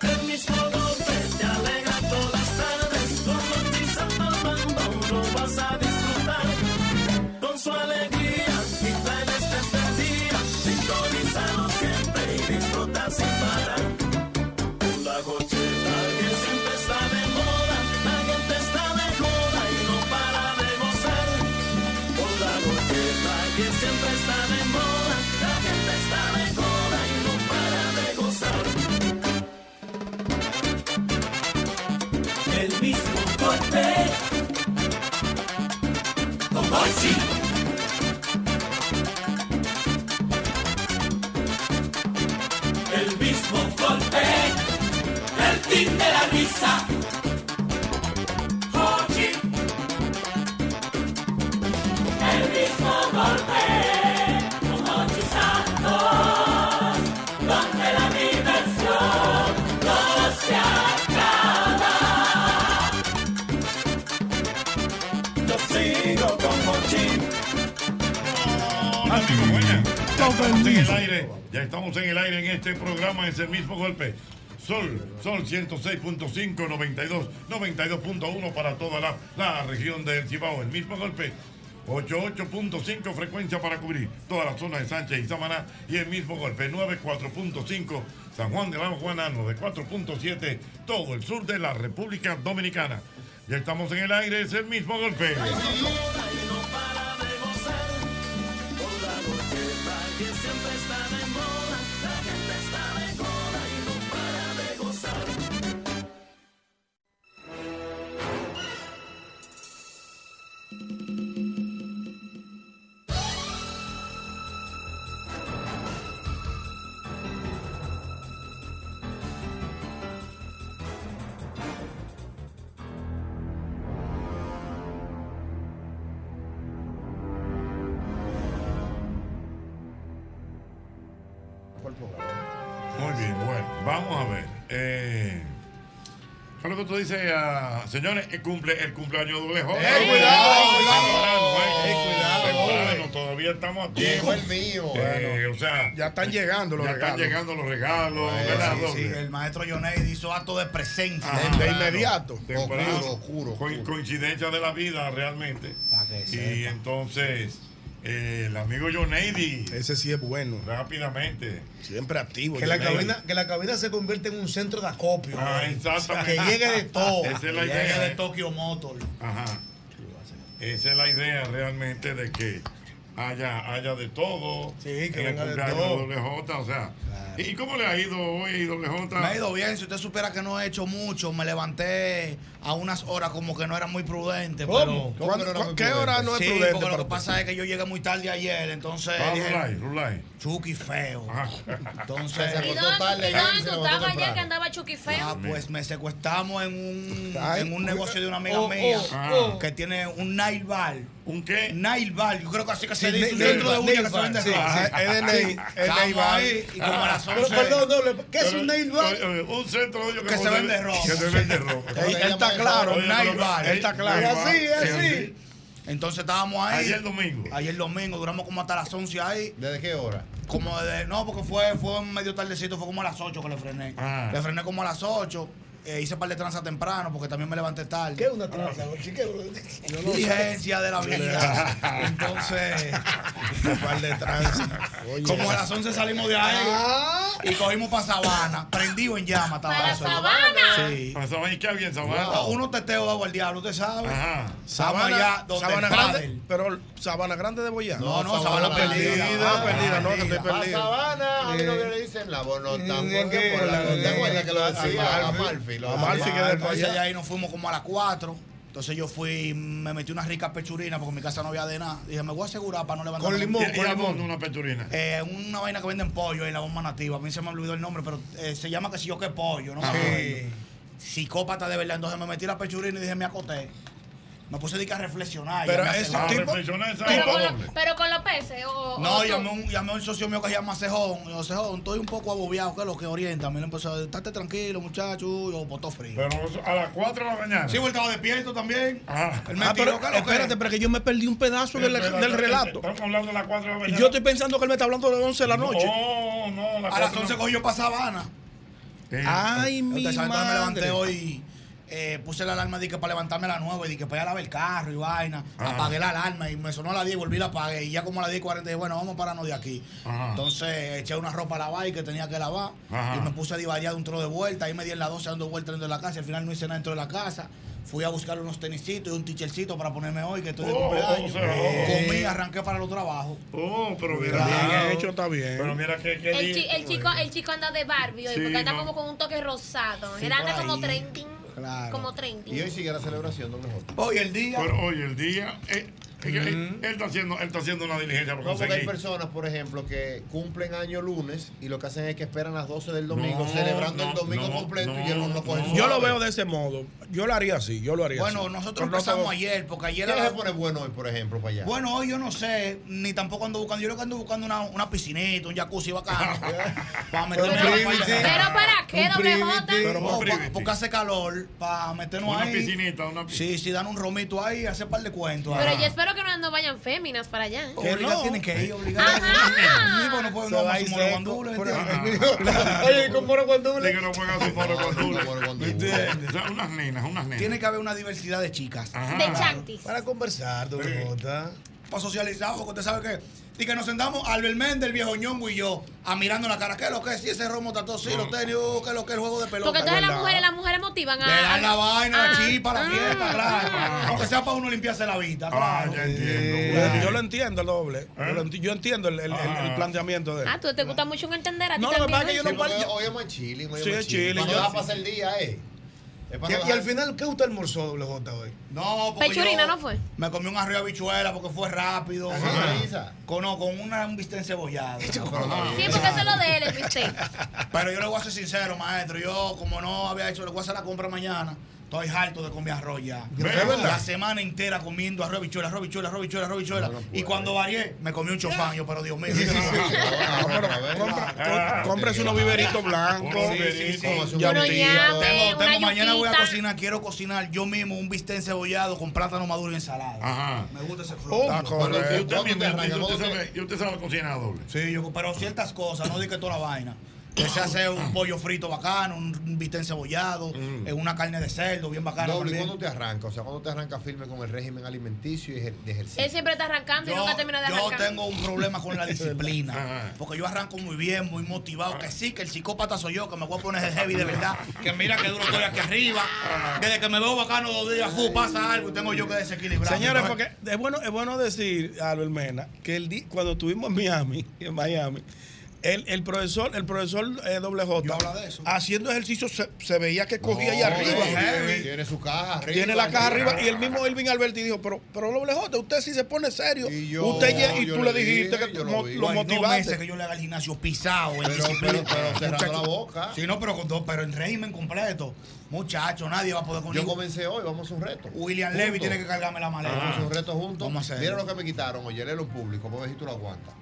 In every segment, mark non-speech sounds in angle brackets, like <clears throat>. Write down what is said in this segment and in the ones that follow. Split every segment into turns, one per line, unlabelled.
El mismo golpe te alegra todas las tardes. Con Motiza mamando lo vas a disfrutar. Con su alegría y planes de este día. Sintonízalo siempre y disfruta sin parar. Con la gocheta que siempre está de moda. La gente está de moda y no para de gozar. Con la gocheta que siempre está de moda. La gente está de moda y no para de gozar. El mismo golpe. Con Hochi. El mismo golpe. El fin de la risa. Hochi. El mismo golpe. Con Hochi Santos. Donde la diversión no se acaba. Yo sigo con Hochi.
Amigo, buena. Ya estamos en el aire. Ya estamos en el aire en este programa, es el mismo golpe. Sol, Sol 106.5, 92, 92.1 para toda la, la región del Cibao. El mismo golpe. 88.5 frecuencia para cubrir toda la zona de Sánchez y Samaná y el mismo golpe 94.5 San Juan de la Juana 94.7 todo el sur de la República Dominicana. Ya estamos en el aire, es el mismo golpe.
Que siempre está de moda, la gente está de moda y no para de gozar.
Muy bien, bueno, vamos a ver. Eh, ¿Qué es lo que tú dices? ah, señores, el, cumple, el cumpleaños doble joven.
¡Eh, cuidado, cuidado!
eh!
¡Eh, cuidado,
Temprano,
joven!
todavía estamos aquí.
Llegó el mío,
Eh,
bueno.
o sea,
Ya están llegando los
ya están
regalos.
llegando los regalos.
Bueno,
¿verdad,
sí,
doble?
sí,
El maestro Yonei hizo acto de presencia.
Ajá.
De inmediato. Oh,
Temprano.
Oscuro, oscuro,
Co-
oscuro.
Coincidencia de la vida, realmente.
que
Y
sepa.
entonces, eh, el amigo John Nady,
Ese sí es bueno.
rápidamente.
Siempre activo.
Que la,
John Navy.
cabina, que la cabina se convierte en un centro de acopio.
Ah,
güey.
exactamente.
Que llegue de
<laughs>
todo.
Esa es la
que
idea,
llegue
eh.
de Tokio Motor.
Ajá. Esa es la idea realmente de que haya, haya de todo.
Sí, que
en el
venga de
cumpleaños
todo.
de WJ, o sea. ¿Y cómo le ha ido hoy WJ?
Me ha ido bien, si usted supiera que no he hecho mucho, me levanté a unas horas como que no era muy prudente.
¿Cómo?
Pero...
¿Cuándo-
Pero-
¿Qué hora no es
sí,
prudente
porque
para
lo que
usted?
pasa es que yo llegué muy tarde ayer, entonces
Ah,
dije,
Rulay, Rulay.
Chucky feo.
¿Y
Entonces,
acostó tarde,
dónde, y
Jaime, se
dónde tú
levantó
estabas allá
temprano.
que andaba Chucky
ah,
feo?
pues me secuestramos en un,
Ay,
en un
cuida-
negocio de una amiga
Oh,
mía
oh,
que tiene un night bar.
¿Un qué?
Nail Bar, yo creo que así que se
Sí, Nail-
dice, un centro de
Nail
uñas que
Bar,
se vende
sí,
ropa.
sí, es de Nail- es
Estamos
Nail Bar.
ahí y como a las
Ah, Pero,
11,
perdón, doble, ¿qué es
Pero,
un nail bar?
oye, oye, Un centro de ellos
Que se vende ropa.
Que se vende
<laughs>
ropa.
Él, él está claro,
Oye,
Nail
pero-
Bar,
eh,
está claro.
Nail
Es
Bar,
así, es
sí,
así.
sí.
Entonces estábamos ahí.
Ayer domingo.
Ayer domingo, duramos como hasta las 11 ahí.
¿Desde qué hora?
Como de, no, porque fue, fue medio tardecito, fue como a las 8 que le frené.
Ah.
Le frené como a las 8. eh, hice par de tranzas temprano porque también me levanté tarde.
¿Qué es una traza? Ochi? ¿Qué es una- Yo no sé.
Diligencia de la vida.
<laughs>
Entonces,
Un par de tranza. Oye.
como a las 11 salimos de ahí
Ah,
y cogimos para Sabana. Prendido en llama estaba
¿Para
eso.
Sabana?
Sí.
Pasaba y qué había en Sabana.
Uno Unos teteos de agua al diablo, usted sabe.
Ajá.
Sabana,
Sabana,
donde
Sabana
el
Grande,
pádel.
pero Sabana Grande de Boyá.
No, no, Sabana,
perdida,
perdida. Ah,
perdida, no, que estoy
A
perdida.
Sabana, a mí no me le dicen la bonota,
Ni
porque
que
por la
la-
¿Te acuerdas que lo
Amalfi.
decía? Amalfi. lo-
Amalfi. que del
Entonces
Guayá.
de ahí nos fuimos como a las 4. Entonces yo fui, me metí una rica pechurina porque en mi casa no había de nada. Dije, me voy a asegurar para no levantar.
Con
Y,
limón.
y a dónde una peturina.
Eh, una vaina que
Ah,
venden pollo en la bomba nativa. A mí se me olvidó el nombre, pero eh, se llama que si yo que pollo, ¿no? me acuerdo. psicópata de verdad. Entonces me metí la pechurina y dije, me acoté. Me puse de que a reflexionar.
Pero
llamé a
ese
Cejón.
tipo- Ah, reflexionar, esa
Pero con, lo- pero con los peces. O,
No,
o-
llamé a un, llamé a un socio mío que se llama Cejón. Y yo, Cejón, estoy un poco abobiado, que es lo que orienta. Me lo empezó a decir, estate tranquilo, muchacho. Y Yo, botó frío.
Pero eso, a las 4 de la mañana.
Sí, porque estaba despierto también.
Ah.
Él me
Ah, pero
tiró, ¿qué es lo que es?
espérate, pero que yo me perdí un pedazo del,
Espérate,
del relato.
Estamos hablando a las 4 de la mañana.
Yo estoy pensando que él me está hablando de las 11 de la noche.
No, no,
A las 11 cogí yo para Sabana. Ah,
Ay, mi
Ustedes saben, eh, entonces me levanté
madre.
hoy. eh, puse la alarma de que para levantarme a las 9 y que para ir a lavar el carro y vaina.
Ajá.
Apagué la alarma y me sonó a las 10 y volví y la apagué. Y ya como a las 10 y 40 dije, bueno, vamos a pararnos de aquí.
Ajá.
Entonces eché una ropa a lavar y que tenía que lavar.
Ajá.
Y me puse a divariar de un trozo de vuelta. Ahí me di en las 12 dando vueltas dentro de la casa. Al final no hice nada dentro de la casa. Fui a buscar unos tenisitos y un tichercito para ponerme hoy, que estoy de
Oh,
cumpleaños.
o sea, oh.
Comí, arranqué para los trabajos.
Oh, pero mira.
Bien hecho, está bien.
Pero mira que. que
El, chi- el chico,
pues.
el chico anda de Barbie hoy,
Sí,
porque anda
no.
como con un toque rosado.
Sí,
Él anda
por
como
ahí.
trending.
Claro.
Como trending.
Y hoy sigue la celebración, don mejor.
Hoy el día.
Pero oye, el día. eh, eh, que
Mm.
él, él está haciendo, él está haciendo una diligencia para
No, porque hay
conseguir.
personas, por ejemplo, que cumplen año lunes y lo que hacen es que esperan las 12 del domingo,
No,
celebrando el
no,
domingo
no,
completo
no,
y el no coge
no.
su
Pues Yo lo
suave.
veo de ese modo. Yo lo haría así, yo lo haría
bueno,
así.
nosotros
Pero no
empezamos
todo-
ayer, porque
¿Qué
ayer a
le
las
se pone bueno hoy, por ejemplo, para allá?
Bueno, hoy yo no sé, ni tampoco ando buscando. Yo lo que ando buscando una, una piscinita, un
<laughs>
jacuzzi bacano. para meternos
Pero
ahí.
privity.
Pero para qué,
Un
doble J.
privity.
Pero,
un
oh, pa-
privity.
porque hace calor, para meternos
Una
ahí.
piscinita, una piscinita.
Sí, sí, dan un romito ahí, hace par de cuentos.
Pero
ahí.
yo espero que no, no vayan féminas para allá. ¿eh?
Que
Que no.
tienen que ir, obligadas.
Ajá.
Sí, porque no pueden
Se va
Pues no
ahí
somos los
seco.
bandules,
Por
¿entiendes? <laughs>
Oye, ¿cómo era cuando
Sí, que no juegan su moro con
No, no, no,
dulce.
no, no.
¿Me entiendes? O sea, Unas nenas, unas nenas.
Tiene que haber una diversidad de chicas.
Ajá.
De chantis.
Para conversar, don Jota.
Para socializar, porque usted sabe que. Y que nos sentamos Albert Méndez, el viejo ñongo y yo, a mirando la cara. ¿Qué es lo que es? Si ese romo está todo, sí, los tenis, oh, ¿qué es lo que es el juego de pelota?
Porque entonces las
¿verdad?
mujeres, las mujeres motivan a.
Le dan la vaina,
a-
la chispa, la
ah,
fiesta,
ah.
claro. Aunque sea para uno limpiarse la vista,
Ah,
claro.
ya entiendo.
Yo-
güey.
Yo lo entiendo el doble.
¿Eh?
Yo, lo enti- yo entiendo el, el- el-
Ah.
el planteamiento de él.
Ah, tú te gusta mucho un entender a ti
No, lo que
también.
pasa es que yo
¿no?
no-
Porque Hoy es más chilling, hoy es
Sí,
más
es chilling.
Cuando
Yo-
vas a pasar el día, eh. Es
Y,
cuando
y
vas-
al final, ¿qué usted almorzó, doble J hoy?
No, porque
Pechurina,
yo
¿no fue?
Me comí un arroz de habichuela porque fue rápido.
Ajá.
Ajá.
Isa.
Con, no, con una, un bistec cebollado.
Sí, porque eso es lo de él, el bistec.
Pero yo le voy a ser sincero, maestro. Yo, como no había hecho, le voy a hacer la compra mañana. Estoy harto de comer arroz ya.
¿Es verdad?
La semana entera comiendo arroz, bichuela, arroz, bichuela, arroz, bichuela, arroz, bichuela. y cuando varié, me comí un chofán. Yo, pero Dios mío. <laughs>
Ah, pero a ver.
Ah,
Cómprese unos viveritos blancos.
Unos
sí,
viveritos.
sí.
Vamos a hacer
Ya
un
Unos
brindis.
ñame.
Tengo,
una
tengo- mañana voy a
yuquita.
cocinar, quiero cocinar yo mismo un bistec cebollado con plátano maduro y ensalada.
Ajá.
Me gusta ese fruto.
Está correcto.
Y usted
¿Cuándo
mismo,
te arranca?
y usted
¿Cuándo
sabe- y usted sabe cocinar doble.
Sí, yo- pero ciertas cosas, no di que toda la vaina. Que se hace
Mm.
un pollo frito bacano, un bistec cebollado, una carne de cerdo bien bacana
Doble,
también.
¿cuándo te arranca? O sea, ¿cuándo te arranca firme con el régimen alimenticio y ejer- de ejercicio?
Él siempre está arrancando y
Yo,
Eh, nunca termina de
yo
arrancar.
tengo un problema
<laughs>
con la disciplina.
Ajá.
porque yo arranco muy bien, muy motivado. Que sí, que el psicópata soy yo, que me voy a poner heavy de verdad. Que mira que duro estoy aquí arriba. Desde que me veo bacano dos días, fu, pasa algo y tengo yo que desequilibrar.
Señores, porque es bueno, es bueno decir, Albert Mena, que el di- cuando estuvimos en Miami, en Miami, el, el profesor, el profesor eh, doble J,
Yo habla de eso.
haciendo ejercicio se, se veía que
No,
cogía ahí arriba.
tiene-
heavy.
Tiene su caja arriba.
Tiene la caja arriba y el mismo Elvin Alberti dijo, pero, pero doble J, usted sí se pone serio.
Y yo-
usted ya- y
yo
tú
le
le dijiste
dije,
que
yo
tú
lo
mo-
digo.
lo
Hay dos meses que
motivaste.
yo le haga el gimnasio pisado en
Pero-
disciplina.
pero- pero cerrando
Muchacho.
la boca.
Sí, no, pero, con dos- pero en régimen completo. Muchacho, nadie va a poder con
Yo
ningún-
comencé hoy, vamos a un reto.
William
Juntos.
Levy tiene que cargarme la maleta.
Vamos a un reto juntos.
Vamos a hacerlo.
Ah. Mira lo que me quitaron, oye, léelo en público, para ver si tú lo aguantas.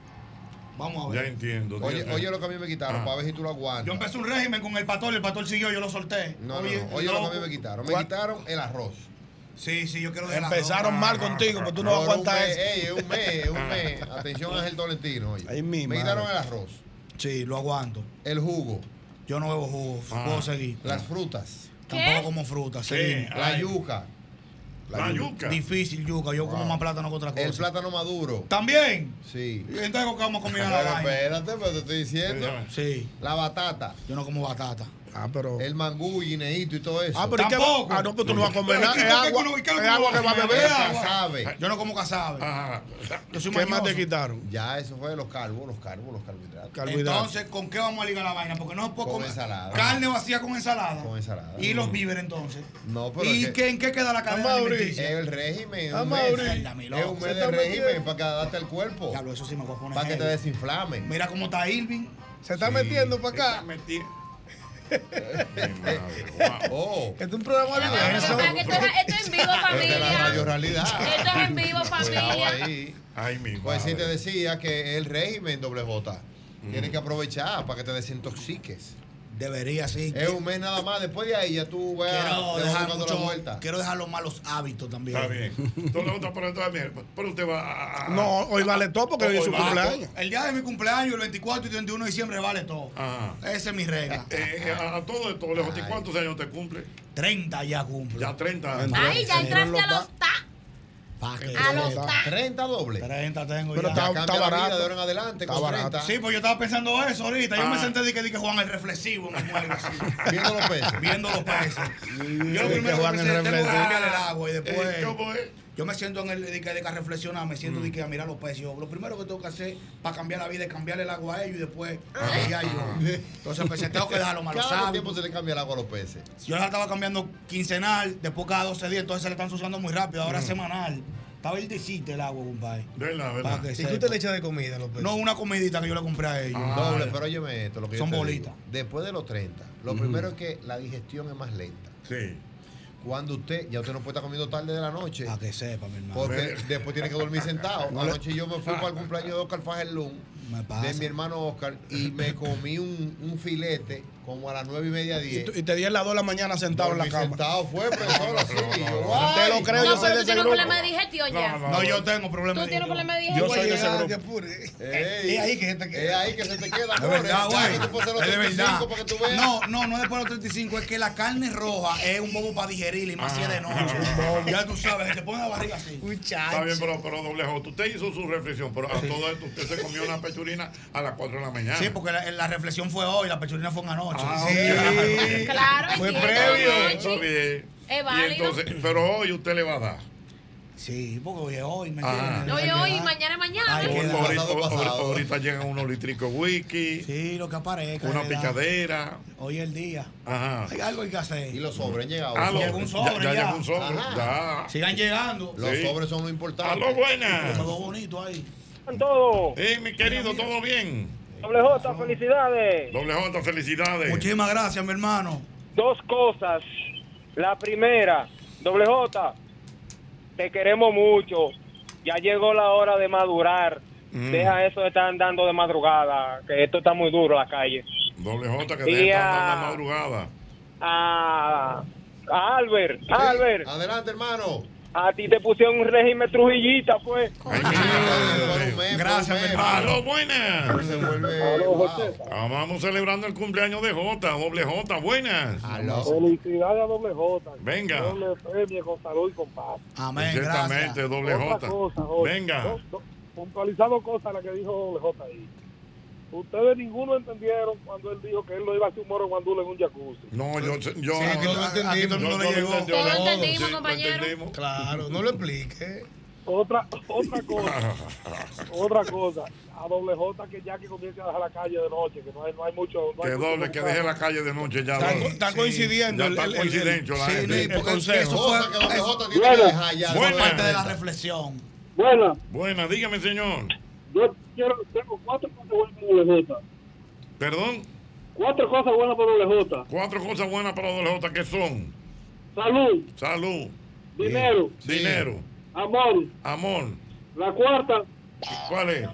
Vamos a
Ya
ver.
entiendo.
Oye,
Dios.
oye lo que a mí me quitaron,
Ah.
para ver si tú lo aguantas.
Yo empecé un régimen con el pastor, el pastor siguió, yo lo solté.
No, no, no. Oye, lo que a mí me quitaron. Me
¿Cuál?
quitaron el arroz.
Sí, sí, yo quiero dejar
Empezaron mal contigo, pero tú no
Por un
aguantas
mes,
eso.
ey, es un mes, es un mes.
<laughs>
Atención Ángel Tolentino, oye.
Ay, mi
me
madre.
quitaron el arroz,
Sí, lo aguanto.
el jugo,
Yo no bebo jugo,
Ah.
puedo seguir.
las frutas,
¿Qué?
Tampoco como fruta, sí.
Ah,
la
Ay.
yuca,
La yuca.
Difícil, yuca. Yo como más plátano que otra cosa.
el plátano maduro.
¿También?
Sí.
¿Y entonces qué vamos a comer a la
Pero
vaina?
espérate, pero te estoy diciendo.
Espérame.
Sí,
La batata,
yo no como batata.
Ah, pero.
el mangú, guineíto y todo eso.
Ah, pero ¿y qué va-
Tampoco.
Ah, no, pues tú no vas a comer
Pero
nada.
¿y qué-
Es
qué-
agua,
qué- qué-
es agua que va a beber.
Es agua.
Casabe.
Yo no como casabe.
Ajá.
Yo soy
¿Qué más te
mañoso.
quitaron?
Ya, eso fue de los carbos, los carbos, los carbohidratos.
Carbohidratos.
Entonces, ¿con qué vamos a ligar la vaina? Porque no se puede
Con
comer
ensalada.
Carne vacía con ensalada.
Con ensalada.
Y los víveres entonces.
No, pero
¿Y
es que-
qué- en qué queda la cadena
Vamos a abrir.
Es
alimenticia?
el régimen. Es un
Vamos a
mes,
abrir.
Mierda, mi
es
loco.
un mes de régimen para que adapte el cuerpo.
Diablo, eso sí me voy a poner
Para que te
heavy.
desinflame.
Mira cómo está Irving.
Se está metiendo para acá.
Metí-
<laughs> Oh.
Este es un programa
La
de
verdad
eso.
que esto, es- esto es en vivo,
de la
familia.
radio realidad.
Esto es en vivo,
Cuidado
familia.
ahí.
Ay, mi
Pues sí
madre.
te decía que el régimen doble J. Tienes que aprovechar para que te desintoxiques.
Debería, sí.
Es un mes nada más. Después de ahí ya tú vas
Quiero
le vas
dejar,
buscando
mucho-
Ah, la vuelta.
quiero dejar los malos hábitos también.
Está bien. Entonces, otra para entrar bien. Pero usted va a. a-
Ah. No, hoy vale todo porque hoy es su
Hoy vale
cumpleaños.
El día de mi cumpleaños, el 24 y 31 de diciembre, vale todo.
Ajá.
Esa es mi regla.
Eh, eh, a, a todo esto, Lejote, ¿cuántos años te cumple?
30 ya cumplo.
Ya
ah.
30 años.
Ay, ya entraste a los ta.
Pa' que
A
te
los
vea.
ta.
30 doble.
30 tengo
Pero
ya.
Ya
está-
cambia la
barato.
vida de ahora en adelante
Está
con
barato.
30.
Sí, pues yo estaba pensando eso ahorita. Yo
Ah.
me senté y que, di que Juan el reflexivo me muero
<laughs>
así.
Viendo los pesos.
Viendo los pesos. Yo lo
que
primero
Juan
que
el
pensé, tengo que
reflexivo.
cambiar el agua y después.
Eh, ¿Cómo es?
Yo me siento en el de que, de que a reflexionar, me
Mm.
siento de que a mirar los pesos. Yo, Lo primero que tengo que hacer para cambiar la vida es cambiar el agua a ellos y después
Ah.
cambiar
<laughs>
yo. Entonces empecé, tengo que dejar los malos
Cada tiempo
hábitos.
se le cambia el agua a los peces.
Yo la estaba cambiando quincenal, después cada 12 días, entonces se le están ensuciando muy rápido.
Mm.
Ahora semanal. Está verdecita el agua, compadre.
Verdad,
Pa'
verdad.
que
Y tú
sepa.
te le echas de comida a los peces.
No una comidita que yo le compré a ellos.
Ah.
Doble, pero óyeme esto. Lo que yo
Son
te digo.
bolitas.
Después de los 30, lo primero es que la digestión es más lenta.
Sí.
Cuando usted, ya usted no puede estar comiendo tarde de la noche.
Para que sepa, mi hermano.
Porque después tiene que dormir sentado. Anoche yo me fui para el cumpleaños de Oscar Fajelum,
Me pasa.
de mi hermano Oscar, y me comí un, un filete como a las nueve y media,
Y,
diez.
tú- y te di a las 2 de la mañana sentado en la
Dormí
cama.
sentado fue, pero solo así. y yo,
No,
"Guay".
Te lo creo, yo
No,
soy de
pero tú
ese
tienes un problema de
grupo.
digestión
No,
ya.
no,
No, yo tengo problemas.
Tú tienes un problema de
Yo soy
digestión.
de ese
Ah, te
grupo.
apures.
Ey,
Es ahí que se te
Es
queda.
ahí que se te queda,
Es verdad,
amor.
güey.
Ya, tú puedes hacer los
Es de
35
verdad.
para que tú veas.
No, no, no es después de los 35. Es que la carne roja es un bobo para digerir y más si es
Ah.
de noche.
<laughs>
Ya tú sabes, te pone la barriga así.
Está
Muchacho.
bien, pero, pero doble J. Usted hizo su reflexión, pero a todo esto usted se comió una pechurina a las 4 de la mañana.
Sí, porque la, la reflexión fue hoy, la pechurina fue en anoche.
Ah,
Sí.
Sí.
Claro,
Fue
entiendo,
previo.
Monchi.
Está bien.
Es
Y
válido.
entonces, pero hoy usted le va a dar.
Sí, porque hoy es hoy, ¿me
Ah.
entiendes?
No, yo hoy, mañana es mañana.
Ay,
Ahorita,
queda
ahorita-
pasado,
ahorita-
pasado.
ahorita llegan unos litricos wiki,
Sí, lo que aparezca.
una
es verdad.
picadera.
Hoy es el día.
Ajá.
<laughs> Hay algo hay que
Y
hacer.
los sobres han llegado.
Aló.
Llegó un sobre,
ya,
ya.
llegó un sobre.
Ajá.
Ya.
Sigan llegando.
Los
Sí.
sobres son lo
Aló,
importante.
Me
buenas.
veo bonito ahí.
con todo.
Eh, mi querido, ¿todo bien?
Doble J, felicidades.
Doble J, felicidades.
Muchísimas gracias, mi hermano.
Dos cosas. La primera, Doble J, te queremos mucho. Ya llegó la hora de madurar.
Mm.
Deja eso de estar andando de madrugada, que esto está muy duro la calle.
Doble J, que
Y
deje estar
a-
andando a madrugada.
A, a Ah, Albert, Albert,
Adelante, hermano.
a ti te pusieron un régimen trujillita, pues.
Ay, mi madre.
Por un mes, por
Gracias,
un mes.
mi hermano.
Aló, buenas.
Se vuelve.
Aló,
wow.
José.
Vamos celebrando el cumpleaños de J, doble J, buenas.
Aló.
Felicidades a Doble J.
Venga.
Doble premio con salud y con paz.
Amén, gracias.
Ciertamente, doble J.
Otra cosa, Jorge.
Venga.
Do- do- puntualizando cosas la que dijo J ahí. Ustedes ninguno entendieron cuando él dijo que él lo iba a hacer un moro guandulo en un jacuzzi.
No, yo. yo
Sí, aquí todo
yo-
entendimos, aquí todo el mundo
yo-
le
yo-
llegó.
yo- yo-
Todo
yo-
entendimos,
sí, lo
compañero.
entendimos.
Claro, no lo expliques.
Otra otra cosa, otra cosa. A doble J que ya que comience a dejar la calle de noche, que no hay, no hay mucho. No
Que
hay mucho
doble, que
mercado.
deje la calle de noche ya.
Está, co-
doble.
está
Sí.
coincidiendo
Ya
el,
está
el- el-
coincidencia la
Sí,
gente.
no, y
el
porque
consejo.
Cosa que doble J tiene que
Bueno.
dejar ya.
Eso fue
Buenas.
parte de la reflexión.
Bueno,
Buena, dígame, señor.
yo quiero, tengo cuatro cosas buenas para doble J.
Perdón,
Cuatro cosas buenas para doble J.
cuatro cosas buenas para doble J que son
Salud,
salud,
dinero,
dinero,
amor.
amor.
La cuarta,
¿Cuál es?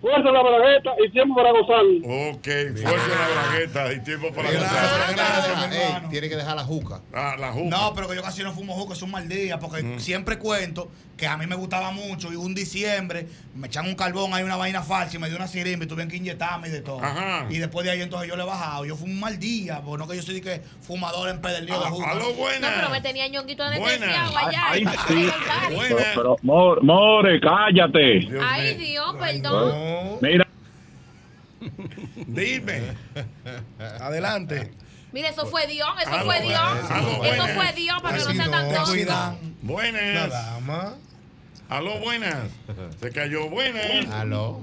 fuerza la bragueta y tiempo para gozar.
Ok, fuerza la bragueta y tiempo para
Gracias.
gozar.
Gracias, mi
Ey,
hermano.
tiene que dejar la juca.
Ah, la juca. Mm.
No, pero que yo casi no fumo juca, es un mal día, porque siempre cuento que a mí me gustaba mucho y un diciembre me echan un carbón, hay una vaina falsa y me dio una sirimba y tuvieron que inyectarme y de todo.
Ajá.
Y después de ahí entonces yo le he bajado. Yo fui un mal día, porque no que yo soy de que fumador empedernido de
Ah,
juca.
a lo
No, pero me
buena.
tenía ñonguito
Buenas.
anestesiado allá.
Ay,
Ay,
sí.
Buena.
Pero, more, more, cállate.
Dios
Ay,
mío.
Dios, perdón.
No,
Mira,
Dime.
adelante.
Mire, eso fue Dios,
Ah,
eso
no,
fue
bueno,
Dios.
ah, no,
Eso
bueno.
fue Dios para que no
Así
sea tan
no,
Te
tóxico.
cuidan.
La
Buenas.
dama.
Aló, buenas. Se cayó buenas.
Aló.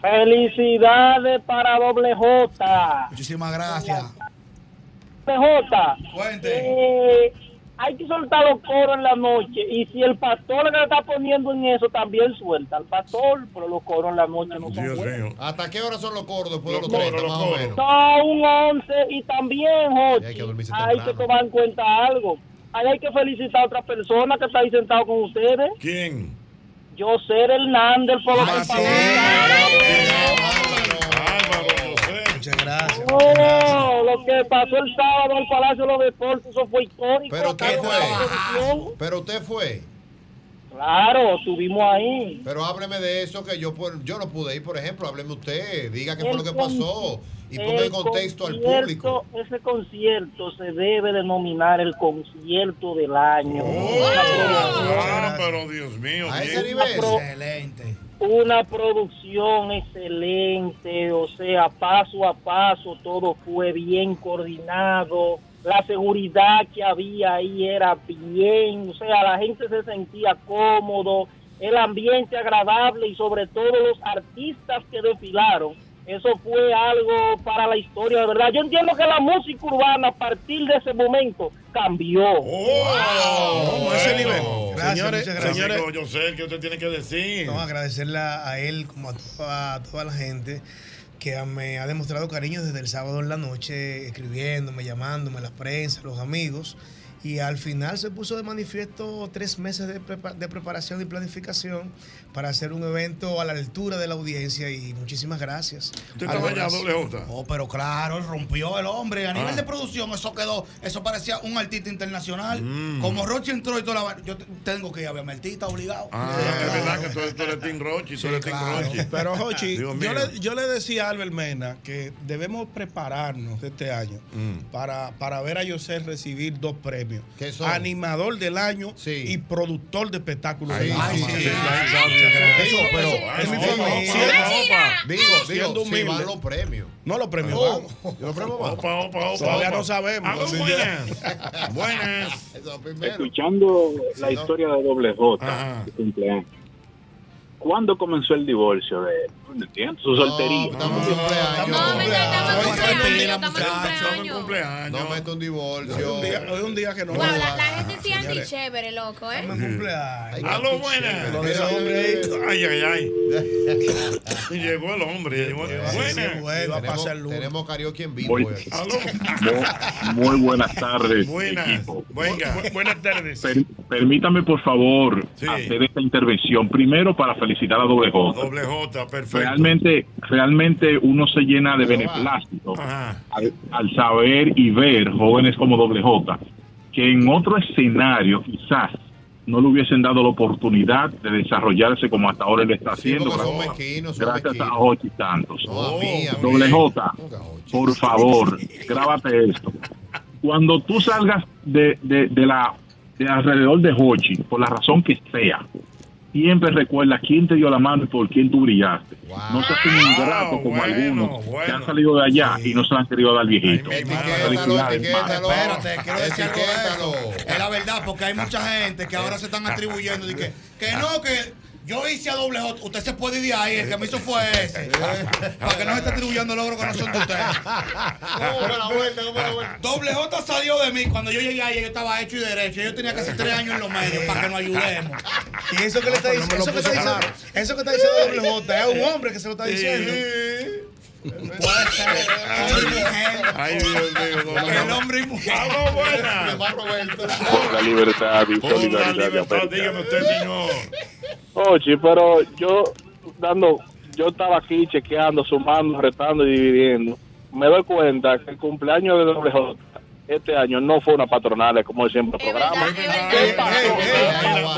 felicidades para doble J.
Muchísimas gracias.
Doble J.
Cuente.
Eh, hay que soltar los coros en la noche. Y si el pastor que le está poniendo en eso, también suelta al pastor, pero los coros en la noche no son buenos.
¿Hasta qué hora son los coros después de los,
coros,
30,
los
más o
coros.
menos?
Está un 11 y también, Jochi,
hay
hay
que
que,
dormirse temprano.
tomar en cuenta algo. Ahí hay que felicitar a otra persona que está ahí sentado con ustedes.
¿Quién?
Yo ser
Ah,
Hernández por lo que pagó.
Muchas gracias.
Oh, lo que pasó el sábado al Palacio de los Deportes, eso fue histórico.
¿Pero qué
Acá
fue?
la televisión.
Pero usted fue.
Claro, estuvimos ahí.
Pero hábleme de eso que yo por- yo no pude ir, por ejemplo. Hábleme usted, diga qué fue
El
lo que
con-
pasó y ponga
el
en contexto al
concierto,
público.
Ese concierto se debe denominar el concierto del año.
Oh,
Una producción-
Ah, pero Dios mío.
A
bien.
ese nivel.
Excelente.
Una producción excelente, o sea, paso a paso, todo fue bien coordinado, la seguridad que había ahí era bien, o sea, la gente se sentía cómodo, el ambiente agradable y sobre todo los artistas que desfilaron. Eso fue algo para la historia, de verdad. Yo entiendo que la música urbana a partir de ese momento cambió.
¿Cómo
ese nivel? Gracias,
Oh, señores,
muchas gracias.
señores, yo sé que usted tiene que decir.
No, agradecerle a él como a toda, a toda la gente que me ha demostrado cariño desde el sábado en la noche, escribiéndome, llamándome, la prensa, los amigos. Y al final se puso de manifiesto tres meses de, prepa- de preparación y planificación para hacer un evento a la altura de la audiencia y muchísimas gracias.
¿Usted estaba
Algo
allá,
más.
doble J? Oh, pero claro, rompió el hombre. A nivel
Ah.
de producción, eso quedó, eso parecía un artista internacional.
Mm.
Como Rochi entró y toda la vaina, yo te- tengo que ir a verme artista obligado.
Ah, es verdad que tú, eres- tú eres Tim Rochi, tú eres Tim Rochi.
Pero, Jochi,
Dios
yo
mío.
le, yo le decía a Albert Mena que debemos prepararnos este año para, para ver a José recibir dos premios:
Mm. son?
animador del año y productor de espectáculos.
Ay,
del
ay,
año.
sí, sí, sí. Digo, pero-
Es mi
Ay, no,
familia.
mentira. Digo, digo,
Siendo
si
humilde.
van los premios.
No los premios.
Oh,
van.
los premios van.
Opa, opa, opa,
Todavía
opa.
no sabemos.
Aló,
Así que-
<laughs>
buenas. buenas.
Escuchando la
Sí, no.
historia de Doble J, su cumpleaños. ¿Cuándo comenzó el divorcio de él? No entiendo, su soltería.
No mete un divorcio.
Hoy es un día que no.
Wow, la, la gente sí anda y chévere, loco, ¿eh?
A lo buenas.
Lo de ese hombre
Ay, ay,
<laughs>
ay. llegó el hombre. Llegó el
Buenas. Tenemos, tenemos karaoke en vivo.
Voy.
eh.
Muy muy buenas tardes,
Buenas.
equipo.
buenas tardes.
Per- permítame, por favor, hacer esta intervención. Primero, para felicitar a Doble J.
Doble J, perfecto.
Realmente, realmente uno se llena de beneplácito
Ajá.
al, al saber y ver jóvenes como Doble J, que en otro escenario quizás no le hubiesen dado la oportunidad de desarrollarse como hasta ahora él está haciendo. gracias- gracias a Ochi Santos. Doble J, por favor, grábate esto. Cuando tú salgas de, de- de la, de alrededor de Hochi, por la razón que sea, siempre recuerda quién te dio la mano y por quién tú brillaste. No seas un ingrato como algunos que han salido de allá y no se han querido dar viejito. Felicidades, hermano.
Ah,
Espérate, quiero decir algo de eso. Es la verdad, porque hay mucha gente que ahora se están atribuyendo de que, que no, que yo hice a doble J, usted se puede ir de ahí, el que me hizo fue ese. Para que no se esté atribuyendo logros que no son de usted. Doble J salió de mí. Cuando yo llegué ahí, yo estaba hecho y derecho. Yo tenía casi tres años en los medios para que nos ayudemos.
Y eso que le está diciendo, eso que está diciendo, eso que está diciendo Doble J, es un hombre que se lo está diciendo.
Ay, Dios mío. El
hombre y mujer.
A lo buenas.
La libertad y solidaridad de
libertad,
América.
dígame usted, señor.
Oye, pero yo dando, yo estaba aquí chequeando, sumando, retando y dividiendo. Me doy cuenta que el cumpleaños de Doble J este año no fue una patronal, es como siempre el programa. ¿Qué pasó?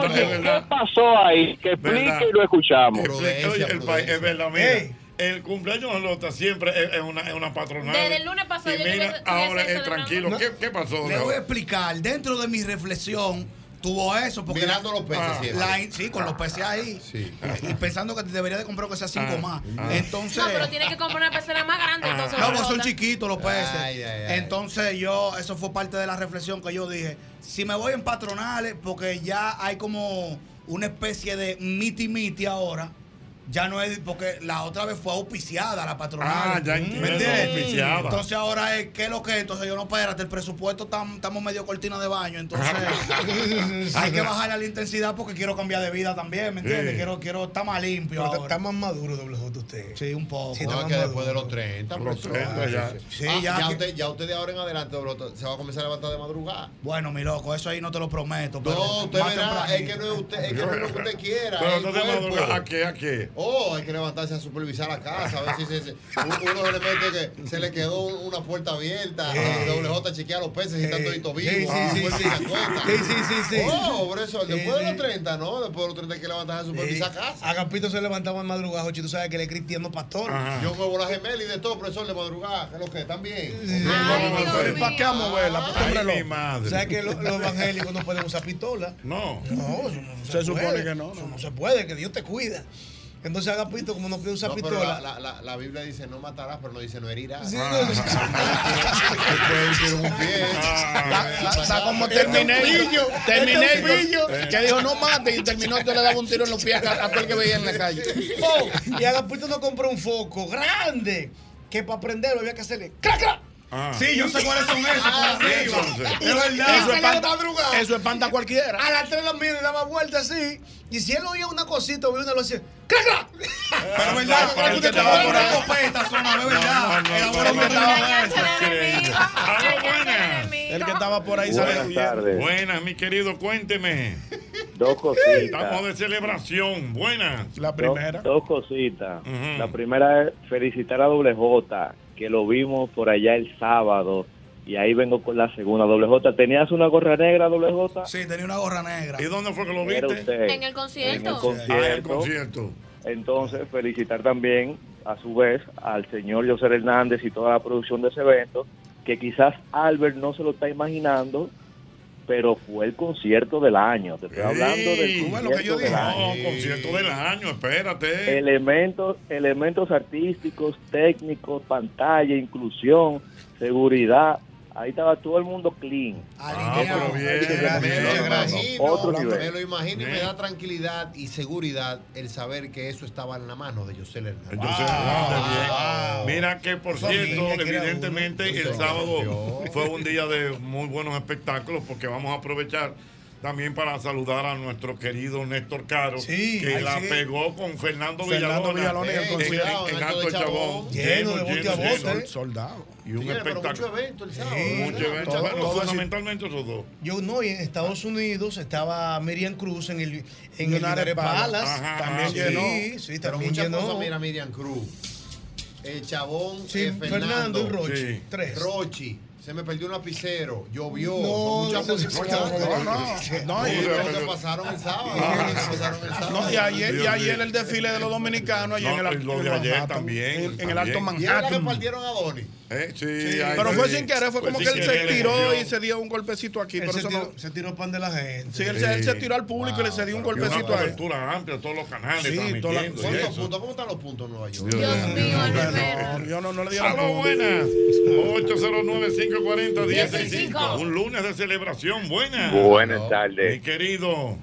Oye, ¿qué pasó ahí? Que explique y lo escuchamos.
Oye, el país, es verdad, mira. El cumpleaños de Lota siempre es, es una, es una patronal.
Desde el lunes pasado
Y
yo
mira, ah,
tuve- tuve
ahora es
sexo de
tranquilo.
nuevo.
¿Qué, ¿Qué pasó?
Le
doble
voy a
J?
explicar, dentro de mi reflexión, tuvo eso. Porque
Mirando los peces
Ah,
siempre.
la in- sí, con los peces ahí. Y pensando que debería de comprar que sea cinco
Ah,
más.
ah.
Entonces.
No, pero tiene que comprar una persona más
Ah.
grande. Entonces,
No,
doble
pues son
J.
chiquitos los peces.
Ay, ay, ay.
Entonces yo, eso fue parte de la reflexión que yo dije. Si me voy en patronales, porque ya hay como una especie de miti miti ahora.
ya no es porque la otra vez fue auspiciada la patronal.
Ah, ya
¿Me
entiendo,
entiendes?
auspiciada.
Entonces ahora es, ¿qué es lo que? es? Entonces yo no, espérate, el presupuesto tam- estamos medio cortina de
<laughs>
baño, entonces hay que bajarle a la intensidad porque quiero cambiar de vida también, ¿me entiendes?
Sí.
Quiero, quiero estar más limpio
Pero está-
ahora.
está más maduro, doble J, usted.
Sí, un poco.
Sí,
No,
está
es
más
que
maduro.
después de los 30.
Los 30 ya.
Sí,
Sí,
Ah, ya.
ya que-
usted, ya usted de ahora en adelante Doloto, se va a comenzar a levantar de madrugada.
Bueno, mi loco, eso ahí no te lo prometo. Pero
No, usted
más
verá, es
tempranito.
que no es usted, es que no es lo que usted quiera.
Pero
es
no
el
te
cuerpo.
madrugas, ¿a qué, a qué?
Oh, hay que levantarse a supervisar la casa, a ver si se, se- un- uno se le mete que se le quedó una puerta abierta, doble J chequea los peces y está todito vivo.
sí, sí,
Ah,
sí,
pues,
sí.
se acuesta.
Sí, sí, sí, sí.
Oh, por eso, después
Sí,
de los
sí.
30, ¿no? Después de los 30 hay que levantarse a supervisar casa.
Agapito se levantaba en madrugada, Jochi, tú sabes que él es cristiano pastor.
Yo me voy a la gemela y de todo, profesor, de madrugada, que es lo que están bien.
¿Para qué vamos a verla? Pues, hombre,
Ay,
loco.
mi madre.
O sea que lo- los evangélicos no pueden usar pistola.
No.
No, eso no se,
Se supone
puede.
que no, no.
Eso no se puede, que Dios te cuida. Entonces Agapito, como no puede usar
No, pero
pistola.
la, la- la- la Biblia dice no matarás, pero no dice no herirás.
Sí,
Ah,
no, sí.
<laughs> Ah.
La- Está como
Este
Terminator.
este
Terminator. Que dijo, no mate. Y terminó, yo le daba un tiro en los pies a, a todo el que veía en la calle.
Oh, y Agapito no compró un foco grande que para prenderlo había que hacerle ¡crac, crac!
Ah.
Sí, yo sé cuáles son esos.
Ah,
por arriba.
entonces.
Es verdad.
Eso espanta-
Eso espanta a cualquiera.
A las 3 de la mañana daba vuelta así. Y si él oía una cosita, oía una lo hacía ¡crac, crac!
Pero verdad,
Pero
que usted estaba con una copeta, zona, es verdad. El abuelo que estaba de eso.
El que estaba por ahí
Buenas
salió.
tardes. Buenas, mi querido, cuénteme.
Dos cositas.
Estamos de celebración. Buenas.
La
primera. Dos, cositas. La primera es felicitar a Doble J, que lo vimos por allá el sábado. Y ahí vengo con la segunda. Doble J, ¿tenías una gorra negra, Doble J?
Sí, tenía una gorra negra.
¿Y dónde fue que lo
Era usted.
En el
En el
concierto.
concierto.
Ah, concierto.
Entonces, felicitar también, a su vez, al señor José Hernández y toda la producción de ese evento, que quizás Albert no se lo está imaginando, pero fue el concierto del año. Te estoy hablando del
Ey,
concierto
bueno, que yo
del
dije,
año.
no, concierto del año, espérate.
Elementos, elementos artísticos, técnicos, pantalla, inclusión, seguridad. Ahí estaba todo el mundo clean.
Ah, pero bien, bien.
Me lo
Otro
imagino,
nivel.
me lo imagino y me
Bien.
da tranquilidad y seguridad el saber que eso estaba en la mano de José Hernández.
Yo sé, ah, bien. Mira que por
Esa
cierto,
niña que era
evidentemente
uno.
el
Sí.
sábado fue un día de muy buenos espectáculos porque vamos a aprovechar también para saludar a nuestro querido Néstor Caro
Sí,
que
ay,
la
sí.
pegó con
Fernando
Fernando Villalona,
Villalona en el
en-
concierto.
Eh, en, en Alto Chabón,
Lleno de bote a bote.
lleno.
Soldado.
y un
Señores, pero
espectáculo.
mucho evento el sábado.
Mucho
¿verdad?
evento.
Todo-
Bueno,
todo así.
fundamentalmente esos dos.
Yo no, y en Estados Unidos estaba Miriam Cruz en el en el
United Palace.
United Palace.
Ajá, también llenó.
Sí, sí,
Pero
también
muchas cosas,
llenó.
mira Miriam Cruz, el Chabón
Sí,
eh,
Fernando
Fernando,
y Rochi, Sí. tres.
Rochi, se me perdió un lapicero, llovió,
No,
muchas
no,
cosas.
no,
muchas
no,
cosas.
no, no, y-
Cosas que pasaron el sábado.
Ah.
cosas que pasaron el sábado.
No, y ayer, y ayer el desfile de los dominicanos allí
No,
en el
y lo de
en
ayer
Manhattan,
también,
en- En, el
también.
Alto
Y ahora
Manhattan.
repartieron a Donnie.
Eh, sí,
Sí,
ahí
pero fue
sí.
sin querer, fue
Fue
como
sin
que él se
querer,
tiró y
emoción.
se dio un golpecito aquí.
Él
Pero
se,
eso
tiró,
no.
se tiró pan de la gente.
Sí, él, se- él se tiró al público y le se dio un
Y una
golpecito a él.
cobertura amplia, todos los canales
Sí,
transmitiendo
toda la-
y
Son los
eso.
puntos. ¿Cómo están los puntos en Nueva York?
Yo no, no le dieron
Aló,
punto.
buenas. 809-540-165. Un lunes de celebración. Buenas.
Buenas tardes.
Mi querido.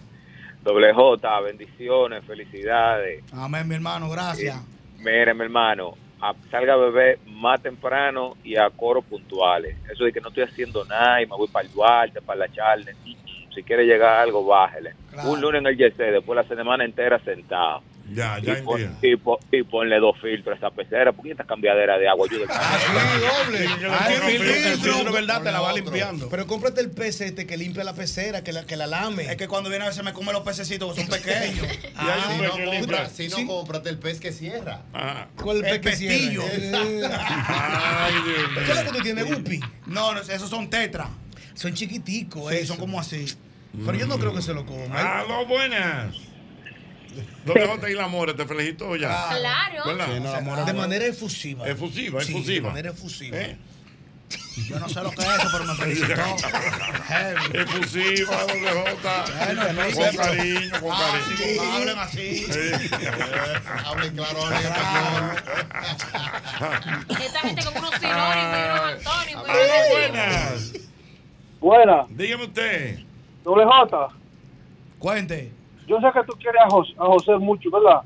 Doble J, bendiciones, felicidades.
Amén, mi hermano, gracias.
Eh, Mire, mi hermano, a- salga a beber más temprano y a coros puntuales. Eso de que no estoy haciendo nada y me voy para el Duarte, para la Charles. mm, Si quiere llegar a algo, bájele. Un lunes en el YC, después la semana entera sentado.
Ya, ya
y, pon-
entiendo.
y, pon- y ponle dos filtros a esa pecera, porque esta cambiadera de agua
Ah,
ayuda.
doble.
Ah, el filtro, el filtro, ¿verdad? Te la va limpiando.
Pero cómprate el pez este que limpia la pecera, que la, que la lame.
Es que cuando viene a veces me come los pececitos
<laughs>
que son pequeños.
Ah, si no, compra,
Sí,
si no cómprate el pez que cierra.
Ajá.
¿Cuál pez
El
que
pestillo. Eh.
Ay, Dios
¿Qué es lo que tú tienes, Guppy?
No, no, esos son tetra.
Son chiquiticos,
Sí,
eh,
esos.
son como así.
Pero yo no creo que se lo coma.
Aló, Ah, buenas. Doble J y la More, te felicito ya.
Claro.
¿Verdad?
Sí, no, la More- de manera efusiva.
Efusiva,
Sí,
efusiva.
de manera efusiva.
¿Eh?
Yo no sé lo que es eso, pero me felicitó.
<laughs> Efusiva, doble J. Con
felicito.
cariño, con
Ah,
cariño.
sí, hablen así.
Hablen claro, hablen
Esta gente con unos sinónimos y unos antónimos. y
Aló,
unos-
buenas.
Buena,
Dígame usted.
doble J.
Cuente.
Yo sé que tú quieres a Jos- a José, mucho, ¿verdad?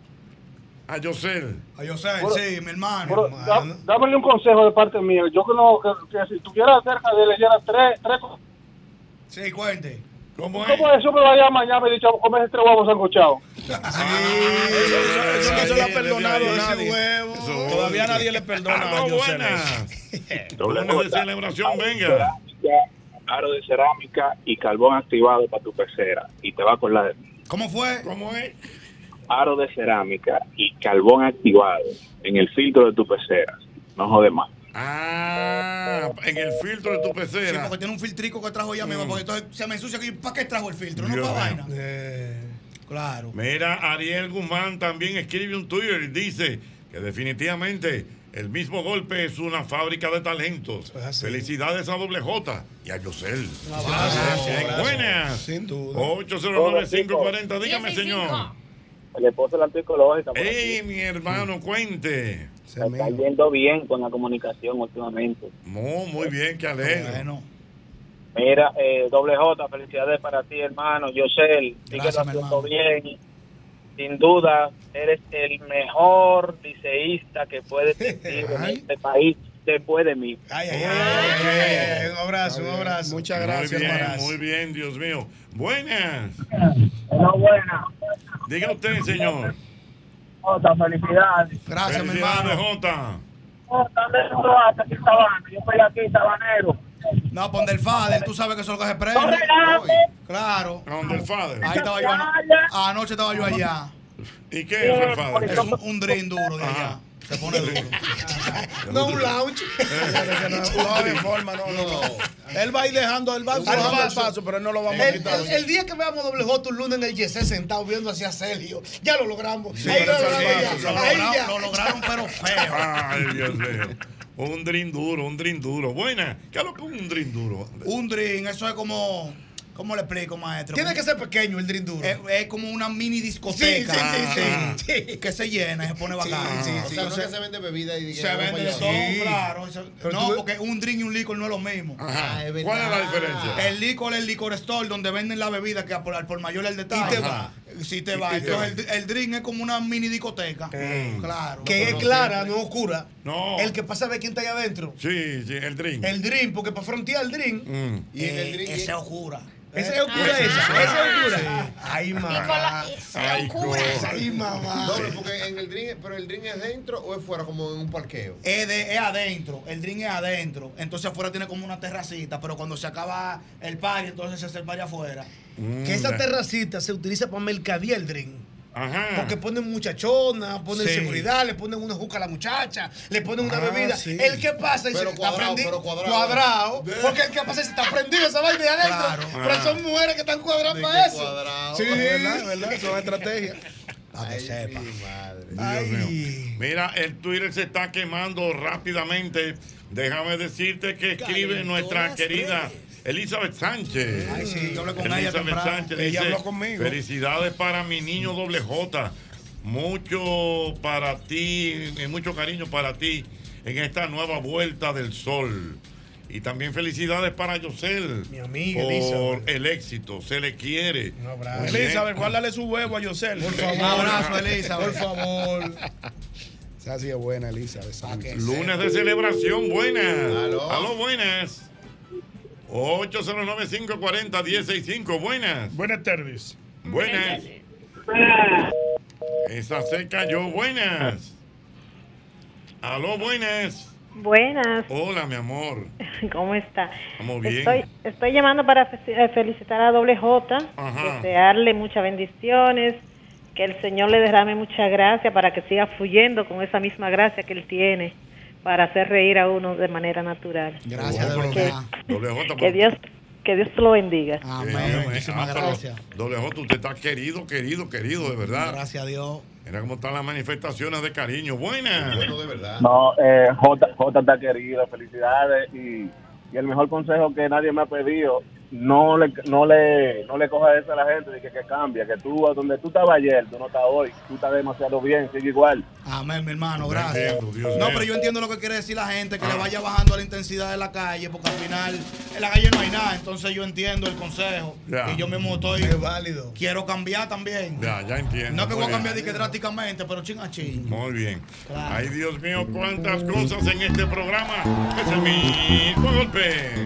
A Yosel.
A Yosel,
Pero-
sí, mi hermano.
Pero, da- dámele un consejo de parte mía. Yo creo que, que si tuviera cerca de él, leyera tres, tres cosas.
Sí, cuente.
¿Cómo
es? eso me vaya mañana y dicho, comerse tres huevos sancochados?
Eso no se lo ha perdonado a
Ese
nadie. Todavía nadie le
Ah,
perdona a Yosel.
Una de celebración, venga.
Aro de cerámica y carbón activado para tu pecera. Y te va con la
¿Cómo fue?
¿Cómo es?
aro de cerámica y carbón activado en el filtro de tu pecera. No jode más.
Ah, en el filtro de tu pecera.
Sí, porque tiene un filtrico que trajo ella misma, porque entonces se me ensucia que ¿para qué trajo el filtro? No
Dios
para
mío.
vaina.
Eh,
Claro.
Mira, Ariel Guzmán también escribe un Twitter y dice que definitivamente el mismo golpe es una fábrica de talentos.
Pues
Felicidades a Doble J y a Yosel. Gracias. Buenas.
Sin duda.
809-540, dígame señor.
El esposo de la psicológica. por
Ey, Eh, mi hermano, cuente.
aquí. Me está yendo bien con la comunicación últimamente.
Muy, muy bien, que alegre.
Mira, eh, doble J, felicidades para ti, hermano. Yosel, sigue
Gracias, mi
haciendo bien. Sin duda, eres el mejor liceísta que puede
<laughs>
existir en este país después de mí.
Ah,
Un abrazo, un abrazo. Muchas
Muy
gracias,
bien,
Maraz.
muy bien, Dios mío. Buenas.
Una buena.
Diga usted, señor.
Jota, felicidades.
Gracias,
mi hermano. Jota.
Yo soy aquí, sabanero.
No, pon del Fader, tú sabes que eso es lo que se prende.
Pon del Fader.
Hoy. Claro.
Pon del Fader.
Ahí estaba yo. ano- Anoche estaba yo allá.
¿Y qué es el Fader?
Es un, un drink duro de allá. Se pone
<laughs>
duro.
No, un lounge.
Eh.
No, de forma, no, no. no. Él va a ir dejando, él va a el paso, pero él no lo vamos a
El,
quitar.
el- el día que veamos doble J un lunes en el YC sentado viendo hacia Sergio, ya lo logramos.
Sí,
Ahí
pero
lo
eso
logramos,
es
ya.
falso,
Ahí
lo
ya.
lograron, lo lograron, pero feo. Ay, Dios mío. Un drink duro, un drink duro. Buena. ¿Qué es lo que es un drink duro?
Un drink, eso es como. ¿Cómo le explico, maestro?
Tiene que ser pequeño el drink duro.
Es, es como una mini discoteca.
Sí, sí, sí,
Que se llena y se pone bacán.
o sea, no es que se vende bebida y
se,
diga,
se
vamos para
vende de
allá.
todo,
Sí.
claro. eso-
Pero
no,
tú-
porque un drink y un licor no es lo mismo.
Ajá. Ah, es ¿Cuál es la verdad. diferencia?
El licor es el licor store donde venden la bebida que al por, al por mayor es el detalle.
Y te va.
Sí te
Y-
va.
y te
Entonces el, el drink es como una mini discoteca. Claro.
Que es
No,
clara, no oscura.
No.
El que pasa a ver quién está allá adentro.
Sí, sí, el drink.
El drink, porque para frontear el drink.
Mm.
Y en el drink. Esa es
oscura.
Esa es oscura,
Ah,
esa. Esa es oscura.
sí.
Ay, mamá.
Ay, cosa.
Ay, mamá.
No, pero porque en el drink, pero el drink es dentro o es fuera, como en un parqueo.
Es, de- es adentro, el drink es adentro. Entonces afuera tiene como una terracita, pero cuando se acaba el party, entonces se hace el party afuera.
Que
Mm.
esa terracita se utiliza para mercadear el drink. Porque ponen muchachonas, ponen
Sí.
seguridad, le ponen una juca a la muchacha, le ponen una
Ah,
bebida.
sí.
El que pasa dice,
Pero
está
cuadrado,
prendido.
pero cuadrado.
cuadrado. Porque el que pasa dice, está prendido esa vaina de adentro.
Claro. Ah.
Pero son mujeres que están cuadradas para eso. Sí,
¿Verdad? ¿Verdad? Eso es estrategia.
Para que sepa.
Dios mío. Mira, el Twitter se está quemando rápidamente. Déjame decirte que escribe
Calentó
nuestra
las
querida Elizabeth Sánchez.
Ay, sí, yo hablé con ella
Elizabeth
temprano.
Sánchez
Ella
dice,
habló conmigo.
Felicidades para mi niño doble J. Mucho para ti, y mucho cariño para ti en esta nueva vuelta del sol. Y también felicidades para Ah, Yosel. Mi
amiga
por
Elizabeth.
el éxito. Se le quiere. Un
abrazo.
Elizabeth, guárdale su huevo a Yosel.
Por favor. Un abrazo, Elizabeth.
Por favor. Esa sí es buena, Elizabeth. Sánchez.
Lunes de celebración, buenas. Aló, buenas. 809-540-165, buenas.
Buenas tardes.
Buenas. Esa se cayó, buenas. Aló, buenas.
Buenas,
Hola, mi amor.
<laughs> ¿cómo está?
Estamos bien.
Estoy, estoy llamando para fe- eh, felicitar a Doble J,
Ajá.
desearle muchas bendiciones, que el Señor le derrame mucha gracia para que siga fluyendo con esa misma gracia que él tiene para hacer reír a uno de manera natural.
Gracias, doble J. Doble J, pues.
Que
por-
Dios, que Dios te lo bendiga.
Amén. Muchísimas gracias. Doble J, usted está querido, querido, querido, de verdad.
Gracias a Dios.
Mira cómo están las manifestaciones de cariño. Buenas. Bueno,
de verdad.
No, eh, J, J está querido, felicidades. Y, y el mejor consejo que nadie me ha pedido
no le, no le, no le coja eso a la gente de que, que cambia, que tú, a donde tú estabas ayer, tú no estás hoy, tú estás demasiado bien, sigue igual.
Amén, mi hermano, gracias. No, pero yo entiendo lo que quiere decir la gente, que le vaya bajando a la intensidad de la calle, porque al final en la calle no hay nada, entonces yo entiendo el consejo.
Ya.
Y yo mismo estoy...
Es
válido. Quiero cambiar también.
Ya, ya entiendo.
No que
Muy
voy a
bien.
cambiar de que drásticamente, pero ching a chin.
Muy bien. Ay, Dios mío, cuántas cosas en este programa. Es el mismo golpe.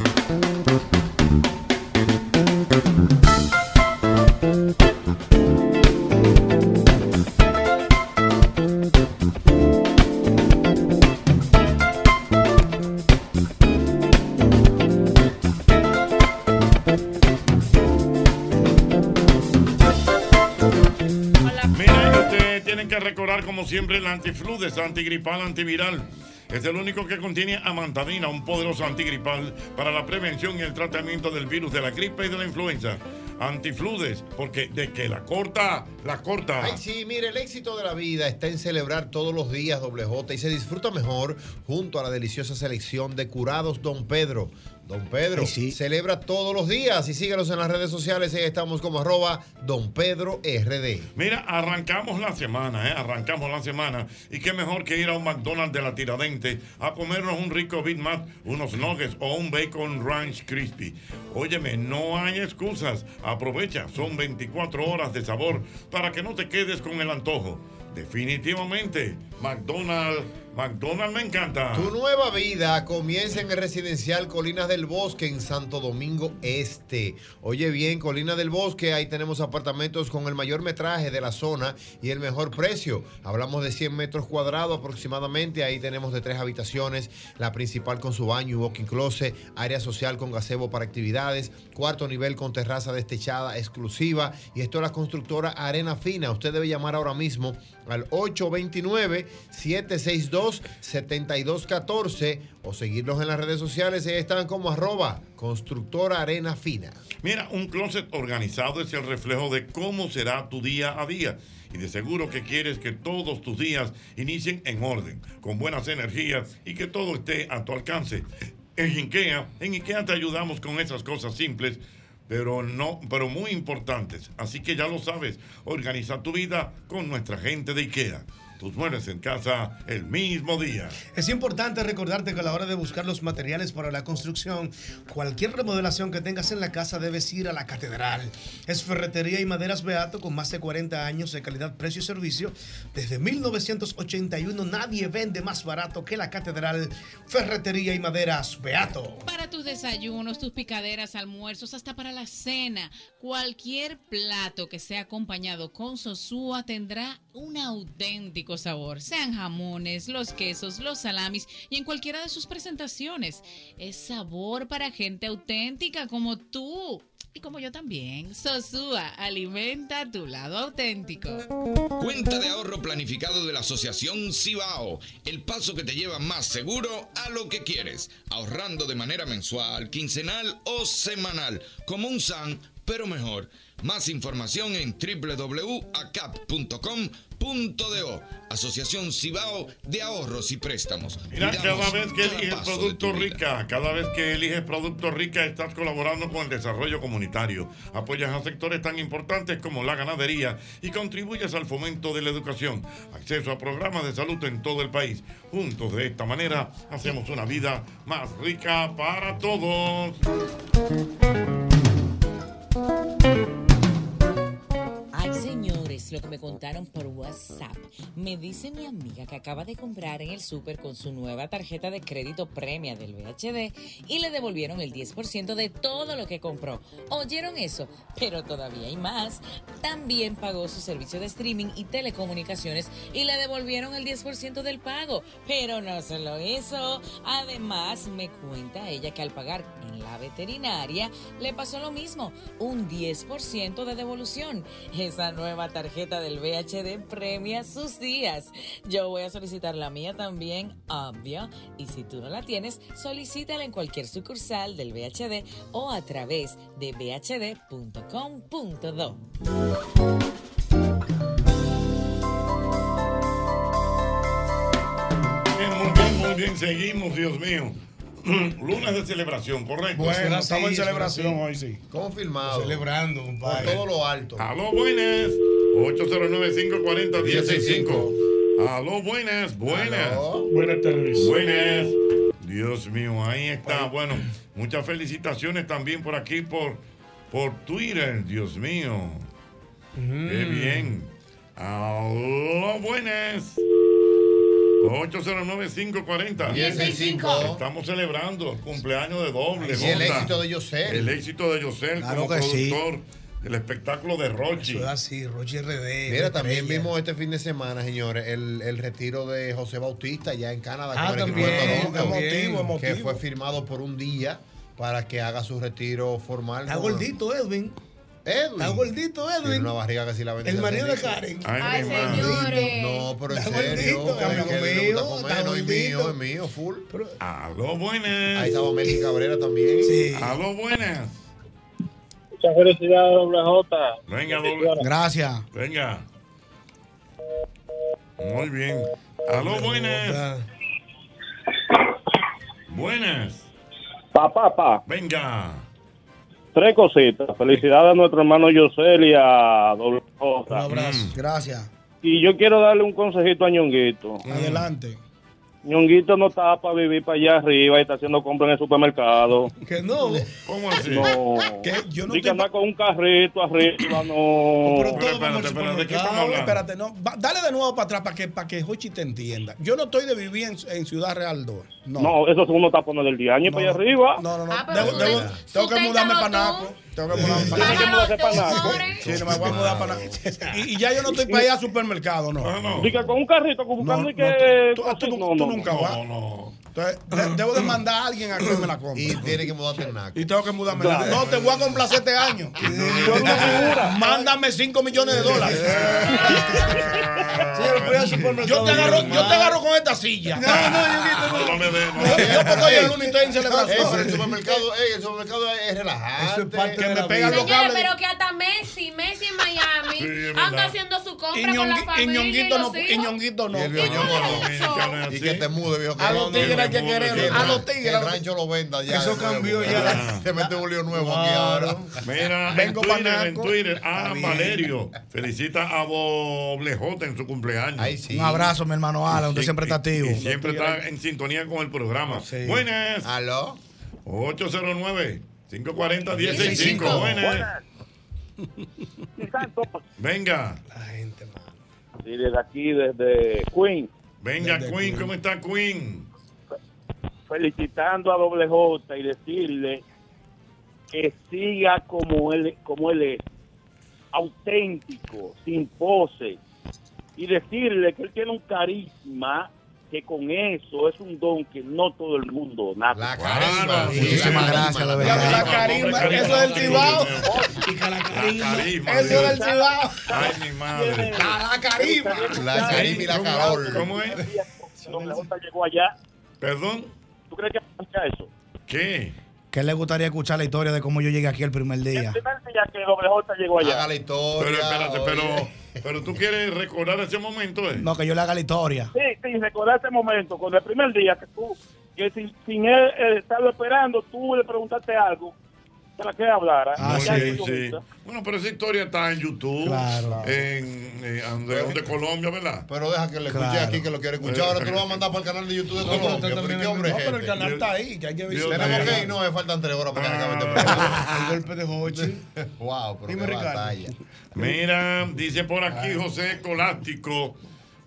Mira, y ustedes tienen que recordar, como siempre, el antifludes, antigripal, antiviral. Es el único que contiene amantadina, un poderoso antigripal para la prevención y el tratamiento del virus de la gripe y de la influenza. Antifludes, porque de que la corta, la corta.
Ay, sí, mire, el éxito de la vida está en celebrar todos los días doble J y se disfruta mejor junto a la deliciosa selección de curados Don Pedro. Don Pedro celebra todos los días y síguenos en las redes sociales. Ahí estamos como arroba Don Pedro RD.
Mira, arrancamos la semana, ¿eh? Arrancamos la semana. Y qué mejor que ir a un McDonald's de la Tiradente a comernos un rico Big Mac, unos nuggets o un Bacon Ranch Crispy. Óyeme, no hay excusas. Aprovecha, son 24 horas de sabor para que no te quedes con el antojo. Definitivamente, McDonald's, McDonald's me encanta.
Tu nueva vida comienza en el residencial Colinas del Bosque en Santo Domingo Este. Oye bien, Colinas del Bosque, ahí tenemos apartamentos con el mayor metraje de la zona y el mejor precio. Hablamos de 100 metros cuadrados aproximadamente, ahí tenemos de tres habitaciones, la principal con su baño y walking closet, área social con gazebo para actividades, cuarto nivel con terraza destechada exclusiva y esto es la constructora Arena Fina. Usted debe llamar ahora mismo al 829-762-7214 o seguirlos en las redes sociales. Ahí están como arroba constructora arena fina.
Mira, un closet organizado es el reflejo de cómo será tu día a día. Y de seguro que quieres que todos tus días inicien en orden, con buenas energías y que todo esté a tu alcance. En IKEA, en IKEA te ayudamos con esas cosas simples, pero no, pero muy importantes. Así que ya lo sabes, organiza tu vida con nuestra gente de IKEA. Tus muebles en casa el mismo día.
Es importante recordarte que a la hora de buscar los materiales para la construcción, cualquier remodelación que tengas en la casa debes ir a la catedral. Es Ferretería y Maderas Beato con más de 40 años de calidad, precio y servicio. Desde 1981 nadie vende más barato que la catedral Ferretería y Maderas Beato.
Para tus desayunos, tus picaderas, almuerzos, hasta para la cena, cualquier plato que sea acompañado con sosúa tendrá un auténtico sabor. Sean jamones, los quesos, los salamis y en cualquiera de sus presentaciones. Es sabor para gente auténtica como tú. Y como yo también, Sosúa alimenta tu lado auténtico.
Cuenta de ahorro planificado de la Asociación Cibao, el paso que te lleva más seguro a lo que quieres, ahorrando de manera mensual, quincenal o semanal, como un SAN, pero mejor. Más información en www.acap.com.do Asociación Cibao de Ahorros y Préstamos.
Mira,
Cuidamos
cada vez que
cada
eliges
paso de
Producto
tu vida.
Rica, cada vez que eliges Producto Rica, estás colaborando con el desarrollo comunitario. Apoyas a sectores tan importantes como la ganadería y contribuyes al fomento de la educación, acceso a programas de salud en todo el país. Juntos de esta manera hacemos una vida más rica para todos.
Ay, señores, lo que me contaron por WhatsApp. Me dice mi amiga que acaba de comprar en el súper con su nueva tarjeta de crédito premia del VHD y le devolvieron el 10% de todo lo que compró. ¿Oyeron eso? Pero todavía hay más. También pagó su servicio de streaming y telecomunicaciones y le devolvieron el 10% del pago. Pero no solo eso. Además, me cuenta ella que al pagar en la veterinaria le pasó lo mismo, un 10% de devolución. Esa nueva tarjeta del VHD premia sus días. Yo voy a solicitar la mía también, obvio. Y si tú no la tienes, solicítala en cualquier sucursal del VHD o a través de bhd.com.do.
Bien, muy bien, muy bien, seguimos, Dios mío. <clears throat> Lunes de celebración, correcto.
Bueno, Será estamos así, en celebración será
hoy, sí.
Confirmado.
Celebrando, compadre.
Por todo lo alto.
Aló, buenas. 809-540-165. Aló, buenas, buenas. Buenas tardes. Buenas. Dios mío, ahí está. Bueno, muchas felicitaciones también por aquí, por, por Twitter. Dios mío. Qué
Mm.
bien. Aló, buenas. 809-540.
165.
Estamos celebrando el cumpleaños de doble.
Y el
Jota.
éxito de Yosel.
El éxito de Yosel
Claro
como
que sí.
productor del espectáculo de Rochi.
Eso es
Sí, Roche RD.
Mira, también
estrella.
vimos este fin de semana, señores, el, el retiro de José Bautista ya en Canadá.
Ah,
con el equipo
también,
de Toronto,
emotivo, emotivo.
Que fue firmado por un día para que haga su retiro formal.
Está
con-
gordito, Edwin.
Edwin.
Está gordito,
Tiene
Edwin.
una barriga que si la bendiga
El marido de
Dios.
Karen.
Ay, mi madre. No, pero en serio. es que le
gordito, está mío,
gusta comer,
está
no es mío,
gordito.
es mío, full.
Aló, buenas.
Ahí estaba Meli Cabrera también.
Sí.
Aló, buenas.
Muchas felicidades, doble J.
Venga, doble.
Gracias.
Venga. Muy bien. Aló, buenas. Buenas.
Papá, papá.
Venga.
Tres cositas. Felicidades a nuestro hermano Yosel y a Doble J.
Gracias.
Mm.
Y yo quiero darle un consejito a Ñonguito.
Adelante.
Ñonguito no está para vivir para allá arriba y está haciendo compras en el supermercado.
Que
<laughs>
no.
¿Cómo
No.
Yo no
Di que anda con un carrito arriba, no.
¿de qué
Ah,
estamos hablando?
espérate, no. Va- dale de nuevo para atrás para que, para que Hochi te entienda. Yo no estoy de vivir en, en Ciudad Real 2. No.
No, esos son unos tapones del diaño para allá arriba.
No, no, no.
Ah,
Debo- debo- tengo que mudarme para Naco. Tengo que mudarme para Naco. Sí, no me voy a mudar para Naco. <laughs> Y, y ya yo no estoy para ir al supermercado, no.
Di que con un carrito buscando y que.
tú, tú- tú nunca vas. Entonces, de- debo de mandar a alguien a que me la compre. Y
tiene que mudarte en Naco.
Y tengo que mudarme en Naco.
Dale.
No, te voy a complacer este <laughs> año. Mándame 5 millones de dólares. <laughs> Señor, voy al supermercado. Yo te agarro, yo te agarro con esta silla. No, no, yo no.
me dé, no.
Yo porque hoy el lunes estoy <laughs> en
Ey, pero
celebración.
el supermercado, ey, el supermercado es relajante.
Eso es parte de la vida.
Señores, pero que hasta Messi, Messi en Miami,
Sí, es
anda
verdad.
haciendo su
Y
compra con la
Ñongui- y
familia. Y
Ñonguito no.
los
Y
hijos.
Ñonguito no.
Y el viejo no. Y que te mude, viejo.
A los tigres hay que quererlo. A los
tigres. El rancho lo venda ya. Eso cambió
ya.
<laughs> Se mete un lío nuevo aquí ahora.
Mira, en Twitter, en Twitter, Alan Valerio felicita a Boblejota en su cumpleaños.
Un abrazo, mi hermano Alan. Usted siempre está activo.
Y siempre está en sintonía con el programa. Buenas. Aló. 809 540 1065. Buenas. Venga.
Y desde aquí, desde Queen.
Venga, Queen, ¿cómo está Queen?
Felicitando a Doble J y decirle que siga como él, como él es, auténtico, sin pose, y decirle que él tiene un carisma que con eso es un don que no todo el mundo nace. La
carisma.
Muchísimas gracias, la verdad. La carisma, eso es del Cibao. Eso es del Cibao.
Ay, mi madre.
La carisma.
La carisma y la carol.
¿Cómo es?
Doble J llegó allá.
¿Perdón?
¿Tú crees que arranca eso?
¿Qué?
¿Qué le gustaría escuchar la historia de cómo yo llegué aquí el primer día?
Primer día que Doble J llegó allá.
Haga la historia.
Pero espérate, pero, pero tú quieres recordar ese momento, ¿eh?
No, que yo le haga la historia.
Sí, sí, recordar ese momento, cuando el primer día que tú, que sin, sin él eh, estarlo esperando, tú le preguntaste algo para que hablara.
Ah,
Ya
sí,
tú
sí.
viste.
Bueno, pero esa historia está en YouTube, en eh, Andreón de Colombia, ¿verdad? Eh,
Pero deja que le escuche
Claro.
aquí que lo quiere escuchar. Ahora tú lo vas a mandar para el canal de YouTube de Colombia. Pero ¿y qué hombre es
pero el
este?
canal está ahí, que hay que
Dios
visitar.
mío. Ok, no, me faltan tres horas para que acabe este
Ah. <laughs> El golpe de
<laughs>
Hochi.
programa. Wow, pero
Dime,
qué
Ricardo.
batalla.
Mira, dice por aquí José Escolástico,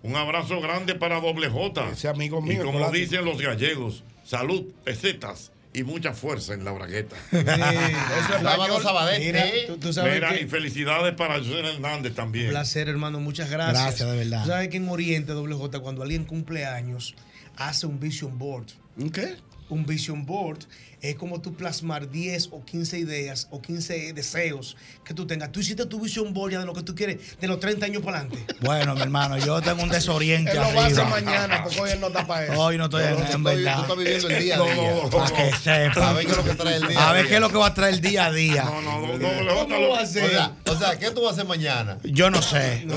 un abrazo grande para Doble J. Ese
amigo mío,
Y como
Escolástico.
dicen los gallegos, salud, pesetas y mucha fuerza en la bragueta.
Eso es
Sábado ¿eh?
español.
Sabadete.
Mira, tú- tú sabes
Mira,
que-
y felicidades para José Hernández
Un
también.
placer, hermano. Muchas gracias.
Gracias, de verdad.
Tú sabes que en Oriente, WJ, cuando alguien cumple años, hace un vision board. ¿Un qué? Un vision board es como tú plasmar 10 o 15 ideas o 15 deseos que tú tengas. Tú hiciste tu vision board ya de lo que tú quieres de los 30 años para adelante.
Bueno, mi hermano, yo tengo un desoriente
Él lo va a hacer
arriba.
mañana porque hoy él no está para eso.
Hoy no estoy en, en verdad.
tú estás viviendo el día a día.
No, no, Para que sepa. A ver qué es lo que trae
el día
A
a
ver
día.
qué es lo que va a traer el día a día. No,
no, no,
¿Cómo lo vas a hacer? O sea, o sea, ¿qué tú vas a hacer mañana?
Yo no sé.
Él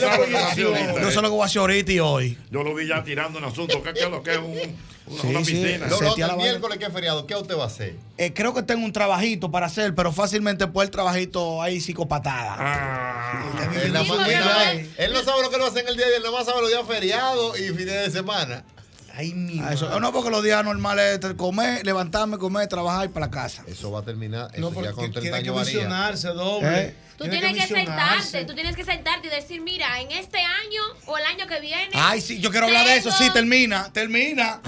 sabe lo que hace ahorita,
Yo
eh.
sé lo que voy a hacer ahorita y hoy.
Yo lo vi ya tirando un asunto. ¿Qué qué es lo que es un, Una,
Sí,
una
sí.
piscina.
Lo- lo-
Lota,
la
el
vaina.
miércoles que es feriado, ¿qué usted va a hacer?
Eh, creo que tengo un trabajito para hacer, pero fácilmente puede el trabajito ahí psicopatada.
Él, nada más- él nada más- él no sabe lo que él va a hacer en el día de él, nada más sabe los días feriados y fines de semana.
Ay, mi Eso. No, porque los días normales es comer, levantarme, comer, trabajar y para la casa.
Eso va a terminar, eso ya con 30
tiene que
años varía.
visionarse doble.
¿Eh?
Tú tienes que sentarte, tú tienes que sentarte y decir, mira, en este año o el año que viene.
Ay, sí, yo quiero hablar de eso. Sí, termina, termina.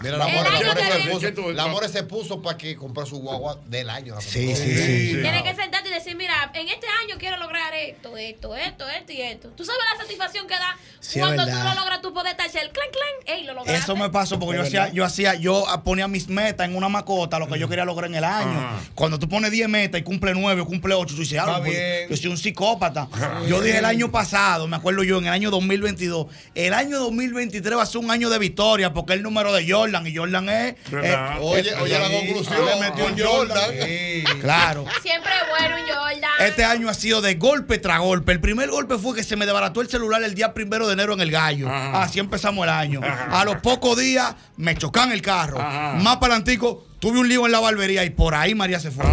Mira, la More, la More se puso, la More se puso para que comprara su guagua del año.
Sí, sí, sí.
Tienes que sentarte y decir, mira, en este año quiero lograr esto, esto, esto, esto y esto. Tú sabes la satisfacción que da
Sí, es
cuando tú
verdad.
lo logras, tú puedes tachar el clan, clan, ey, lo lograste.
Eso me pasó porque yo hacía, yo hacía, yo ponía mis metas en una macota, lo que yo quería lograr en el año.
Mm. Ajá.
Cuando tú pones 10 metas y cumple 9 o cumple 8, tú dices,
Está
"Ah, pues,
bien.
yo soy un psicópata.
Sí.
Yo dije el año pasado, me acuerdo yo, en el año 2022, el año 2023 va a ser un año de victoria porque es el número de Jordan y Jordan es...
¿Verdad?
es-
Eh, Oye,
es-
oye, la
Sí.
conclusión.
Eh, Ah,
Ah,
Le metió un Jordan. Sí. Claro.
Siempre bueno, Jordan.
Este año ha sido de golpe tras golpe. El primer golpe fue que se me desbarató el celular el día primero de enero en el gallo. Así empezamos el año. A los pocos días me chocan el carro. Más para antico, tuve un lío en la barbería y por ahí María se fue.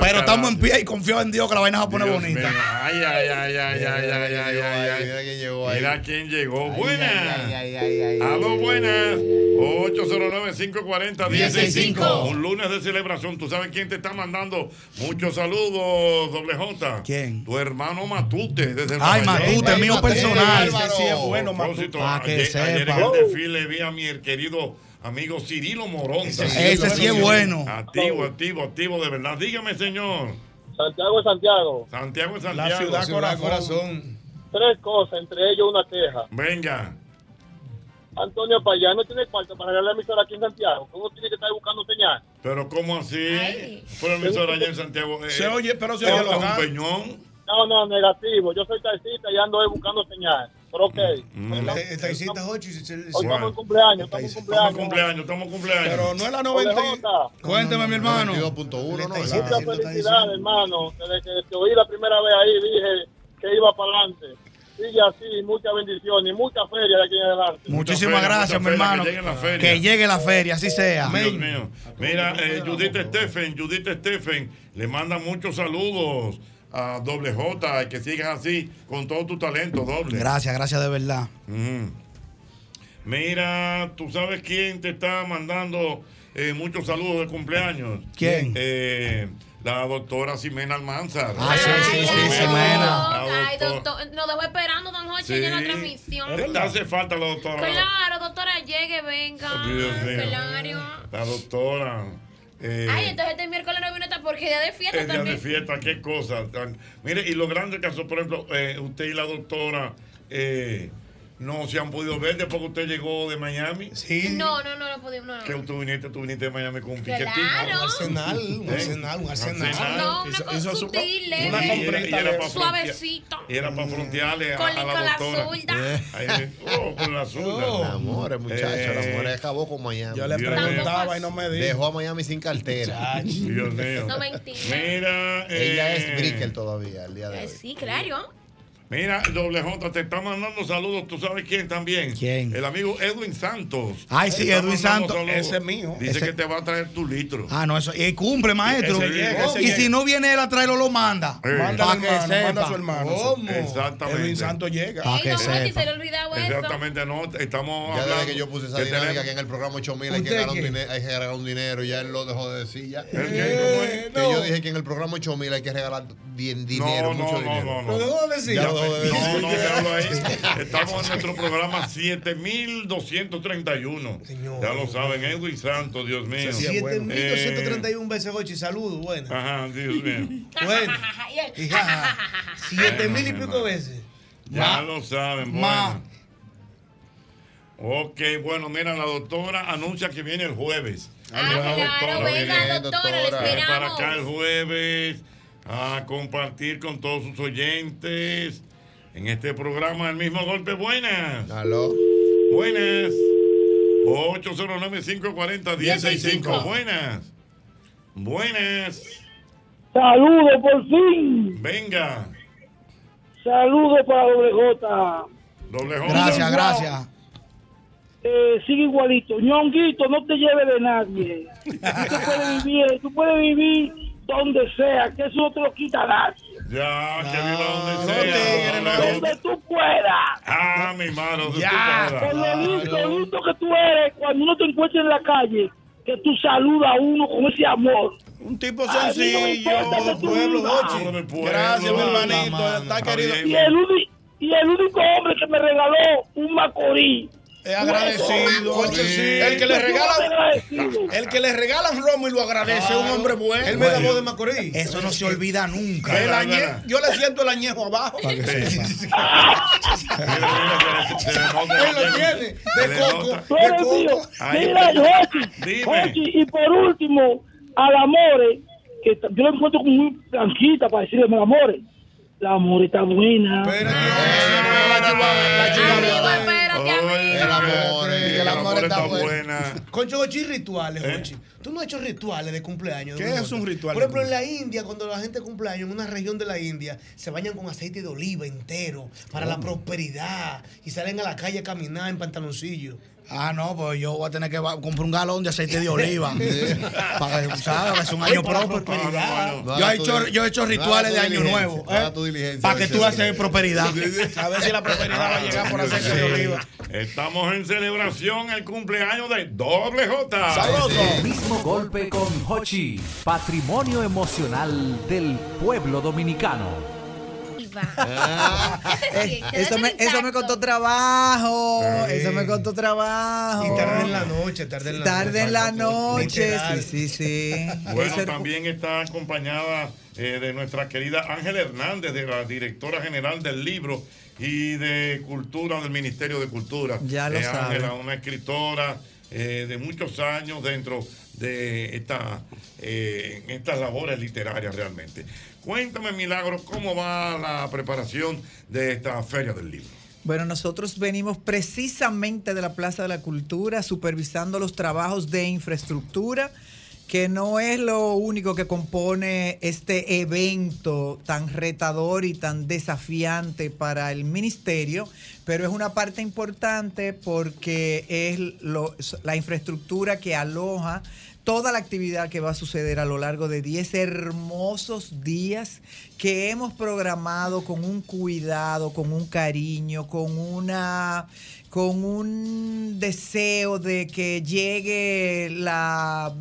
Pero estamos en pie y confiado en Dios que la vaina se va a poner bonita.
Ay, ay, ay, ay, ay, ay, ay, ay, ay. Mira quién llegó ahí. Mira quién llegó. Buenas. Aló, buenas. 809-540-165. Un lunes de celebración. ¿Tú sabes quién te está mandando? Muchos saludos, doble J. ¿Quién? Tu hermano Matute. Desde
Ay,
Nueva York.
Matute, mío personal.
Ese sí es bueno,
Álvaro.
Matute.
Pa' que
ayer, ayer en
sepa.
el desfile vi a mi querido amigo Cirilo Morón.
Ese sí es Ese sí es bueno. bueno.
Activo, activo, activo, de verdad. Dígame, señor.
Oh. Santiago es Santiago.
Santiago es Santiago.
Tres cosas, entre ellos una queja.
Venga.
Antonio Payá no tiene cuarto para arreglar la emisora aquí en Santiago. ¿Cómo tiene que estar buscando señal?
Pero ¿cómo así? Fue la emisora allá en Santiago.
Se oye, pero se
toca
oye
Pues, un
local.
peñón.
No, no, negativo. Yo soy taxista y ando ahí buscando señal. Pero ok.
Mm,
Pues,
Eh, Taxistas 8 y se- se-
Hoy estamos en
se-
cumpleaños, estamos en
Estamos
cumpleaños.
cumpleaños, estamos cumpleaños.
Pero no es la 90.
Cuénteme, mi hermano.
92.1, ¿no?
Muchas felicidades, hermano. Desde que te oí la primera vez ahí dije que iba para adelante. Sigue así, mucha bendición y mucha feria de aquí en adelante.
Muchísimas gracias, mi hermano.
que llegue la feria.
Que llegue la feria, así sea.
Dios mío. Mira, eh, Judith Steffen, Judith Steffen, le manda muchos saludos a Doble J, que sigas así con todo tu talento, Doble.
Gracias, gracias de verdad.
Mm. Mira, tú sabes quién te está mandando eh, muchos saludos de cumpleaños.
¿Quién?
Eh, la doctora Ximena Almanzar.
Ah, sí, sí, sí, Ximena.
Ay, doctor, nos dejó esperando, don Jorge,
Sí.
en la transmisión.
Te hace falta la doctora.
Claro, doctora, llegue, venga.
Oh, Dios mío.
Claro.
La doctora. eh,
Ay, entonces este miércoles no vino esta porquería de fiesta
el día
también.
de fiesta, qué cosa. tan- Mire, y lo grande que son, por ejemplo, eh, usted y la doctora eh, no se han podido ver después que usted llegó de Miami.
Sí.
No, no, no, no pudimos. No, no.
Que tú viniste, tú viniste de Miami con un Eh,
Claro.
piquetito.
Un arsenal,
un
arsenal, un arsenal.
No, una cosa sutil, leve,
una comprita leve.
suavecito.
Y era para frontearle a,
Con-
a la
con la
doctora.
zurda.
Ahí le- oh, con la zurda.
El amor, el muchacho, el amor acabó con Miami.
Yo le Dios preguntaba mío. y no me dijo.
Dejó a Miami sin cartera.
Dios mío.
No mentira.
Mira,
Ella
eh,
es Brickell todavía, el día de
Ay,
hoy.
sí, claro.
Mira, doble J, te está mandando saludos. ¿Tú sabes quién también? ¿Quién? El amigo Edwin Santos.
Ay, sí,
Te está
Edwin
mandando
Santos.
saludos.
Ese es mío.
Dice
Ese-
que te va a traer tu litro.
Ah, no, eso. Y cumple, maestro.
Ese llega, ese
y
llega.
si no viene él a traerlo, lo manda.
Eh. Mándale
Para que
hermano,
sepa. Eh,
manda a su hermano. Exactamente.
Edwin Santos llega.
Pa' que
Ey, don Jorge,
sepa.
se le olvidaba eso.
Exactamente, no. Estamos
Ya
hablando
desde que yo puse esa
que
dinámica
tenemos-
que en el programa 8000 hay que,
¿Usted
ganar un
qué?
dinero, hay que regalar un dinero, ya él lo dejó de decir ya.
que
yo dije que en el programa 8000 hay que regalar bien dinero,
no,
mucho
no,
dinero.
no, no. Lo dejó de decir.
Ya lo dejó de
No,
decir.
no, déjalo ahí. Estamos en nuestro programa 7231. Ya lo saben, Edwin Santos, Dios mío.
7.231 veces 8 y saludos, bueno.
Eh. Ajá, Dios mío.
Bueno,
<laughs> Y él,
y jaja. Siete
Bueno,
mil y pico veces.
Ya
Ma.
lo saben, bueno.
Ma.
Ok, bueno, mira, la doctora anuncia que viene el jueves.
Ah,
La
claro,
doctora
venga,
viene
doctora, le
viene para
esperamos.
acá el jueves a compartir con todos sus oyentes en este programa El mismo golpe. Buenas.
Aló.
Buenas. 809-540-165. Buenas. Buenas.
Saludos por fin.
Venga.
Saludos para Doble J.
Doble J.
Gracias, gracias.
eh, sigue igualito. Ñonguito, no te lleves de nadie. Tú <laughs> puedes vivir, tú puedes vivir donde sea, que eso no te lo quita nadie.
Ya, que viva donde sea.
Donde tú puedas.
Ah, mi mano, donde
Ya.
tú
Con
puedas.
lo lindo, lo lindo que tú eres, cuando uno te encuentra en la calle, que tú saludas a uno con ese amor. Un tipo
sencillo, de pueblo, Jochi. Gracias, mi hermanito. Está querido.
Y el, uni- y el único hombre que me regaló un macorí.
Es agradecido.
Bueno,
Jochi, sí.
sí.
El que le
Yo soy
regala,
agradecido.
el que le regalan romo y lo agradece es un hombre bueno.
Él me la voz de
Macorís.
Eso no se olvida nunca.
El añe- yo le siento el añejo abajo.
Para que
Él lo tiene.
de
coco,
Tú eres mío.
Ay.
Mira, Jochi,
Dime.
Jochi, y por último, al Amore, que t- yo lo encuentro como muy blanquita para decirle, mi Amore, la Amore está buena.
que el amor está ¿Eh? bueno.
Concho, Jochi, rituales, Jochi. Tú no has hecho rituales de cumpleaños.
¿Qué
Don
es un
Jorge?
ritual
Por
de
ejemplo, en la India, cuando la gente cumple años, en una región de la India, se bañan con aceite de oliva entero para
Oh.
la prosperidad y salen a la calle a caminar en pantaloncillo.
Ah, no, pues yo voy a tener que va- comprar un galón de aceite Este de
<laughs>
oliva. <laughs> para que ¿sabes? es un año propio. Yo he hecho, yo he hecho rituales de año nuevo. ¿eh? Para que tú haces prosperidad.
A ver si la prosperidad va a llegar por hacer
Sí.
que oliva.
Estamos en celebración el cumpleaños de Doble J.
El mismo golpe con Hochi, patrimonio emocional del pueblo dominicano.
Eh, eso, me, eso me costó trabajo. Eso me costó trabajo.
Y tarde en la noche, tarde en la noche.
Tarde en la noche.
Literal.
Sí, sí, sí.
Bueno,
Ese-
también está acompañada eh, de nuestra querida Ángela Hernández, de la directora general del libro y de Cultura del Ministerio de Cultura.
Ya lo
Eh,
sabe.
Ángela, una escritora eh, de muchos años dentro de esta, eh, en estas labores literarias realmente. Cuéntame, Milagro, ¿cómo va la preparación de esta Feria del Libro?
Bueno, nosotros venimos precisamente de la Plaza de la Cultura supervisando los trabajos de infraestructura, que no es lo único que compone este evento tan retador y tan desafiante para el ministerio, pero es una parte importante porque es lo- la infraestructura que aloja toda la actividad que va a suceder a lo largo de 10 hermosos días que hemos programado con un cuidado, con un cariño, con una con un deseo de que llegue la,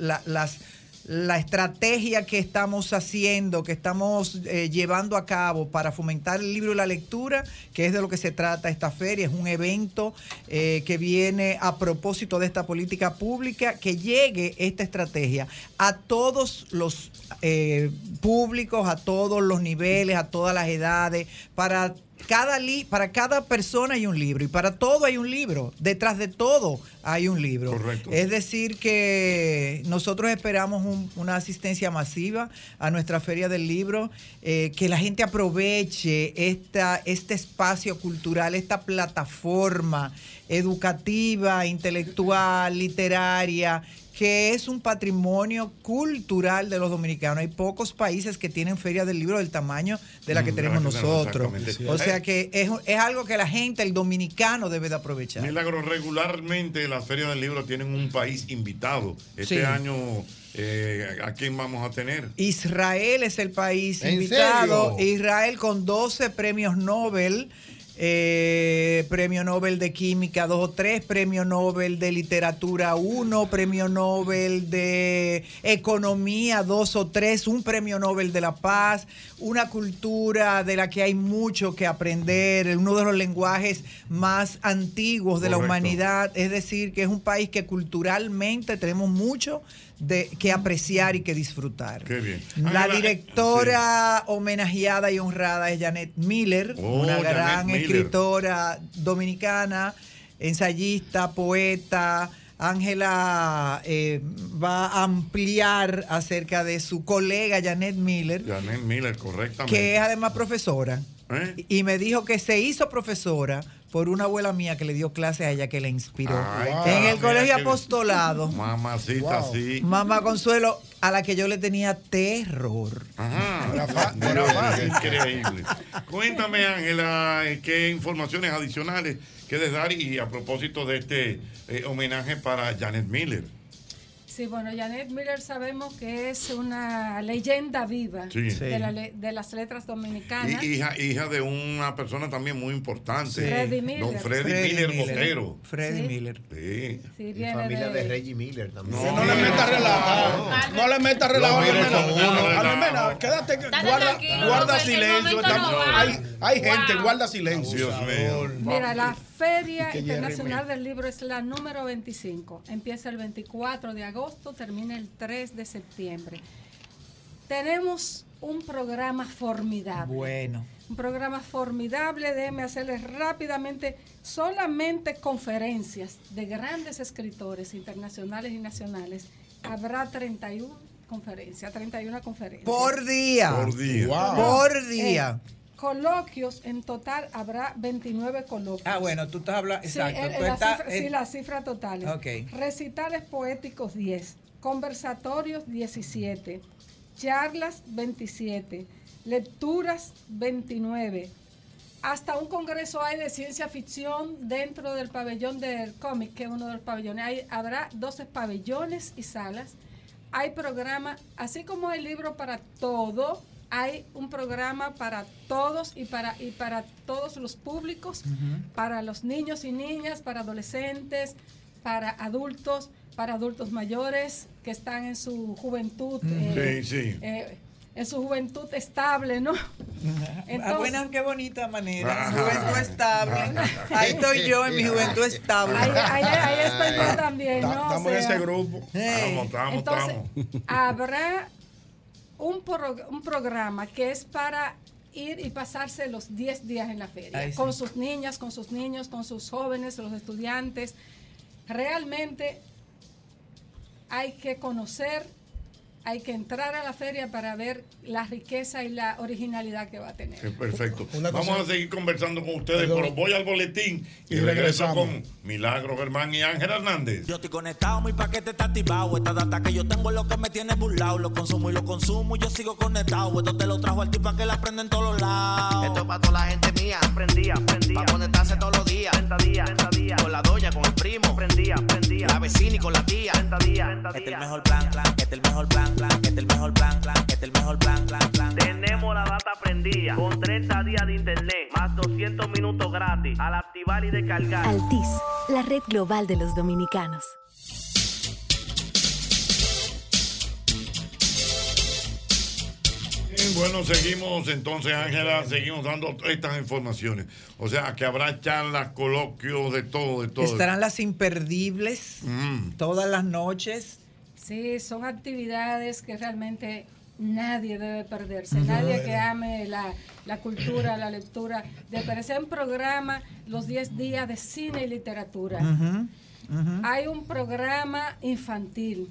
la- las- la estrategia que estamos haciendo, que estamos eh, llevando a cabo para fomentar el libro y la lectura, que es de lo que se trata esta feria, es un evento eh, que viene a propósito de esta política pública, que llegue esta estrategia a todos los eh, públicos, a todos los niveles, a todas las edades, para cada li- para cada persona hay un libro y para todo hay un libro. Detrás de todo hay un libro. Es decir que nosotros esperamos un- una asistencia masiva a nuestra feria del libro, eh, que la gente aproveche esta, este espacio cultural, esta plataforma educativa, intelectual, literaria, que es un patrimonio cultural de los dominicanos. Hay pocos países que tienen ferias del libro del tamaño de la que
Mm,
tenemos
la que tenemos,
nosotros.
exactamente.
O sea que es, es algo que la gente, el dominicano, debe de aprovechar.
Milagro, regularmente las ferias del libro tienen un país invitado. Este
Sí.
año, eh, ¿a quién vamos a tener?
Israel es el país
¿En
invitado.
serio?
Israel con 12 premios Nobel. eh, premio Nobel de Química 2 o 3, Premio Nobel de Literatura 1, Premio Nobel de Economía 2 o 3, un Premio Nobel de la Paz, una cultura de la que hay mucho que aprender, uno de los lenguajes más antiguos de la
Correcto.
humanidad diversidad, es decir, que es un país que culturalmente tenemos mucho de, que apreciar y que disfrutar.
Qué bien.
La
Ángela,
directora homenajeada y honrada es Janet Miller,
Oh,
una
Janet
gran
Miller.
escritora dominicana, ensayista, poeta. Ángela eh, va a ampliar acerca de su colega Janet Miller,
Janet Miller, correctamente.
que es además profesora.
¿Eh?
Y me dijo que se hizo profesora por una abuela mía que le dio clase a ella que le inspiró.
Ay,
en
cara,
el colegio
mira que-
apostolado.
Mamacita, sí.
Mamá Consuelo, a la que yo le tenía terror.
Ah, Dios, Increíble. Cuéntame, Ángela, eh, qué informaciones adicionales quieres dar y a propósito de este eh, homenaje para Janet Miller.
Sí, bueno, Janet Miller sabemos que es una leyenda viva
Sí. Sí.
de, la le- de las letras dominicanas.
Y- hija, hija de una persona también muy importante.
Sí. Freddy Miller.
Don Freddy,
Freddy
Miller
Miller.
Botero.
Freddy
Sí.
Miller.
Sí.
Sí, viene
<laughs> Familia de
de-
Reggie Miller también.
No le meta relajo. No le meta relajo a Almena.
uno.
Almena, quédate.
Date
Guarda,
tranquilo,
guarda
Roberto, que el
silencio.
momento
estamos-
no va.
Hay hay gente, guarda silencio.
Mira, la Feria
Y que
Internacional del Libro es la número 25. Empieza el 24 de agosto, termina el 3 de septiembre. Tenemos un programa formidable.
Bueno.
Un programa formidable, déjeme hacerles rápidamente solamente conferencias de grandes escritores internacionales y nacionales. Habrá 31 conferencias, 31 conferencias.
Por día. Por día. Wow. Por día.
Eh, coloquios, en total habrá 29 coloquios.
Ah, bueno, tú estás hablando.
Sí,
Exacto.
el-
tú eh,
la
estás-
cifra,
el-
sí, las cifras totales.
Ok.
Recitales poéticos 10, conversatorios 17, charlas 27, lecturas 29. Hasta un congreso hay de ciencia ficción dentro del pabellón del cómic, que es uno de los pabellones. Hay- habrá 12 pabellones y salas. Hay programa, así como hay libro para todo, hay un programa para todos y para, y para todos los públicos para los niños y niñas, para adolescentes, para adultos, para adultos mayores que están en su juventud. eh,
Sí, sí.
eh, en su juventud estable, ¿no?
Ah, bueno, qué bonita manera. Juventud estable. Ahí estoy yo en mi juventud estable.
Ahí, ahí- ahí estoy yo también, ¿no? O
Estamos en
sea,
ese grupo.
Ey.
Eh,
Estamos, estamos,
Entonces,
estamos.
habrá un, pro- un programa que es para ir y pasarse los 10 días en la feria,
Ay, sí.
con sus niñas, con sus niños, con sus jóvenes, los estudiantes. Realmente hay que conocer, hay que entrar a la feria para ver la riqueza y la originalidad que va a tener.
Eh, Perfecto.
Una
Vamos
cosa-
a seguir conversando con ustedes,
Perdón.
pero voy al boletín y,
Y
regreso
regresamos.
con Milagro Germán y Ángel Hernández.
Yo estoy conectado, mi paquete está activado. Esta data que yo tengo es lo que me tiene burlado. Lo consumo y lo consumo y yo sigo conectado. Esto te lo trajo al tipo que la prende en todos lados. Esto es para toda la gente mía. Prendía, prendía. Para conectarse todos los días. días, Con la doña, con el primo. Prendía, prendía. La vecina y con la tía. Este es el mejor plan, plan. Este es el mejor plan, plan. Este es el mejor plan, plan. Este es el mejor plan, plan, plan.
Tenemos la data prendida con 30 días de internet, más 200 minutos gratis al activar y descargar.
Altis, la red global de los dominicanos.
Bien, Bueno, seguimos entonces, Ángela, seguimos dando estas informaciones. O sea, que habrá charlas, coloquios, de todo, de todo.
Estarán las imperdibles todas las noches.
Sí, son actividades que realmente nadie debe perderse, nadie que ame la, la cultura, la lectura, de aparecer en programa los 10 días de cine y literatura.
Ujú, ujú.
Hay un programa infantil.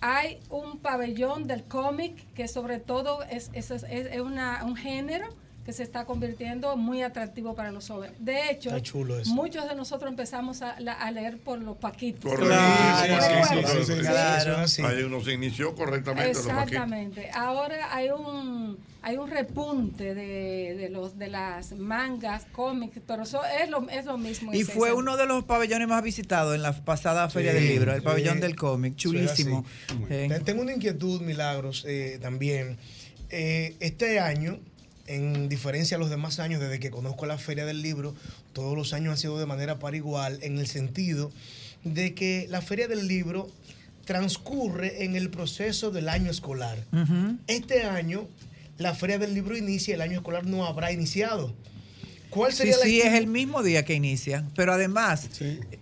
Hay un pabellón del cómic que sobre todo es, es- es- es una- un género que se está convirtiendo muy atractivo para los jóvenes. De hecho,
Está chulo eso.
muchos de nosotros empezamos a, la- a leer por los paquitos.
Sí, sí, sí,
Claro.
sí, sí. Ahí uno se inició correctamente. lo más que-
Exactamente. Ahora hay un hay un repunte de, de los de las mangas, cómics, pero eso es lo, es lo mismo.
Y
es
fue
eso.
uno de los pabellones más visitados en la pasada Feria del Libro, el pabellón del cómic, chulísimo. Eh,
Te- Tengo una inquietud, Milagros, eh, también. Eh, este año, en diferencia a los demás años, desde que conozco la Feria del Libro, todos los años han sido de manera par igual, en el sentido de que la Feria del Libro transcurre en el proceso del año escolar.
ujú.
Este año, la Feria del Libro inicia, el año escolar no habrá iniciado. ¿Cuál
Sí,
sería la
sí, es el mismo día que inicia. Pero además,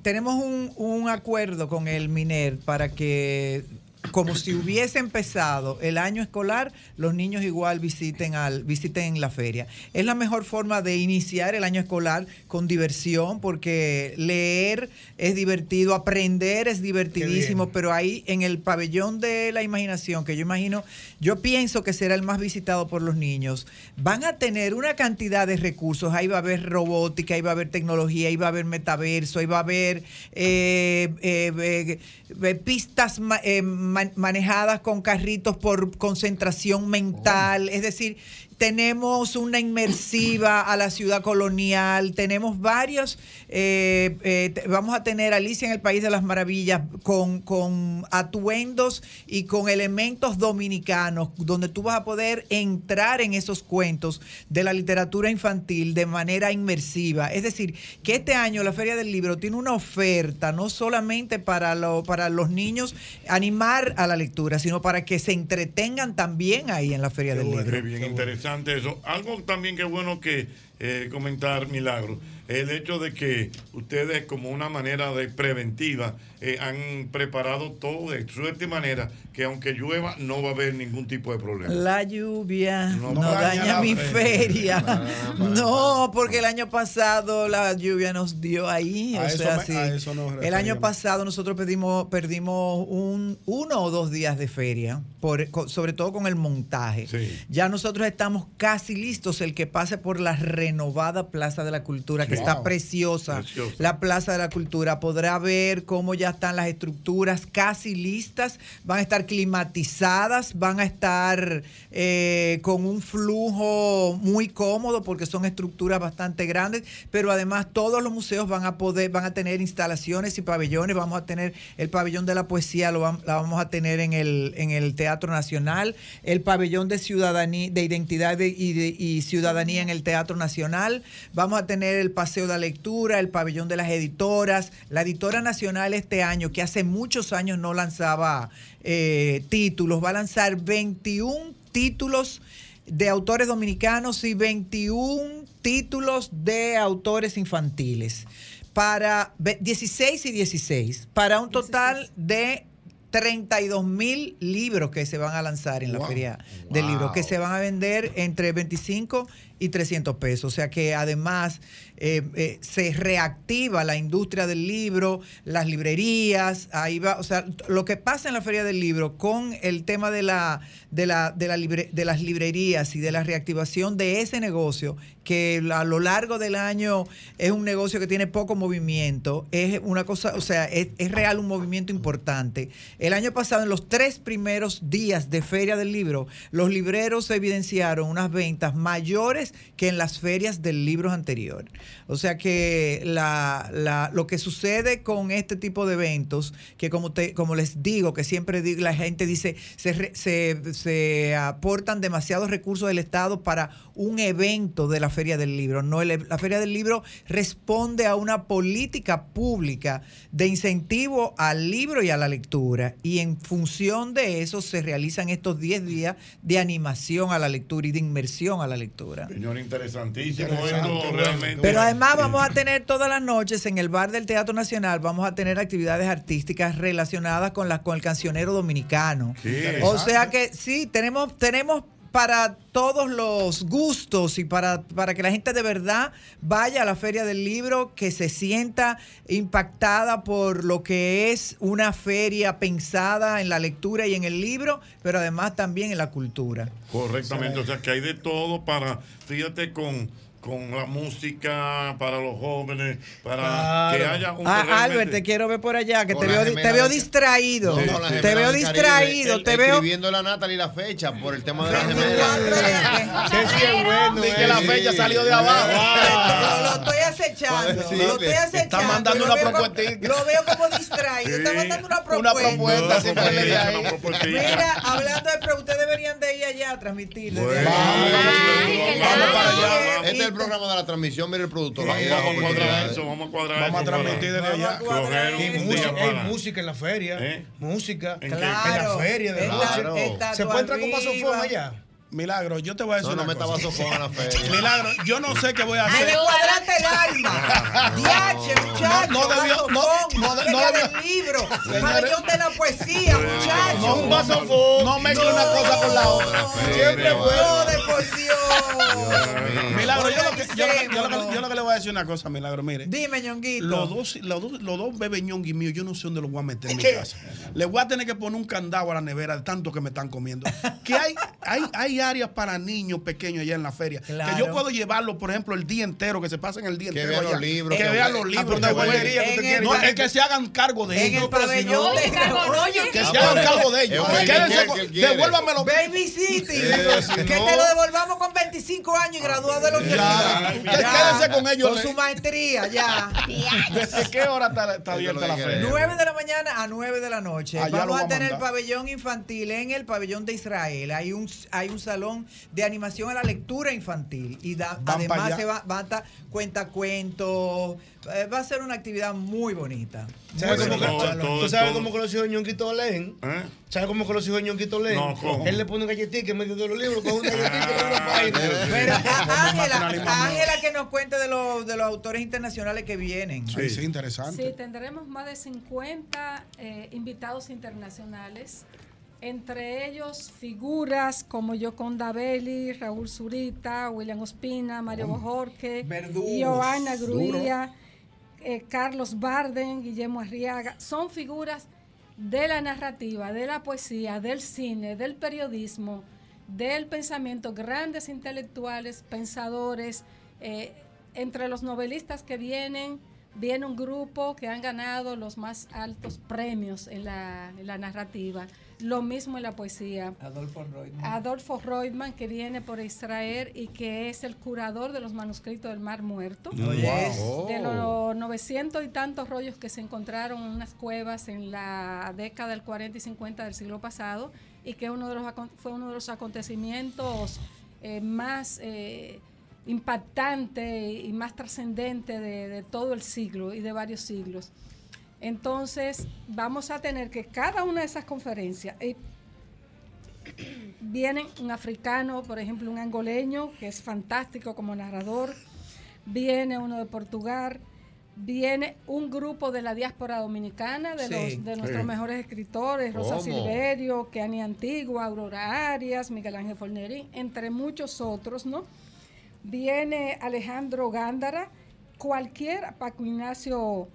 tenemos un, un acuerdo con el MINER para que como si hubiese empezado el año escolar, los niños igual visiten al visiten la feria. Es la mejor forma de iniciar el año escolar con diversión porque leer es divertido, aprender es divertidísimo, pero ahí en el pabellón de la imaginación que yo imagino, yo pienso que será el más visitado por los niños, van a tener una cantidad de recursos, ahí va a haber robótica, ahí va a haber tecnología, ahí va a haber metaverso, ahí va a haber eh, eh, eh, eh, pistas ma- eh, man- manejadas con carritos por concentración mental, es decir, tenemos una inmersiva a la ciudad colonial, tenemos varios, eh, eh, te- vamos a tener Alicia en el País de las Maravillas con, con atuendos y con elementos dominicanos, donde tú vas a poder entrar en esos cuentos de la literatura infantil de manera inmersiva. Es decir, que este año la Feria del Libro tiene una oferta, no solamente para, lo- para los niños animar a la lectura, sino para que se entretengan también ahí en la Feria del Libro.
Qué bien interesante eso. Algo también que es bueno que eh, comentar, Milagro, el hecho de que ustedes como una manera de preventiva eh, han preparado todo de suerte y manera que aunque llueva no va a haber ningún tipo de problema.
La lluvia no,
daña la
daña mi
feria.
feria.
Ah,
No, porque el año pasado la lluvia nos dio ahí.
A
o
eso
sea,
me-
sí.
a eso nos
el año
referíamos.
pasado nosotros pedimos, perdimos un, uno o dos días de feria, por, co- sobre todo con el montaje. Ya nosotros estamos casi listos. El que pase por la renovada Plaza de la Cultura, que
Sí.
está
Wow.
preciosa,
Preciosa.
la Plaza de la Cultura, podrá ver cómo ya están las estructuras casi listas, van a estar climatizadas, van a estar eh, con un flujo muy cómodo porque son estructuras bastante grandes, pero además todos los museos van a poder, van a tener instalaciones y pabellones, vamos a tener el pabellón de la poesía, lo vam- la vamos a tener en el, en el Teatro Nacional, el pabellón de ciudadanía, de identidad de- y, de- y ciudadanía en el Teatro Nacional, vamos a tener el Paseo de la Lectura, el pabellón de las editoras, la editora nacional este año, que hace muchos años no lanzaba eh, títulos, va a lanzar 21 títulos de autores dominicanos y 21 títulos de autores infantiles para ve- 16 y 16, para un total de 32 mil libros que se van a lanzar en la
Wow.
feria del
Wow.
libro, que se van a vender entre 25 y 300 pesos. O sea que además eh, eh, se reactiva la industria del libro, las librerías, ahí va, o sea, t- lo que pasa en la feria del libro con el tema de la de la de la libre- de las librerías y de la reactivación de ese negocio que a lo largo del año es un negocio que tiene poco movimiento, es una cosa, o sea, es, es real un movimiento importante. El año pasado, en los tres primeros días de Feria del Libro, los libreros evidenciaron unas ventas mayores que en las ferias del libro anterior. O sea que la- la- lo que sucede con este tipo de eventos, que como, te, como les digo, que siempre di- la gente dice, se, re- se- se aportan demasiados recursos del Estado para un evento de la Feria del Libro. No, El- la Feria del Libro responde a una política pública de incentivo al libro y a la lectura. Y en función de eso se realizan estos 10 días de animación a la lectura y de inmersión a la lectura.
Señor, interesantísimo
Interesante,
esto realmente.
Pero además vamos a tener todas las noches en el bar del Teatro Nacional, vamos a tener actividades artísticas relacionadas con, las con el cancionero dominicano.
¿Qué?
O sea que sí, tenemos, tenemos para todos los gustos y para, para que la gente de verdad vaya a la Feria del Libro, que se sienta impactada por lo que es una feria pensada en la lectura y en el libro, pero además también en la cultura.
Correctamente, o sea que hay de todo para, fíjate, con, con la música, para los jóvenes, para que
Claro.
haya un
Ah,
realmente-
Albert, te quiero ver por allá, que
Con
te
la
veo, di-
gemela
te veo
del-
distraído.
Sí, con la
te
gemela
veo
del Caribe,
distraído,
el-
te veo. <laughs>
Escribiendo la Natalie la fecha por el tema de la gemela.
Que
sí es bueno.
Ni que la fecha salió de abajo.
Lo estoy acechando.
Sí,
lo estoy
está
acechando.
mandando
lo
una
veo como- Lo veo como distraído. Está mandando una propuesta.
propuesta, siempre le di ahí.
Mira, hablando de pero ustedes deberían de ir allá a transmitir. de verdad.
Este es el programa de la transmisión, mira el productor.
Vamos, vamos a cuadrar eso, vamos a cuadrar
Vamos a
eso.
transmitir
para-
desde allá.
Coger un
Y
día
música,
para- ¿Eh?
hay música en la feria. Música.
¿En
¿En,
qué?
la feria. de
Claro.
noche.
Está
¿Se
tu
encuentra con
arriba.
Paso Fon allá?
Milagro, yo te voy a decir.
No, no
una
me estaba
cosa.
sofón
<laughs>
en la feria.
Milagro, yo no sé qué voy a hacer.
Me cuadraste el alma. Diache, muchacho.
No, no debió-
vasofón,
no, no, no
beca
debió-
del libro.
Señores.
Pabellón de la poesía, muchacho.
No, un vasofón.
No
mezcle una cosa con la otra. Siempre fue. Milagro, yo lo, que, yo, lo que- yo lo que- yo lo que le voy a decir una cosa, Milagro, mire.
Dime, ñonguito.
Los dos, los dos, los dos bebés ñongui míos, yo no sé dónde los voy a meter en mi casa. Les voy a tener que poner un candado a la nevera de tanto que me están comiendo. Que hay, hay, hay áreas para niños pequeños allá en la feria.
Claro.
Que yo puedo llevarlo, por ejemplo, el día entero, que se pasen el día
Que
entero.
vean los
allá.
libros,
Que
que
vean
vean-
los
Ah,
libros.
pero
no,
qué
es-
bobería que tú
no,
quieres.
es que se hagan cargo de
En
ellos.
el pabellón de desarrollo.
Que se hagan cargo de ellos.
Ah, pero-
Quédense con- Devuélvamelo.
Baby City.
Eh, si
que
no-
te lo devolvamos con 25 años y graduado de la universidad.
ya, quédense con ellos,
Con
le-
su
<laughs>
maestría, ya.
¿Desde qué hora está, está abierta la feria?
9 de la mañana a 9 de la noche.
Allá lo
Vamos
voy
a
a
tener el
mandar.
pabellón infantil en el pabellón de Israel. Hay un, hay un salón de animación a la lectura infantil. Y da-
Van pa' allá.
además se va, va a estar cuentacuentos. Eh, va a ser una actividad muy bonita.
¿Sabes
Muy
cómo,
bonita.
que- ¿Tú sabes cómo que los hijos de Ñonquito leen?
¿Eh?
¿Sabes cómo que los hijos de Ñonquito leen?
No, ¿cómo?
Él le pone un galletica en medio de los libros,
Ah,
coge una galletica y una página.
Pero a Ángela, a Ángela que nos cuente de, los de los autores internacionales que vienen.
Sí, sí, interesante.
Sí, tendremos más de 50 eh, invitados internacionales, entre ellos figuras como Yoconda Belli, Raúl Zurita, William Ospina, Mario
Hombre.
Bojorque,
Verdugos.
Joana
Duro.
Gruía, eh, Carlos Barden, Guillermo Arriaga. Son figuras de la narrativa, de la poesía, del cine, del periodismo, del pensamiento, grandes intelectuales, pensadores. eh, entre los novelistas que vienen, viene un grupo que han ganado los más altos premios en la, en la narrativa. Lo mismo en la poesía.
Adolfo Roy.
Adolfo Reutemann, que viene por Israel y que es el curador de los manuscritos del Mar Muerto.
Mm. Oye, Wow.
De los 900 y tantos rollos que se encontraron en unas cuevas en la década del 40 y 50 del siglo pasado y que uno de los, acon- fue uno de los acontecimientos eh, más eh, impactante y más trascendente de, de todo el siglo y de varios siglos. Entonces, vamos a tener que cada una de esas conferencias, y vienen un africano, por ejemplo, un angoleño, que es fantástico como narrador, viene uno de Portugal, viene un grupo de la diáspora dominicana, de,
Sí.
los, de nuestros
Sí.
mejores escritores, Rosa
¿Cómo?
Silverio, Keani Antigua, Aurora Arias, Miguel Ángel Fornerín, entre muchos otros, ¿no? Viene Alejandro Gándara, cualquiera, Paco Ignacio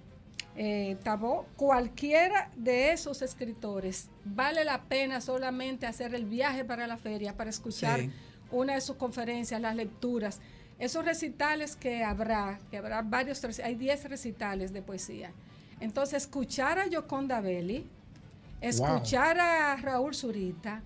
eh, Tabó, cualquiera de esos escritores, vale la pena solamente hacer el viaje para la feria para escuchar
Sí.
una de sus conferencias, las lecturas. Esos recitales que habrá, que habrá varios, rec- hay 10 recitales de poesía. Entonces, escuchar a Yoconda Belli, escuchar a Raúl Zurita,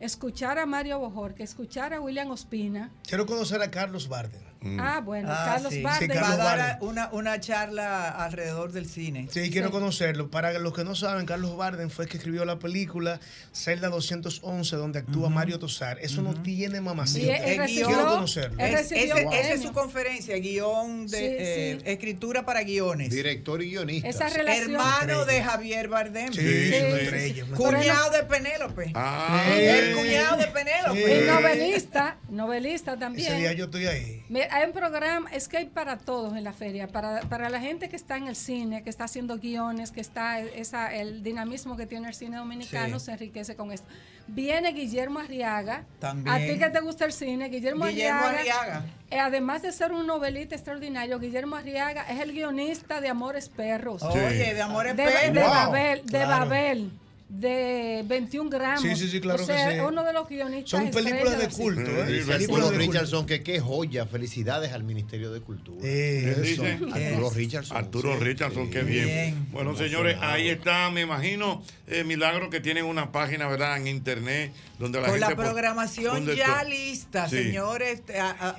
escuchar a Mario Bojorque, escuchar a William Ospina.
Quiero conocer a Carlos Barden.
Ah, bueno,
Ah,
Carlos
sí.
Barden.
Sí,
Va a
Carlos
dar
Barden.
a- una, una charla alrededor del cine.
Sí, quiero conocerlo. Para los que no saben, Carlos Barden fue el que escribió la película Celda 211, donde actúa Mario Tosar. Eso no tiene mamacita.
Sí, él- él recibió-
quiero conocerlo.
Es- ese-
Wow.
Esa es su conferencia, guión de
Sí, sí.
eh, escritura para guiones.
Director y guionista.
Esa relación- Hermano de Javier Bardem.
Sí, Sí, sí, una sí. estrella, una
Cuñado
estrella.
de Penélope.
Ah.
Eh,
el cuñado de Penélope.
Y novelista, novelista también.
Ese día yo estoy ahí.
Mira, hay un programa, es que hay para todos en la feria, para, para la gente que está en el cine, que está haciendo guiones, que está esa, el dinamismo que tiene el cine dominicano,
Sí.
se enriquece con esto. Viene Guillermo Arriaga.
También.
A ti que te gusta el cine, Guillermo,
Guillermo Arriaga.
Arriaga. eh, además de ser un novelista extraordinario, Guillermo Arriaga es el guionista de Amores Perros.
Oye, Sí. de Amores
De-
Perros.
De
Wow.
Babel, de
Claro.
Babel. De 21 gramos.
Sí, sí, sí, claro
o
que
sea,
sí.
uno de los guionistas.
Son películas
estrella
de
del cine.
culto, ¿eh?
Sí,
Dice
películas
Arturo
de culto.
Richardson, que qué joya. Felicidades al Ministerio de Cultura.
¿Quién
Eso,
dice?
Arturo Richardson.
Arturo
sí.
Richardson, qué
Sí.
bien.
Bien.
Bueno, señores, ahí está, me imagino, eh, Milagro que tienen una página, ¿verdad? En internet, donde la
Con la
gente... pues,
programación
donde
ya
to-
lista,
Sí.
señores. este, A, a-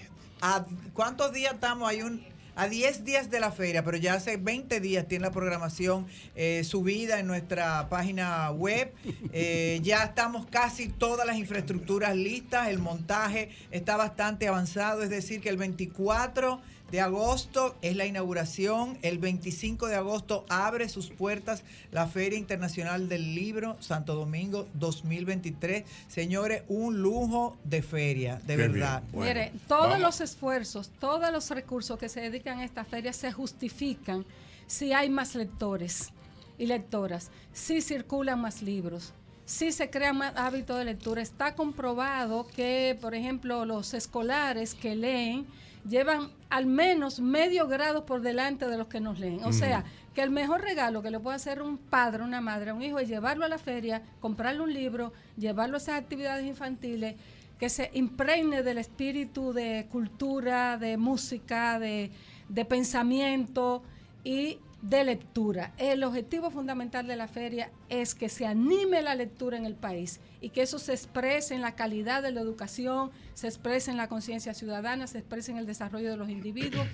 a- ¿Cuántos días estamos? Hay un. A 10 días de la feria, pero ya hace 20 días tiene la programación eh, subida en nuestra página web. Eh, ya estamos casi todas las infraestructuras listas, el montaje está bastante avanzado, es decir, que el 24 de agosto es la inauguración. El 25 de agosto abre sus puertas la Feria Internacional del Libro Santo Domingo 2023. Señores, un lujo de feria, de
Qué
verdad.
bien. Bueno, Mire, todos los esfuerzos, todos los recursos que se dedican a esta feria se justifican si hay más lectores y lectoras, si circulan más libros, si se crea más hábito de lectura. Está comprobado que, por ejemplo, los escolares que leen llevan al menos medio grado por delante de los que nos leen. O
Mm.
sea, que el mejor regalo que le puede hacer un padre, una madre, un hijo es llevarlo a la feria, comprarle un libro, llevarlo a esas actividades infantiles, que se impregne del espíritu de cultura, de música, de, de pensamiento y de lectura. El objetivo fundamental de la feria es que se anime la lectura en el país y que eso se exprese en la calidad de la educación, se exprese en la conciencia ciudadana, se exprese en el desarrollo de los individuos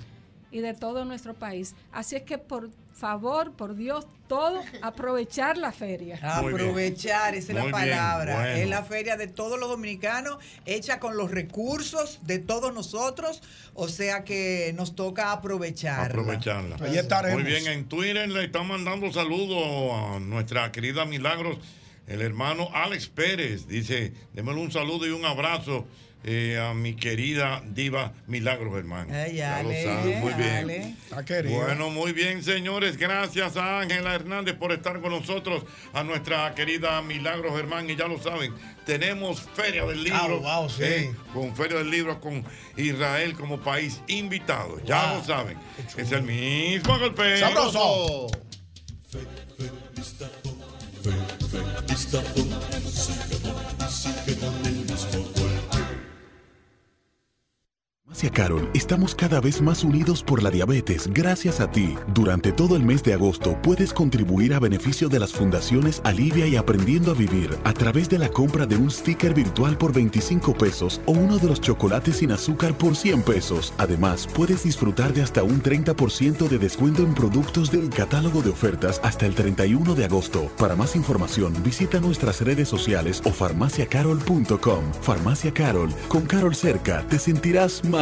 y de todo nuestro país. Así es que por favor, por Dios, todo aprovechar la feria.
Muy bien.
Aprovechar, esa es
Muy
la
bien,
palabra.
bueno.
Es la feria de todos los dominicanos, hecha con los recursos de todos nosotros, o sea que nos toca aprovechar.
Aprovecharla.
Ahí estaremos.
Muy bien, en Twitter le están mandando saludos a nuestra querida Milagros, el hermano Alex Pérez. Dice, démosle un saludo y un abrazo eh, a mi querida diva Milagros, hermano.
Ay,
Ya lo
Ale,
saben, muy bien.
Ale.
Ah,
Bueno, muy bien, señores. Gracias a Ángela Hernández por estar con nosotros, a nuestra querida Milagros Germán. Y ya lo saben, tenemos Feria del Libro. eh,
Ah, wow, sí.
con Feria del Libro, con Israel como país invitado. Ya
Wow.
lo saben. Es el mismo golpe.
Sabroso.
Farmacia Carol, estamos cada vez más unidos por la diabetes gracias a ti. Durante todo el mes de agosto puedes contribuir a beneficio de las fundaciones Alivia y Aprendiendo a Vivir a través de la compra de un sticker virtual por 25 pesos o uno de los chocolates sin azúcar por 100 pesos. Además, puedes disfrutar de hasta un 30% de descuento en productos del catálogo de ofertas hasta el 31 de agosto. Para más información, visita nuestras redes sociales o farmaciacarol.com. Farmacia Carol, con Carol cerca, te sentirás más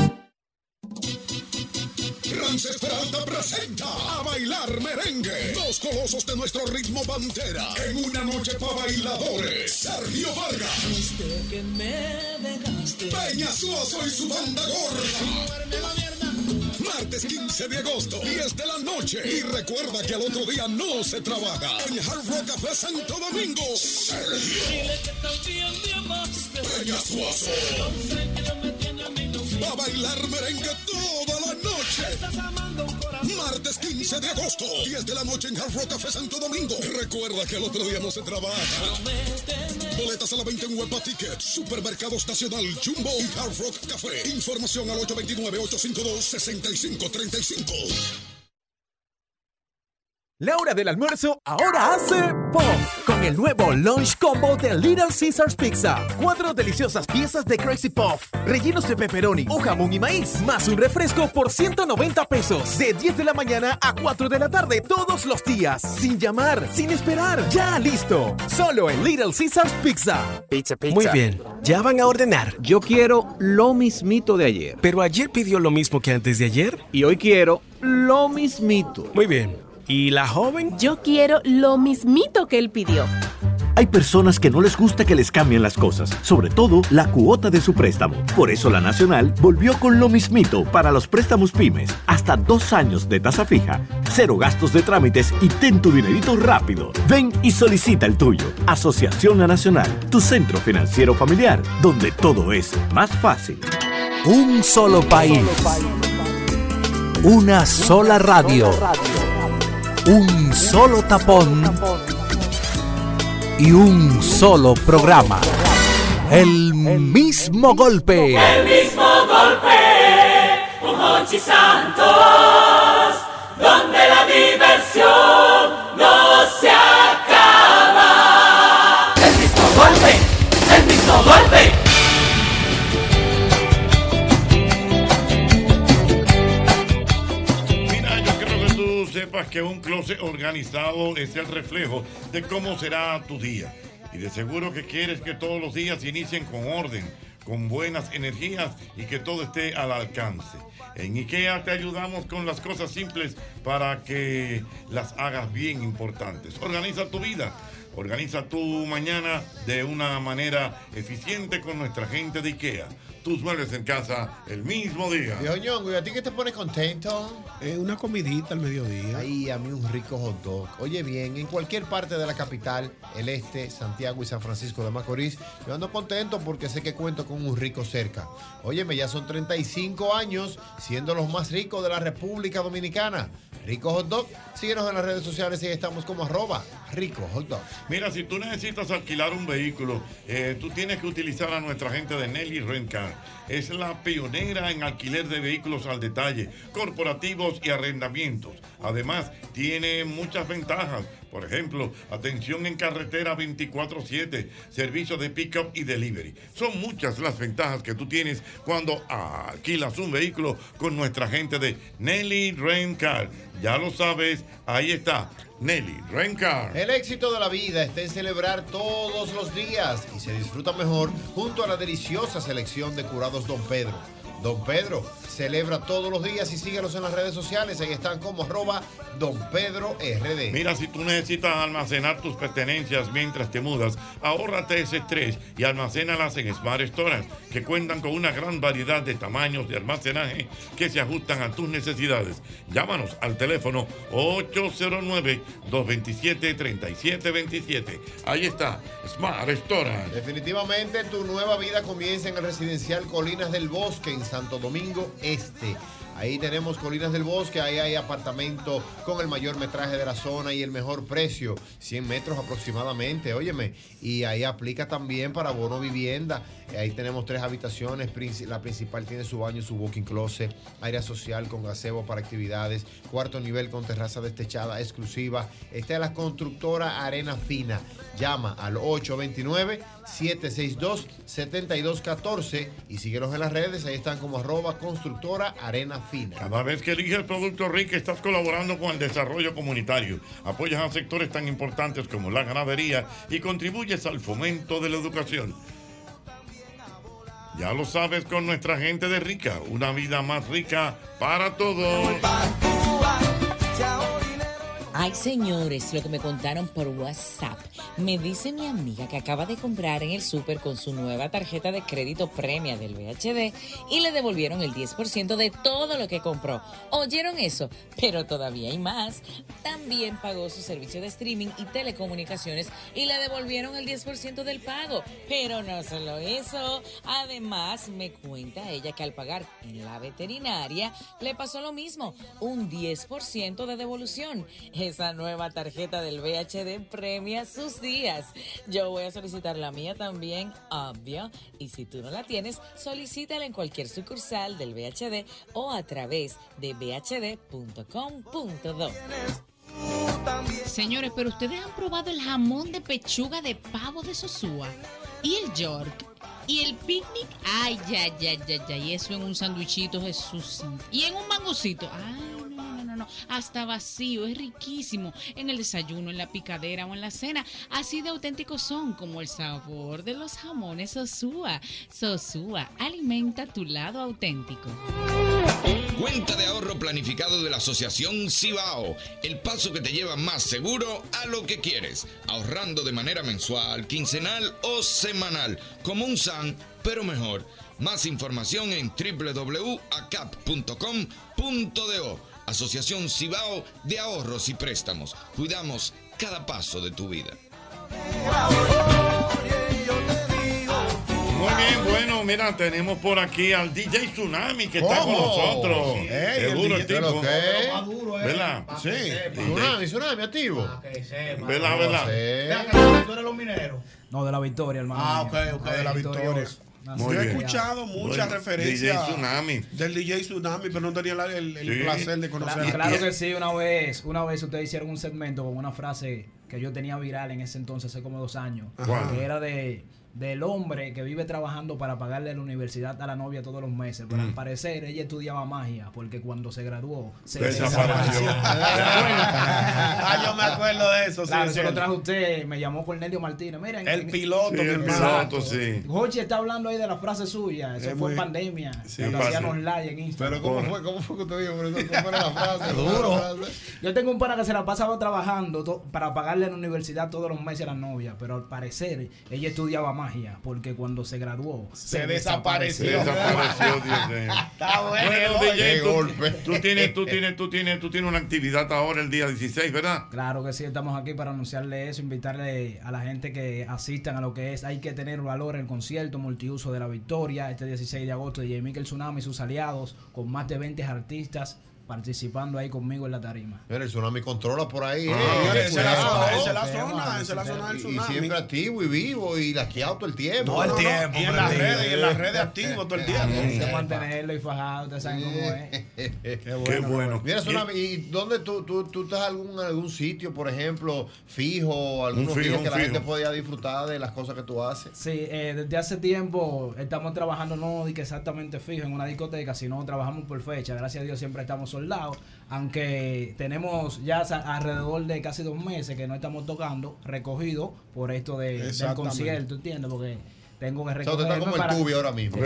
Rances Peralta presenta a bailar merengue. Dos colosos de nuestro ritmo pantera. En una noche para bailadores. Sergio Vargas. Peña Suazo y su banda gorda. Martes 15 de agosto, 10 de la noche. Y recuerda que al otro día no se trabaja. En Hard Rock Café Santo Domingo. Sergio. Peña Suazo. Va a bailar merengue toda la noche. Martes 15 de agosto, 10 de la noche en Hard Rock Café Santo Domingo. Recuerda que el otro día no se trabaja. Boletas a la venta en Huepa Ticket, Supermercados Nacional, Jumbo y Hard Rock Café. Información al 829-852-6535.
La hora del almuerzo ahora hace pop con el nuevo lunch combo de Little Caesars Pizza. Cuatro deliciosas piezas de Crazy Puff, rellenos de pepperoni o jamón y maíz, más un refresco por 190 pesos de 10 de la mañana a 4 de la tarde todos los días, sin llamar, sin esperar, ya listo, solo en Little Caesars Pizza. Pizza, pizza.
Muy bien, ya van a ordenar. Yo quiero lo mismito de ayer. Pero ayer pidió lo mismo que antes de ayer. Y hoy quiero lo mismito. Muy bien. ¿Y la joven?
Yo quiero lo mismito que él pidió.
Hay personas que no les gusta que les cambien las cosas, sobre todo la cuota de su préstamo. Por eso la Nacional volvió con lo mismito para los préstamos pymes, hasta dos años de tasa fija, cero gastos de trámites y ten tu dinerito rápido. Ven y solicita el tuyo. Asociación La Nacional, tu centro financiero familiar, donde todo es más fácil.
Un solo país. Una sola radio. Un solo tapón. Y un solo programa. El mismo golpe.
El mismo golpe con Hochi Santos, donde la diversión no se acaba. El mismo golpe,
sepas que un closet organizado es el reflejo de cómo será tu día. Y de seguro que quieres que todos los días inicien con orden, con buenas energías y que todo esté al alcance. En IKEA te ayudamos con las cosas simples para que las hagas bien importantes. Organiza tu vida. Organiza tu mañana de una manera eficiente con nuestra gente de IKEA. Tus muebles en casa el mismo día.
Dios Ñongo, ¿y a ti qué te pones contento?
Eh, una comidita al mediodía.
Ay, a mí un rico hot dog. Oye bien, en cualquier parte de la capital, el este, Santiago y San Francisco de Macorís, yo ando contento porque sé que cuento con un rico cerca. Óyeme, ya son 35 años siendo los más ricos de la República Dominicana. Rico hot dog, síguenos en las redes sociales y estamos como arroba rico hot dog.
Mira, si tú necesitas alquilar un vehículo, eh, tú tienes que utilizar a nuestra gente de Nelly Rencar. Es la pionera en alquiler de vehículos al detalle, corporativos y arrendamientos. Además, tiene muchas ventajas. Por ejemplo, atención en carretera 24-7, servicio de pick-up y delivery. Son muchas las ventajas que tú tienes cuando alquilas un vehículo con nuestra gente de Nelly Rencar. Ya lo sabes, ahí está, Nelly Rencar.
El éxito de la vida está en celebrar todos los días y se disfruta mejor junto a la deliciosa selección de curados Don Pedro. Don Pedro celebra todos los días y síguenos en las redes sociales. Ahí están como arroba Don Pedro RD.
Mira, si tú necesitas almacenar tus pertenencias mientras te mudas, ahórrate ese estrés y almacénalas en Smart Storage, que cuentan con una gran variedad de tamaños de almacenaje que se ajustan a tus necesidades. Llámanos al teléfono 809-227-3727. Ahí está, Smart Storage.
Definitivamente tu nueva vida comienza en el residencial Colinas del Bosque en Santo Domingo Este. Ahí tenemos Colinas del Bosque, ahí hay apartamento con el mayor metraje de la zona y el mejor precio, 100 metros aproximadamente, óyeme. Y ahí aplica también para bono vivienda. Ahí tenemos tres habitaciones, princi- la principal tiene su baño, su walking closet, área social con gazebo para actividades, cuarto nivel con terraza destechada exclusiva. Esta es la constructora Arena Fina. Llama al 829-762-7214 y síguenos en las redes, ahí están como arroba constructora Arena Fina.
Cada vez que eliges Producto Rica, estás colaborando con el desarrollo comunitario, apoyas a sectores tan importantes como la ganadería y contribuyes al fomento de la educación. Ya lo sabes con nuestra gente de Rica, una vida más rica para todos.
Ay, señores, lo que me contaron por WhatsApp. Me dice mi amiga que acaba de comprar en el súper con su nueva tarjeta de crédito premia del VHD y le devolvieron el 10% de todo lo que compró. ¿Oyeron eso? Pero todavía hay más. También pagó su servicio de streaming y telecomunicaciones y le devolvieron el 10% del pago. Pero no solo eso. Además, me cuenta ella que al pagar en la veterinaria le pasó lo mismo, un 10% de devolución. Esa nueva tarjeta del VHD premia sus días. Yo voy a solicitar la mía también, obvio. Y si tú no la tienes, solicítala en cualquier sucursal del VHD o a través de bhd.com.do.
Señores, pero ustedes han probado el jamón de pechuga de pavo de Sosúa y el York y el picnic. Ay, ya, ya, ya, ya. Y eso en un sanduichito, Jesús. santo. Y en un mangocito. Ay, no, no, no, no. Hasta vacío, es riquísimo. En el desayuno, en la picadera o en la cena. Así de auténticos son como el sabor de los jamones Sosúa. Sosúa, alimenta tu lado auténtico.
Cuenta de ahorro planificado de la Asociación Cibao, el paso que te lleva más seguro a lo que quieres, ahorrando de manera mensual, quincenal o semanal, como un SAN, pero mejor. Más información en www.acap.com.do. Asociación Cibao de Ahorros y Préstamos. Cuidamos cada paso de tu vida.
Muy bien, bueno, mira, tenemos por aquí al DJ Tsunami que está con
¿Cómo?
nosotros.
Ey, el
Seguro el
DJ,
tipo.
Eh.
¿qué?
¿Verdad?
Pa'
Sí.
que sepa. Tsunami, tsunami activo.
¿Verdad, verdad?
¿Tú eres los mineros? No, de la victoria, hermano.
Ah,
mío.
ok, ok,
Ah,
de la victoria.
Nací
Yo he
allá.
escuchado muchas
Bueno,
referencias
DJ Tsunami.
del DJ Tsunami, pero no tenía la- el, el
Sí.
placer de conocerlo.
Cla- Claro que sí, una vez, una vez ustedes hicieron un segmento con una frase que yo tenía viral en ese entonces, hace como dos años,
Ajá.
que era de del hombre que vive trabajando para pagarle la universidad a la novia todos los meses. Pero al
Mm.
parecer ella estudiaba magia porque cuando se graduó
<laughs>
se
Desapareció.
Ah,
yo me acuerdo de eso, sí,
Claro,
es
eso lo
cierto.
trajo usted, me llamó Cornelio Martínez. Mira, en-
El
en-
piloto,
Sí,
mi
el
hermano.
piloto, sí.
Jochi está hablando ahí de la frase suya. Eso
Es
fue
muy-
en pandemia.
Sí,
lo
pasa.
hacían online en Instagram.
Pero ¿cómo fue?
¿Cómo fue que usted dijo?
¿Cómo era la frase? ¿Cómo era la
Duro. Yo tengo un pana que se la pasaba trabajando to- para pagarle a la universidad todos los meses a la novia, pero al parecer ella estudiaba magia porque cuando se graduó
Se desapareció. Desapareció, Dios
<laughs>
mío.
Está
bueno, DJ,
Qué
tú,
golpe.
tú tienes, tú tienes, tú tienes, tú tienes una actividad ahora el día 16, ¿verdad?
Claro que sí, estamos aquí para anunciarle eso, invitarle a la gente que asistan a lo que es Hay que tener valor el concierto multiuso de la victoria este 16 de agosto de Mikel Tsunami y sus aliados con más de 20 artistas participando ahí conmigo en la tarima.
Mira, el tsunami controla por ahí.
Ah,
eh.
esa es la
Cuidado.
zona, esa es la zona, esa es la zona del
Ah, Y-
tsunami.
Y siempre activo y vivo y laqueado todo el tiempo.
No, el tiempo,
Y en
las redes, y en las redes activo todo el tiempo.
<laughs> Hay que mantenerlo y fajado, ustedes saben cómo es.
<laughs> Qué
bueno, qué bueno.
Mira, Tsunami, ¿y dónde tú, tú, tú estás algún algún sitio, por ejemplo, fijo, algunos
fijo,
días
un
que la
fijo.
gente podía disfrutar de las cosas que tú haces?
Sí, eh, desde hace tiempo estamos trabajando no di que exactamente fijo en una discoteca, sino trabajamos por fecha. Gracias a Dios siempre estamos soldados, aunque tenemos ya sa- alrededor de casi dos meses que no estamos tocando recogido por esto de- del
Exactamente.
concierto, ¿entiendes? Porque tengo que
O sea, tú
recoger.
estás como el tubi ahora mismo.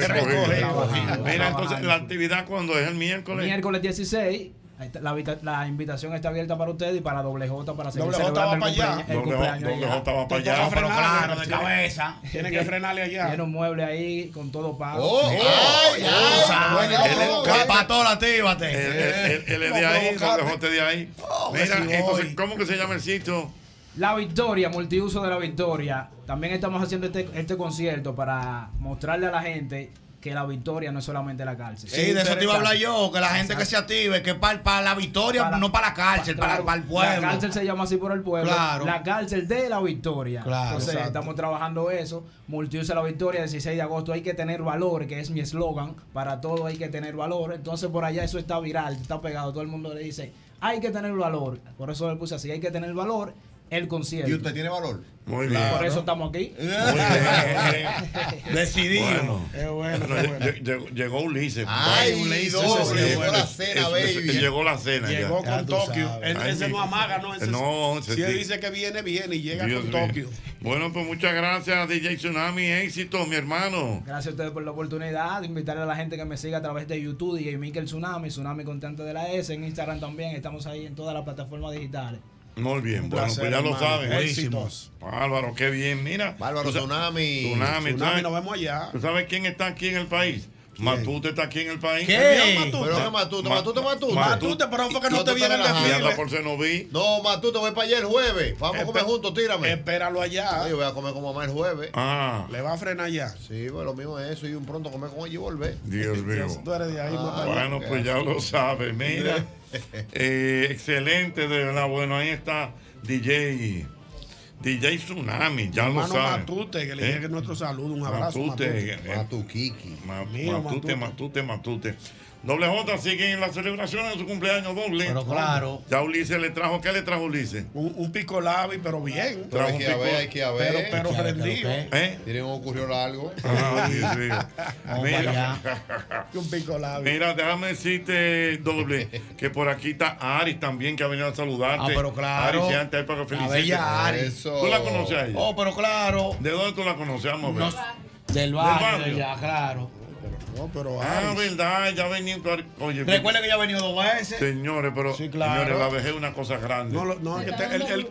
Mira, entonces la actividad cuando es el miércoles.
Miércoles 16. ahí está, La, vita- la invitación está abierta para ustedes y para doble J para seguir
Doble J
celebrando
va
el
para allá.
cumpleaños- el
Doble J-
cumpleaños
doble
allá.
J va para
Te
allá,
toca
pero
frenarle,
claro, de
tiene-
cabeza. Tiene que frenarle allá.
Tiene un mueble ahí con todo pago.
Oh,
Sí.
ay,
Sí.
ay,
oh,
Tú sabes.
bueno,
Él es-
bueno.
Capatón, actívate. Él es de ahí,
Provocaste.
lo de ahí.
que
Mira,
si voy.
entonces, ¿cómo que se llama el sitio?
La Victoria, multiuso de la Victoria. También estamos haciendo este, este concierto para mostrarle a la gente que la Victoria no es solamente la cárcel.
Sí, de eso te iba a hablar yo, que la gente que se active, que para la victoria,
Para-
no para la cárcel, para,
Claro,
para el pueblo.
La cárcel se llama así por el pueblo.
Claro.
La cárcel de la victoria.
Claro,
Entonces
exacto.
estamos trabajando eso. Multiuso de la victoria, 16 de agosto. Hay que tener valor, que es mi eslogan. Para todo hay que tener valor. Entonces por allá eso está viral, está pegado. Todo el mundo le dice, hay que tener valor. Por eso le puse así, hay que tener valor. El concierto.
¿Y usted tiene valor?
Muy
Y
bien.
Por eso estamos aquí.
Decidido. lle-
<laughs>
lle- Llegó Ulises.
Ay, doble,
sí,
llegó
bueno.
la cena,
Eso- eso-
baby.
Llegó la cena. ya.
Llegó con Tokio. Él-
Ay,
Ese
mi-
no amaga, no. Ese,
No, ese
si él
sí.
dice que viene, viene y llega
Dios
con
mío.
Tokio.
Bueno, pues muchas gracias, DJ Tsunami. Éxito, mi hermano.
Gracias a ustedes por la oportunidad de invitarle a la gente que me siga a través de YouTube y Mikel Tsunami, Tsunami Contante de la S, en Instagram también, estamos ahí en todas las plataformas digitales.
Muy bien,
Un
bueno,
placer,
pues ya lo
hermano.
saben.
Éxitos.
Bárbaro, qué bien, mira.
Bárbaro,
Tú sa-
Tsunami.
Tsunami,
Tsunami,
¿sabes?
nos vemos allá.
¿Tú sabes quién está aquí en el país? Matute está aquí en el país.
¿Qué?
Enviado
Pero que Matute,
Ma-
Matute, Matute.
Matute,
pero fue
que no te viene el desfile. Anda por
No, Matute, voy para allá el jueves. Vamos a comer juntos, tírame.
Espéralo allá.
Yo voy a comer con mamá el jueves.
Ah.
Le va a frenar allá.
Sí, pues lo mío es eso. Y un pronto comer con ella y volver. Ah,
Dios mío.
Tú eres de ahí, papá.
Bueno, pues ya lo
<laughs>
sabes, mira. Eh, excelente, de verdad. Bueno, ahí está DJ. DJ Tsunami, ya lo
Hermano
sabes.
Matute, que le
¿Eh?
llegue nuestro saludo, un abrazo.
Matute, eh,
Matute.
Matuquiqui.
Mío, Matute.
Matute, Matute, Matute. Doble J sigue en la celebración de su cumpleaños doble.
Pero claro.
Ya Ulises le trajo, ¿qué le trajo Ulises?
Un, un pico labi, pero bien.
Pero hay que
pico-
haber, hay que haber.
Pero, pero
Claro,
rendido.
claro que- ¿Eh?
Miren, ocurrió algo.
Ah, Dios mío.
Vamos para
Mira.
Un pico labi.
<laughs> Mira, déjame decirte, doble, que por aquí está Ari también, que ha venido a saludarte.
Ah, pero claro.
Ari, si antes ahí para que
La
felicite.
bella Ari.
¿Tú la conoces a ella?
Oh, pero claro.
¿De dónde tú la conoces? Vamos a ver.
Nos- del barrio,
barrio.
ya, claro.
No, pero
Ah, verdad, ya ha venido. tu Ari- Oye,
Recuerda que ya ha venido dos veces.
Señores, pero
claro.
señores, la vejez es una cosa grande.
No, lo- no, es que te- el- el-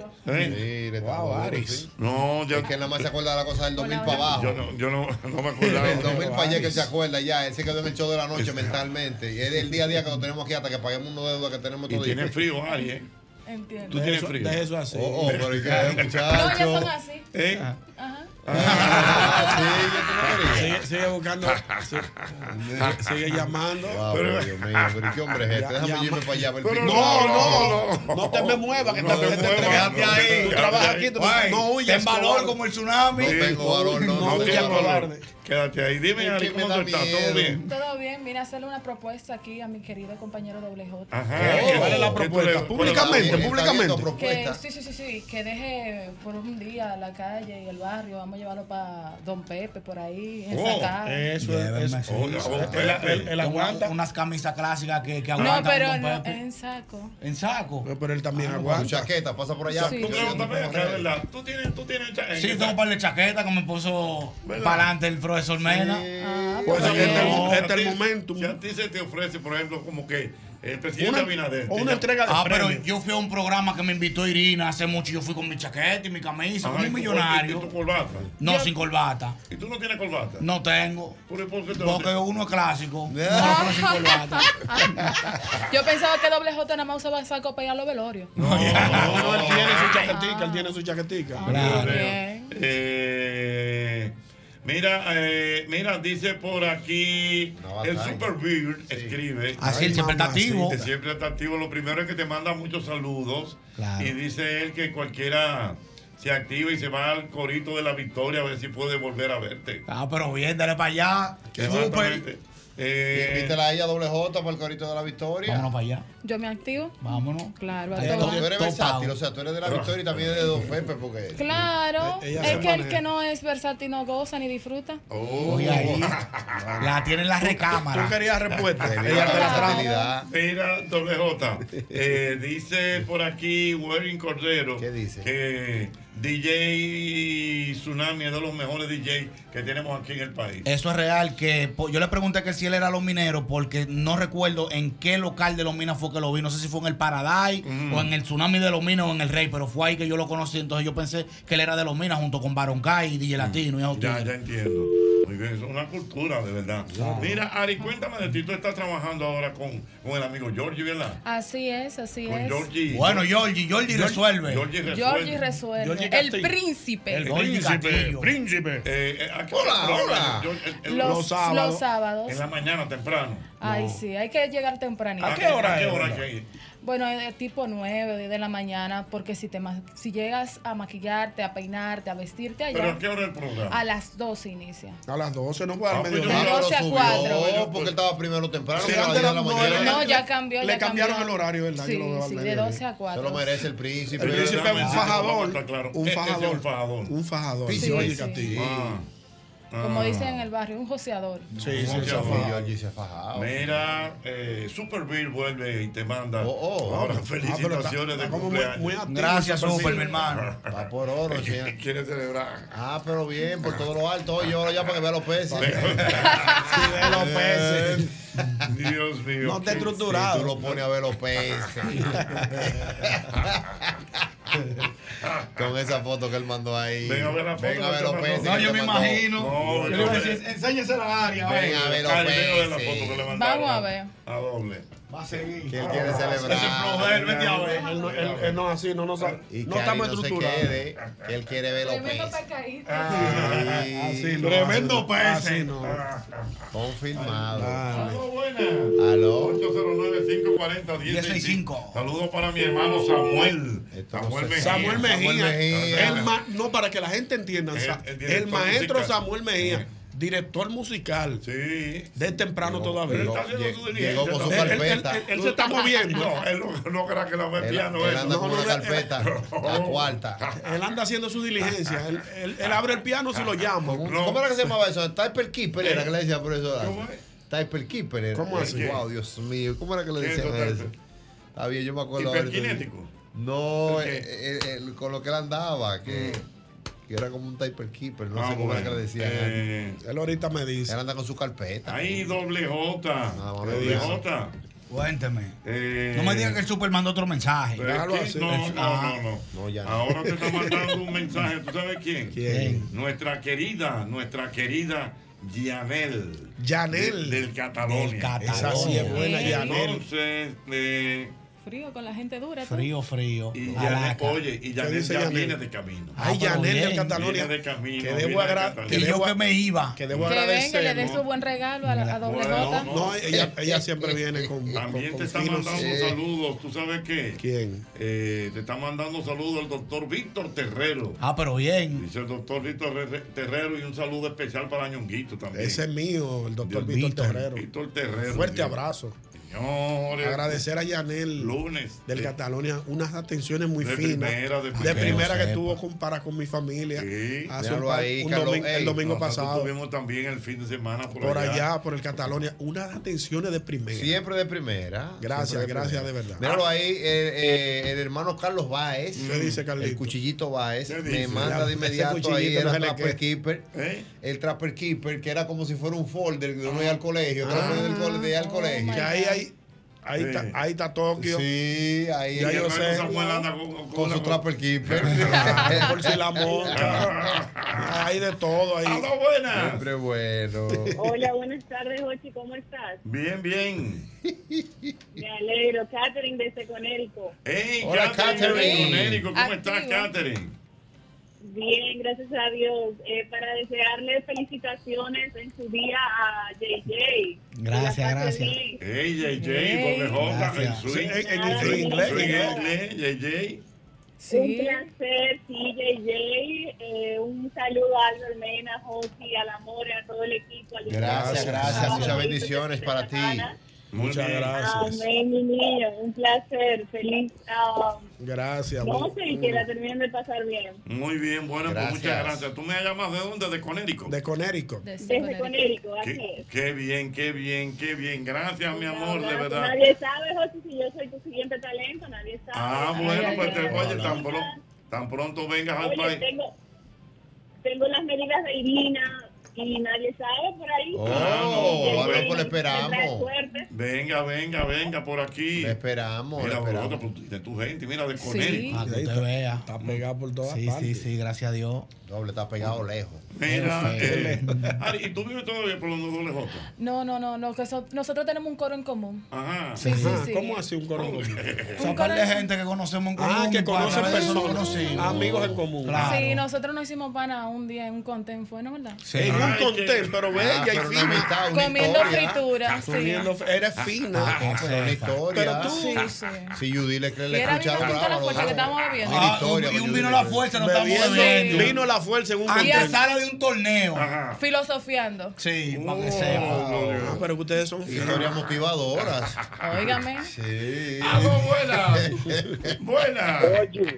¿Eh?
Wow, Aris.
No, yo.
Es que nada más se acuerda de la cosa del 2000 para abajo.
Yo no, yo no, no me acordaba.
El 2000 para allá que se acuerda ya. Él se quedó en el show de la noche mentalmente. Y es el día a día que lo tenemos aquí hasta que paguemos una deuda que tenemos
Y
todo
tiene frío, Ari, ¿eh?
Entiendo.
Tú tienes frío.
de eso así.
Oh, oh, pero ¿y
<laughs>
qué, muchacho?
No, ya son así.
¿Eh?
Ajá.
Sigue, sigue buscando. sigue, sigue llamando.
pero Dios mío, pero ¿qué hombre es este? Déjame irme para allá. a ver el
No,
pico.
no, no. No te me muevas, que te, te, te-
Quédate ahí.
Tú trabajas aquí, tú
Guay,
no huyas.
Ten valor
cobarde.
como el tsunami.
Sí, no,
huyas,
tengo
cobarde.
valor. Quédate ahí. Dime,
Es
Ari,
que me
¿cómo
da
tú estás? ¿Todo
miedo.
bien?
Todo bien, mira, hacerle una propuesta aquí a mi querido compañero Doble J.
Ajá.
¿Qué? ¿Cuál es la
¿Qué tú
propuesta?
le-
Públicamente,
¿Cuál es la-
públicamente.
Que, sí, sí, sí, sí, que deje por un día la calle y el barrio a
podemos llevarlo para Don Pepe, por ahí, en
Oh,
Sacado.
Eh,
Eso es.
Llévenme,
eso-
Oh,
sí,
oiga,
sí.
oiga,
Él- él- él
una-
aguanta.
Unas camisas clásicas que, que
No,
aguantan.
pero
con
no, eh.
Pepe.
en
<laughs>
saco.
En saco. Ah,
pero él también
aguanta. chaqueta, pasa por allá.
Sí.
Tú pregúntame, que es verdad. Tú tienes, tú tienes. cha-
Sí, tengo un par de chaquetas que me puso
¿Verdad?
para adelante el profesor Mena.
Pues
Oye,
este es el-
no,
este es el momento. Si a ti se te ofrece, por ejemplo, como que
eh,
el presidente
Una-
Abinader. te
o una
llama-
entrega de Ah, pero premios. yo fui a un programa que me invitó Irina hace mucho. Yo fui con mi chaqueta y mi camisa, como
Ay,
un
¿y tu-
millonario.
y tu corbata?
No, sin corbata.
¿Y tú no tienes corbata?
No tengo. Porque uno
<laughs>
es clásico. No, pero sin
<laughs>
corbata.
Yo pensaba que doble J nada más usaba saco para ir a los velorios.
No, no, él tiene su chaquetica, él tiene su chaquetica.
Yo creo. Eh, mira, eh, mira, dice por aquí el Superbeard escribe.
Así él Ay, Ah, siempre está mamacita. activo.
Él Siempre está activo. Lo primero es que te manda muchos saludos.
Claro.
Y dice él que cualquiera se activa y se va al corito de la victoria a ver si puede volver a verte.
Ah, pero bien, dale para allá.
Exactamente. Eh,
Y invítala a ella doble J para el corito de la victoria.
Vámonos para allá.
Yo me activo.
Vámonos.
Claro, a
Tú
todo.
eres versátil, o sea, tú eres de la victoria y también eres de Don Pepe, porque.
Claro,
Ella
es
se
que el
maneja.
que no es versátil no goza ni disfruta.
Oye,
Oh.
ahí.
Ah,
La tiene en la recámara. Tú querías
Pues
respuesta. Ella te la trajo.
Mira, doble J. eh, dice por aquí Warren Cordero que DJ Tsunami es de los mejores DJ que tenemos aquí en el país.
Eso es real, que po- yo le pregunté que si él era los mineros, porque no recuerdo en qué local de los minas fue que lo vi. No sé si fue en el Paradise
Mm.
o en el tsunami de los minas o en el Rey, pero fue ahí que yo lo conocí. Entonces yo pensé que él era de los minas junto con Baron Guy y DJ Latino y esos
Mm. Ya,
tigres.
ya entiendo. Muy bien, eso es una cultura, de verdad. Mira, Ari, cuéntame de ti. Tú estás trabajando ahora con, con el amigo Georgie, ¿verdad?
Así es, así
Con
es.
Georgie.
Bueno, Georgie, Georgie resuelve.
Georgie resuelve.
Georgie resuelve.
Georgie
el
Castillo.
príncipe.
príncipe. Príncipe.
Eh,
hola, hola.
Los- los sábados. los sábados.
En la mañana temprano.
Ay, sí, hay que llegar tempranito.
¿A qué hora hay que ir?
Bueno, es de tipo 9, 10 de la mañana, porque si te ma- si llegas a maquillarte, a peinarte, a vestirte allá,
¿Pero a qué hora el programa?
A las 12 inicia.
A las 12 no puede
Ah,
al
pues yo
mediodía.
creo que lo
12 a
subió,
cuatro.
porque él estaba primero temprano.
Sí,
que a las
antes
10 de la
era- no,
mañana.
era-
No, ya cambió.
Le
ya
cambiaron
cambió.
el horario, ¿verdad? Yo
Sí,
lo veo al
sí, de
mediodía.
12 a 4.
Se lo merece el príncipe.
El príncipe es un fajador. Un
Este es
fajador.
un fajador.
Un fajador.
Sí,
Georgie
sí.
Castillo.
Ah.
Como
Ah.
dicen en el barrio, un joseador.
Sí, sí,
Georgie
se ha
fajado.
fajado.
Georgie se ha fajado.
Mira, eh, Super Bill vuelve y te manda. Ahora,
Ah, pero está-
felicitaciones
está
de
como muy-
cumpleaños.
muy activo, Gracias, Super Super, Bill. mi hermano.
Está
por oro, señor.
Quiere celebrar.
Ah, pero bien, por todo lo alto. Oye, ahora ya para que vea los peces. Si
vea los peces.
Dios mío.
No te estructurado. tú lo pones a ver los peces. Con esa foto que él mandó ahí.
Ven a ver la foto
Ven a
que
ver
te
los
mandó.
peces.
No,
que
yo
te
me
mandó.
imagino. No,
Ven
yo me-
Enséñesela a Ari.
a ver los
Al menos de la
peces.
foto que le
Vamos a
mandaron
ver.
a doble.
Va a seguir.
Que él quiere
Él,
celebrar.
él no- él- él Eh, no es así, no, no, sabe-
Y
no
que Ari
estamos
no se
estructurados.
quede, que él quiere ver los
Tremendo
peces.
pecaíto.
Así no,
Tremendo
así
peces.
no.
Confirmado.
Aló. 809-540-165. Saludos para mi hermano Samuel. Samuel Mejía.
Samuel Mejía.
Samuel
El ma- no, para que la gente entienda.
El-
sa-
el
El,
director
maestro
musical.
Samuel Mejía, director musical. De temprano todavía.
Él está haciendo su diligencia.
Él- él- él- él- él se está moviendo.
No, él no, no crea que la ve piano eso.
No, no, él-
la cuarta.
Él anda haciendo su diligencia. Él, él- él abre el piano si lo llama.
¿Cómo era que se llamaba eso? Typer Keeper era que le decía profesor.
¿Cómo
Typer Keeper era.
¿Cómo así?
Wow, Dios mío. ¿Cómo era que le
¿Qué es
decían
eso,
eso? Está bien, yo me acuerdo.
¿Hiperkinético?
No,
¿El qué? Mm.
eh, eh, el- con lo que él andaba, que, que era como un Typer Keeper. No
Ah,
sé cómo era que
bueno.
le decían.
Eh, él ahorita me dice.
Él anda con su carpeta.
Ahí, doble J. Doble J.
Cuénteme.
Eh,
No me digas que el Super mandó otro mensaje. ah.
Pero es que- no, no,
ah,
no, no.
ya no.
Ahora te está mandando un mensaje, ¿tú sabes quién? Nuestra querida, nuestra querida Yanel.
Yanel.
Del Catalón.
Del Catalonia. Esa sí es buena, Yanel.
Entonces, eh,
Frío con la gente dura. tú.
Frío, frío.
y Yanel-
Alaca.
oye, y Yanel ya viene de camino.
Ah,
Ay, Yanel del
Catalonia.
Viene de camino.
Que debo
viene de
agra-
Catalonia.
Y yo que me iba.
Que debo
Que ven, que le
agradecer.
dé su buen regalo a, la- a doble J.
No, ella, ella siempre viene con.
También te está mandando saludos, ¿tú sabes qué? Eh,
¿Quién?
te está mandando saludos el doctor Víctor Terrero.
Ah, pero bien.
Dice el doctor Víctor Re- Terrero y un saludo especial para Ñonguito también.
Ese es mío, el doctor Víctor Terrero.
Víctor Terrero.
Fuerte
Dios.
abrazo.
Señores.
Agradecer a Yanel
Lunes. eh,
del Catalonia unas atenciones muy
De
finas.
primera,
de
de primera.
primera,
Sepa.
que tuvo con, para con mi familia. hace un
Déjalo
par-
ahí,
un
Carlos.
domingo-
Ey,
el domingo
nosotros
pasado.
Tuvimos también el fin de semana por,
Por allá, por el Catalonia, unas atenciones de primera.
Siempre de primera.
Gracias,
Siempre
gracias
primera.
de verdad.
Míralo ahí, eh, eh, el hermano Carlos Báez.
¿Qué dice Carlito?
El cuchillito Báez.
¿Qué
Me
dice?
manda
Ese
de inmediato
cuchillito
ahí,
no
era
se le ¿Eh?
Trapper
queda.
Keeper. El Trapper Keeper, que era como si fuera un folder de uno iba al colegio, otro iba del cole- de
Oh
ir al colegio.
Ah. Que ahí hay- ahí está- ahí está Tokio.
Sí, ahí
Ya
el
yo
hermano
sé.
Samuel anda
con,
con su Trapper Keeper.
<laughs> Por si la
<laughs>
monta. Hay de todo ahí.
¡Hola, buena!
Siempre bueno.
Hola, buenas tardes, Jochi, ¿cómo estás?
<laughs> Bien, bien.
Me alegro, Catherine desde Conérico.
Ey,
Hola,
Catherine.
Catherine.
Conérico, ¿Cómo estás,
Activa.
Catherine?
Bien, gracias a Dios. Eh, para desearle felicitaciones en su día a JJ.
Gracias, gracias.
Ey, JJ, Bob J, el swing.
en inglés,
Swing
¿no?
en inglés, JJ.
Un placer, sí, JJ. Eh, un saludo a Albert Mena, a Jochi, a la More, a todo el equipo. al
Gracias,
equipo.
gracias.
Ah,
Muchas
bonito,
bendiciones para ti.
Muchas gracias.
Amén, mi niño. Un placer. Feliz. ah,
Gracias.
no
amor.
sé, y que la terminen de pasar bien.
Muy bien, bueno, pues
Gracias.
muchas gracias. ¿Tú me llamas de dónde? ¿De Conérico?
De Conérico.
Desde Conérico, así es.
Qué bien, qué bien, qué bien. Gracias, mi amor, de
Claro,
verdad.
Nadie sabe, José, si yo soy tu siguiente talento, nadie sabe.
Ah,
Ay,
bueno,
ay,
pues
ay.
te, oye, tan pronto, tan pronto vengas al
Oye,
país.
tengo, tengo las medidas de Irina y nadie sabe por ahí.
Oh,
Ay,
a ver,
ay,
pues, le
me trae
esperamos.
suerte.
Venga, venga, venga por aquí. Le
esperamos.
Mira, Bogotá, pues, de tu gente, mira, de Conérico.
Para que usted vea.
Está pegado por todas
sí,
partes.
Sí, sí, gracias a Dios.
Doble, está pegado lejos.
Mira,
Qué
eh, Ari, ¿y tú vives todavía por los dobles J?
No, no, no, no que so- nosotros tenemos un coro en común.
Ajá.
Sí, sí, sí.
¿Cómo así un coro?
O sea, un par de gente que conocemos en común.
Ah, que
un par de
conocen
veces nos
personas.
conocimos.
Amigos en común.
Claro.
Sí, nosotros nos hicimos pana un día en un contén, ¿fue, no verdad?
En un
Ay,
contén, pero bella y
Ah, pero una
fina.
amistad,
una Comiendo historia. fritura, sí.
Comiendo fr- eres fina.
Ah, pero una historia.
Pero tú-
Sí, sí.
Si Judy le cree,
Y
le
era vino
escucharon
con toda la fuerza que estábamos bebiendo.
Una
Ah,
historia.
Y un vino a la fuerza, nos estamos
Bebiendo
bebiendo.
vino a la fuerza en un
Antes
contén.
sala de un torneo.
Filosofiando.
Sí, para que
Oh,
sepa.
Ah, pero que ustedes son
Historias motivadoras.
Óigame.
<laughs>
Sí.
Ah, buenas. buenas.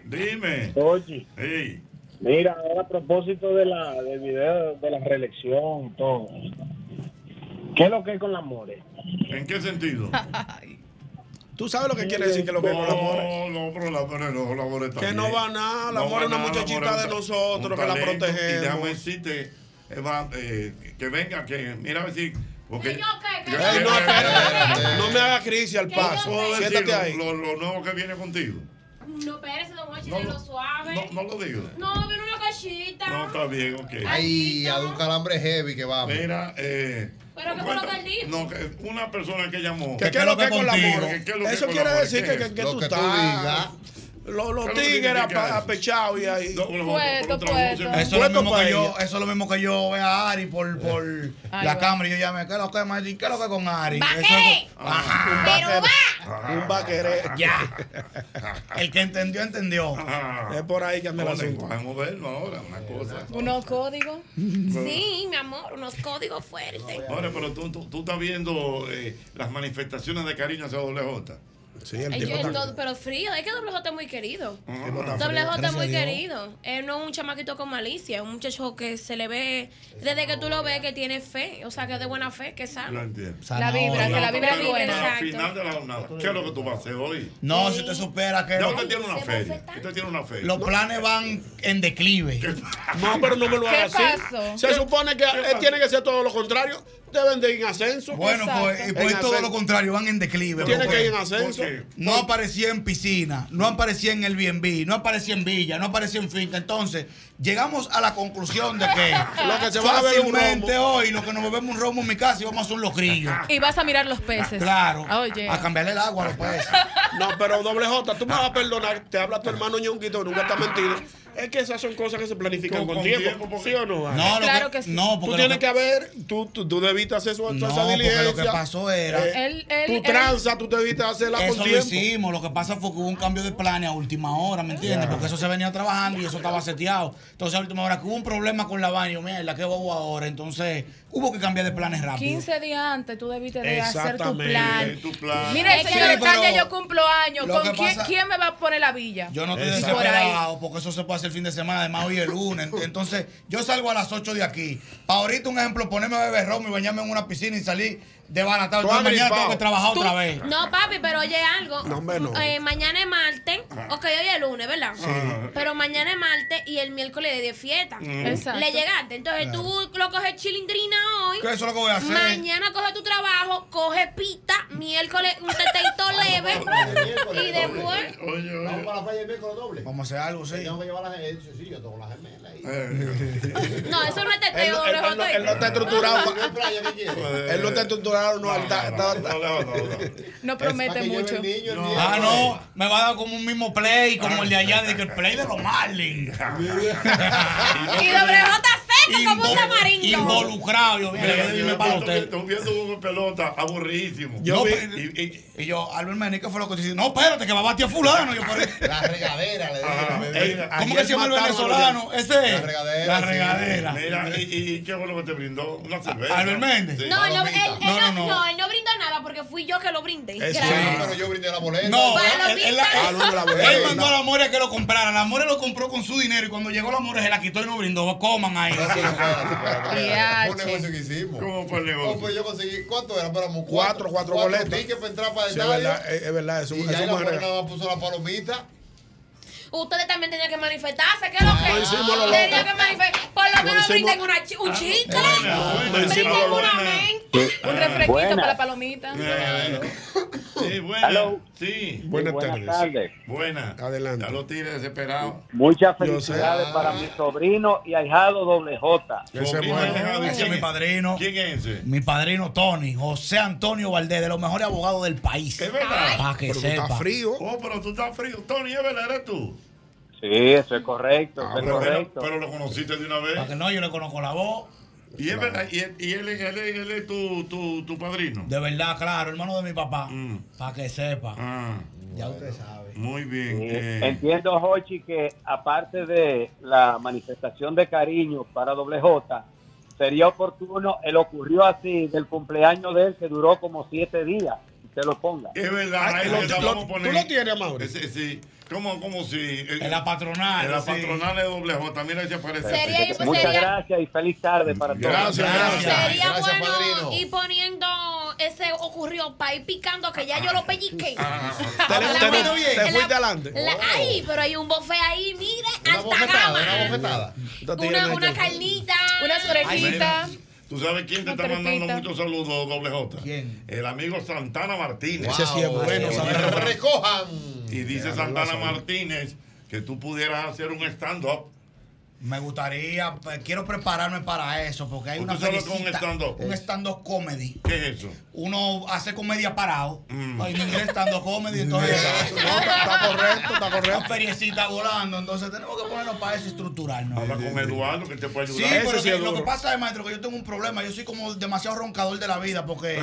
Dime.
Oye.
Sí.
Mira, ahora a propósito de la, del video de la reelección, todo. ¿Qué es lo que es con la More?
¿En
<laughs>
qué sentido?
Tú sabes lo que quiere decir que lo que es con la
<laughs> No, no, pero la More no, la More está
Que no
bien.
va a nada, la
No
More es
va
una
nada, la
muchachita
More
de
es un-
nosotros,
un
que la
talento,
protegemos.
Y déjame decirte, Eva, eh, que venga, que mira a ver si... Porque,
que yo- Ey, no, espérate. No me haga crisis al paso.
¿Puedo decir
Siéntate
lo-
ahí.
Lo, lo nuevo que viene contigo.
No, espérese, don Hochi,
No,
de
no,
lo
No,
suave.
no lo digo.
No, viene una cachita.
No, está bien, ok.
Ay, a un calambre heavy que vamos.
Mira, eh.
Pero ¿qué fue lo que
<laughs>
él dijo?
No, que una persona que llamó.
Que qué es lo que es con la
contigo?
moro.
Que qué es lo que es
Eso
con
quiere
la moro,
decir
¿qué
que,
es?
que, que tú estás. Los, los
¿Qué es lo que
tigres
significa eso?
apechados y ahí.
Puesto, puesto.
Eso es, lo mismo
pa'
que yo,
ella.
eso es lo mismo que yo vea a Ari por, por la
va.
cámara y yo llame, ¿qué es lo que, Martín? ¿Qué es lo que con Ari?
¿Va
Eso
qué?
es con- Ajá.
Un vaqueré.
Ya. El que entendió, entendió.
Es por ahí que anda el asunto.
Vamos a verlo ahora, una cosa.
Unos códigos.
Sí, mi amor, unos códigos fuertes.
Ahora, pero tú, tú, tú estás viendo eh, las manifestaciones de cariño hacia WJ.
Sí,
Ay, yo, el do- pero frío, es que Doble J es muy querido.
tipo está
Doble
frío.
J es
Gracias
muy
a Dios.
querido. Él no es un chamaquito con malicia, es un muchacho que se le ve, desde que tú lo ves, que tiene fe, o sea, que es de buena fe, que es
Lo
sano.
entiendo.
La vibra, que la vibra es buena.
Pero Al
Exacto.
final de la jornada, ¿qué es lo que tú vas a hacer hoy?
No, Eh, si usted supera que
Ya
lo-
usted tiene una feria. Usted tiene una feria.
los planes van en declive.
No, pero no me lo hagas así. Se supone que él tiene que ser todo lo contrario. Deben de ir en ascenso.
Bueno, pues, pues
En
todo
ascenso.
lo contrario, van en declive.
Tiene
porque
que ir en ascenso. ¿Por qué?
No aparecía en piscina, no aparecía en Airbnb, no aparecía en villa, no aparecía en finca. Entonces, llegamos a la conclusión de que,
<laughs> Lo que se va a beber un
fácilmente hoy lo que nos bebemos un romo en mi casa y vamos a hacer los grillos.
Y vas a mirar los peces.
Claro.
Oye.
A cambiarle el agua a los
<laughs>
peces.
No, pero doble J, tú me vas a perdonar. Te habla tu hermano ñonguito, nunca está mentido. Es que esas son cosas que se planifican
Con-
con,
con
tiempo.
tiempo, porque-
¿Sí o no? Ana?
No, lo Claro que- que sí. no, porque
tú
lo
tienes
que-
que haber, tú, tú, tú debiste diste a hacer su,
No,
esa
porque
diligencia. Eh,
lo que pasó era-
Él- él-
tu
él-
tranza, tú te diste a <laughs> hacerla
Eso
con
lo
tiempo.
hicimos, lo que pasa fue que hubo un cambio de planes a última hora, ¿me entiendes? Porque eso se venía trabajando y eso estaba seteado. Entonces a última hora que hubo un problema con la vaina, y yo, mierda, ¿qué bobo ahora? Entonces hubo que cambiar de planes rápido.
15 días antes tú debiste de hacer tu
Exactamente,
plan.
tu plan.
Mira,
Sí,
señores,
pero
Caña, yo cumplo años.
lo
¿Con
que
quién,
pasa-
quién me va a poner la villa?
Yo no estoy
Exacto.
desesperado porque eso se puede hacer el fin de semana, además hoy es lunes. Entonces, yo salgo a las 8 de aquí. Para ahorita, un ejemplo, ponerme a beber ron y bañarme en una piscina y salir desbaratado.
Tú
Entonces, mañana
agripado.
tengo que trabajar
Tú-
otra vez.
No, papi, pero oye algo.
No, hombre, no.
Eh, mañana es martes. Ok, hoy es lunes, ¿verdad?
Sí.
Pero mañana es martes y el miércoles es de fiesta.
Mm.
Exacto.
Le llegaste. Entonces
Claro.
tú lo coges chilindrina hoy.
Que eso es lo que voy a hacer.
Mañana coge tu trabajo, coge pita. Miércoles
<laughs>
un teteito leve. y después.
Vamos para la playa el miércoles doble.
Vamos a hacer algo, sí.
Tengo que llevar las gemelas. Sí, yo tengo las gemelas. ahí.
Eh.
No, eso no es
Él,
teteo,
no- él- él no- él no está
<laughs>
<laughs>
estructurado.
¿Qué playa que quieres?
Eh.
él no está estructurado, no, está- está-
Eh, No promete
que lleve
mucho.
el niño, el
No, ah, no, me va a dar como un mismo play, como el de allá, de que el play de los Marlins.
<laughs> Y doble J seco como un
Invol-
tamarindo.
Involucrado, yo mira, yo dime para usted.
Estoy viendo un juego de pelota aburridísimo.
Yo vi- y, y- y yo, Albert Meneque fue lo que dice, no, espérate, que va a batir a fulano. Yo, la regadera, le ¿Cómo que se llama el venezolano? Ese es. La regadera.
Mira, y, y qué bueno que te brindó una cerveza.
Albert Méndez.
Sí.
No, él, no- él- él
No, no,
no,
no.
no, él no brindó nada porque fui yo que lo brindé.
Eso
Gracias.
es.
Pero yo brindé la boleta.
No,
Para
él,
los
él-
Bills.
él-
Saludos, la
él
buena.
mandó a la More que lo comprara. La More lo compró con su dinero y cuando llegó la More se la quitó y no brindó. Coman ahí.
Fue un negocio que hicimos.
¿Cómo fue el
negocio? yo conseguí, ¿cuánto era? Éramos
Cuatro, cuatro boletas.
tickets para entrar para el
Sí, es
estadio.
verdad, es, es verdad, es un,
y
es
ya
un
la
buen
buena
regalo.
nada más puso la palomita.
Ustedes también tenían que manifestarse, ¿qué es lo que?
No hicimos lo
tenían
loco.
que manifestarse. Por lo
No
menos
hicimos-
brinden una
Ah,
chi- un chicle.
eh.
No hicimos lo loco.
Un refresquito
Buenas.
para la palomita.
Eh.
Sí, buena.
Hello.
Sí.
Buenas Buenas tardes. tardes.
Buenas. Adelante. Ya lo tires desesperado.
Muchas
Yo sé.
felicidades para mi
Ah.
sobrino y ahijado doble J.
Sobrino alejado, ¿y
Ese es
quién
mi padrino.
¿Quién es ese?
Mi padrino Tony, José Antonio Valdés, de los mejores abogados del país.
Es verdad.
Para Ah, que
Pero tú
sepa.
estás frío. Oh, pero tú estás frío. Tony, es verdad, eres tú.
Sí, eso es correcto, eso es
pero, pero,
correcto.
pero lo conociste de una vez.
Ah, Para que no, yo le conozco la voz.
Y es verdad, y, él- y él, es- él es- él es tu, tu, tu padrino.
De verdad, claro, hermano de mi papá. Para que sepa. ya usted sabe.
Muy bien.
Sí,
eh,
Entiendo, Hochi, que aparte de la manifestación de cariño para doble J, sería oportuno, él ocurrió así del cumpleaños de él que duró como siete días. Usted lo ponga.
Es verdad, eh,
Ay,
es
lo-
verdad,
lo-
vamos a poner-
¿tú lo
tienes, Mauro?
Ese- sí, como, como si. eh,
En la patronal,
En la
sí.
patronal de doble J, mira ahí se aparece.
Muchas gracias y feliz tarde para todos.
Gracias, gracias.
Sería
Gracias,
bueno
padrino.
ir poniendo ese ocurrió para ir picando que ya yo lo pelliqué.
Ah,
Te-
La-
te-
la-
te
ah. la-
fuiste adelante.
la- Ay, pero hay un buffet ahí, mire, alta
bofetada,
gama.
una bofetada.
Una, una carnita.
Unas
orejitas.
orejitas.
¿Tú sabes quién te
Una
está mandando
tripita.
muchos saludos, doble J? ¿Quién? El amigo Santana Martínez.
Ese sí es Wow. bueno,
Y
Santana.
dice-
Recojan.
Y dice
Ya,
Santana
saludos.
Martínez que tú pudieras hacer un stand-up.
Me gustaría, pues, quiero prepararme para eso, porque hay
¿Tú
una
sabes con un
felicita-
stand-up?
un stand-up comedy.
¿Qué es eso?
Uno hace comedia parado, Ay, en inglés stand-up comedy, entonces...
Exacto. No, está-
<laughs>
está correcto, está correcto.
Una feriecita volando, entonces tenemos que ponernos para eso y estructurarnos.
Habla con Eduardo que te puede
Sí,
ayudar.
pero que- lo que pasa es, maestro, que yo tengo un problema. Yo soy como demasiado roncador de la vida porque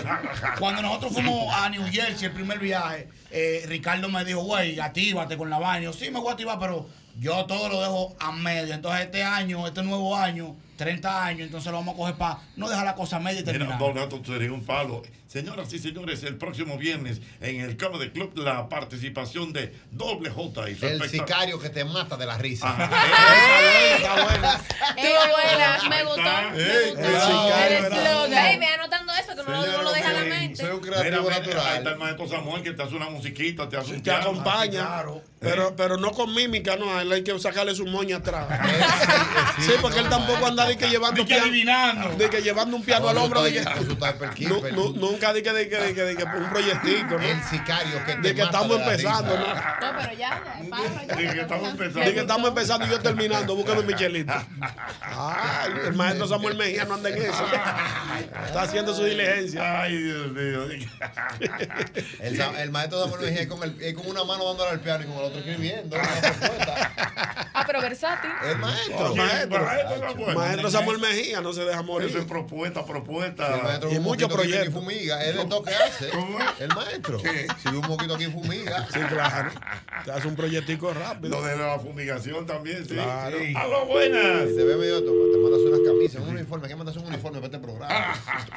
cuando nosotros fuimos a New Jersey el primer viaje, eh, Ricardo me dijo, güey, actívate con la vaina. Yo sí me voy a activar, pero yo todo lo dejo a medio. Entonces este año, este nuevo año, 30 años, entonces lo vamos a coger para no dejar la cosa a media y
Mira,
terminar.
Donato, tú eres un palo. Señoras y señores, el próximo viernes en el Comedy Club la participación de Doble J y su
El
espectáculo.
sicario que te mata de la risa. <laughs>
Estuvo buena, me gustó.
El
Baby, anotando eso que no lo- no lo deja la mente.
Soy un creativo
Mira, mira,
natural.
Ahí está el maestro Samuel que te hace una musiquita, te hace un
Te
piano.
acompaña,
ah, Eh.
pero, pero no con mímica, no, a él hay que sacarle su moña
<laughs>
atrás. sí, porque él tampoco anda de que llevando un piano- de que llevando un piano al hombro, de que, Nu- nu- nunca di que, di que, di que, di que un proyectico, ¿no? El
Ah, sicario que
de que
mata
estamos
de la
empezando, ¿no?
risa.
No, pero ya, ya, para, ya.
De que estamos empezando.
De que estamos empezando y yo terminando, búscame Michelito. Ah, el maestro Samuel Mejía no anda en eso. Está haciendo su diligencia.
Ay, Dios mío.
<laughs> El, sa- el
Ah,
maestro Samuel Mejía es con, el- es con una mano dándole al piano y con el otro escribiendo.
Ah, pero
versátil.
Eh, <laughs>
El maestro.
Oye, el
oh, maestro.
maestro Samuel.
Maestro Samuel Mejía no se deja morir.
Eso es propuesta, propuesta.
y muchos
proyectos.
proyectos.
Fumiga, es de todo que hace. El maestro. Si ve un poquito aquí fumiga.
Sí, claro. Te hace un proyectico rápido.
Lo de la fumigación también, sí.
Claro.
Sí.
Ah,
¡Aló, buenas!
Se ve medio toma. Te mandas unas camisas, un uniforme. ¿Qué mandas un uniforme para este programa?
Ah,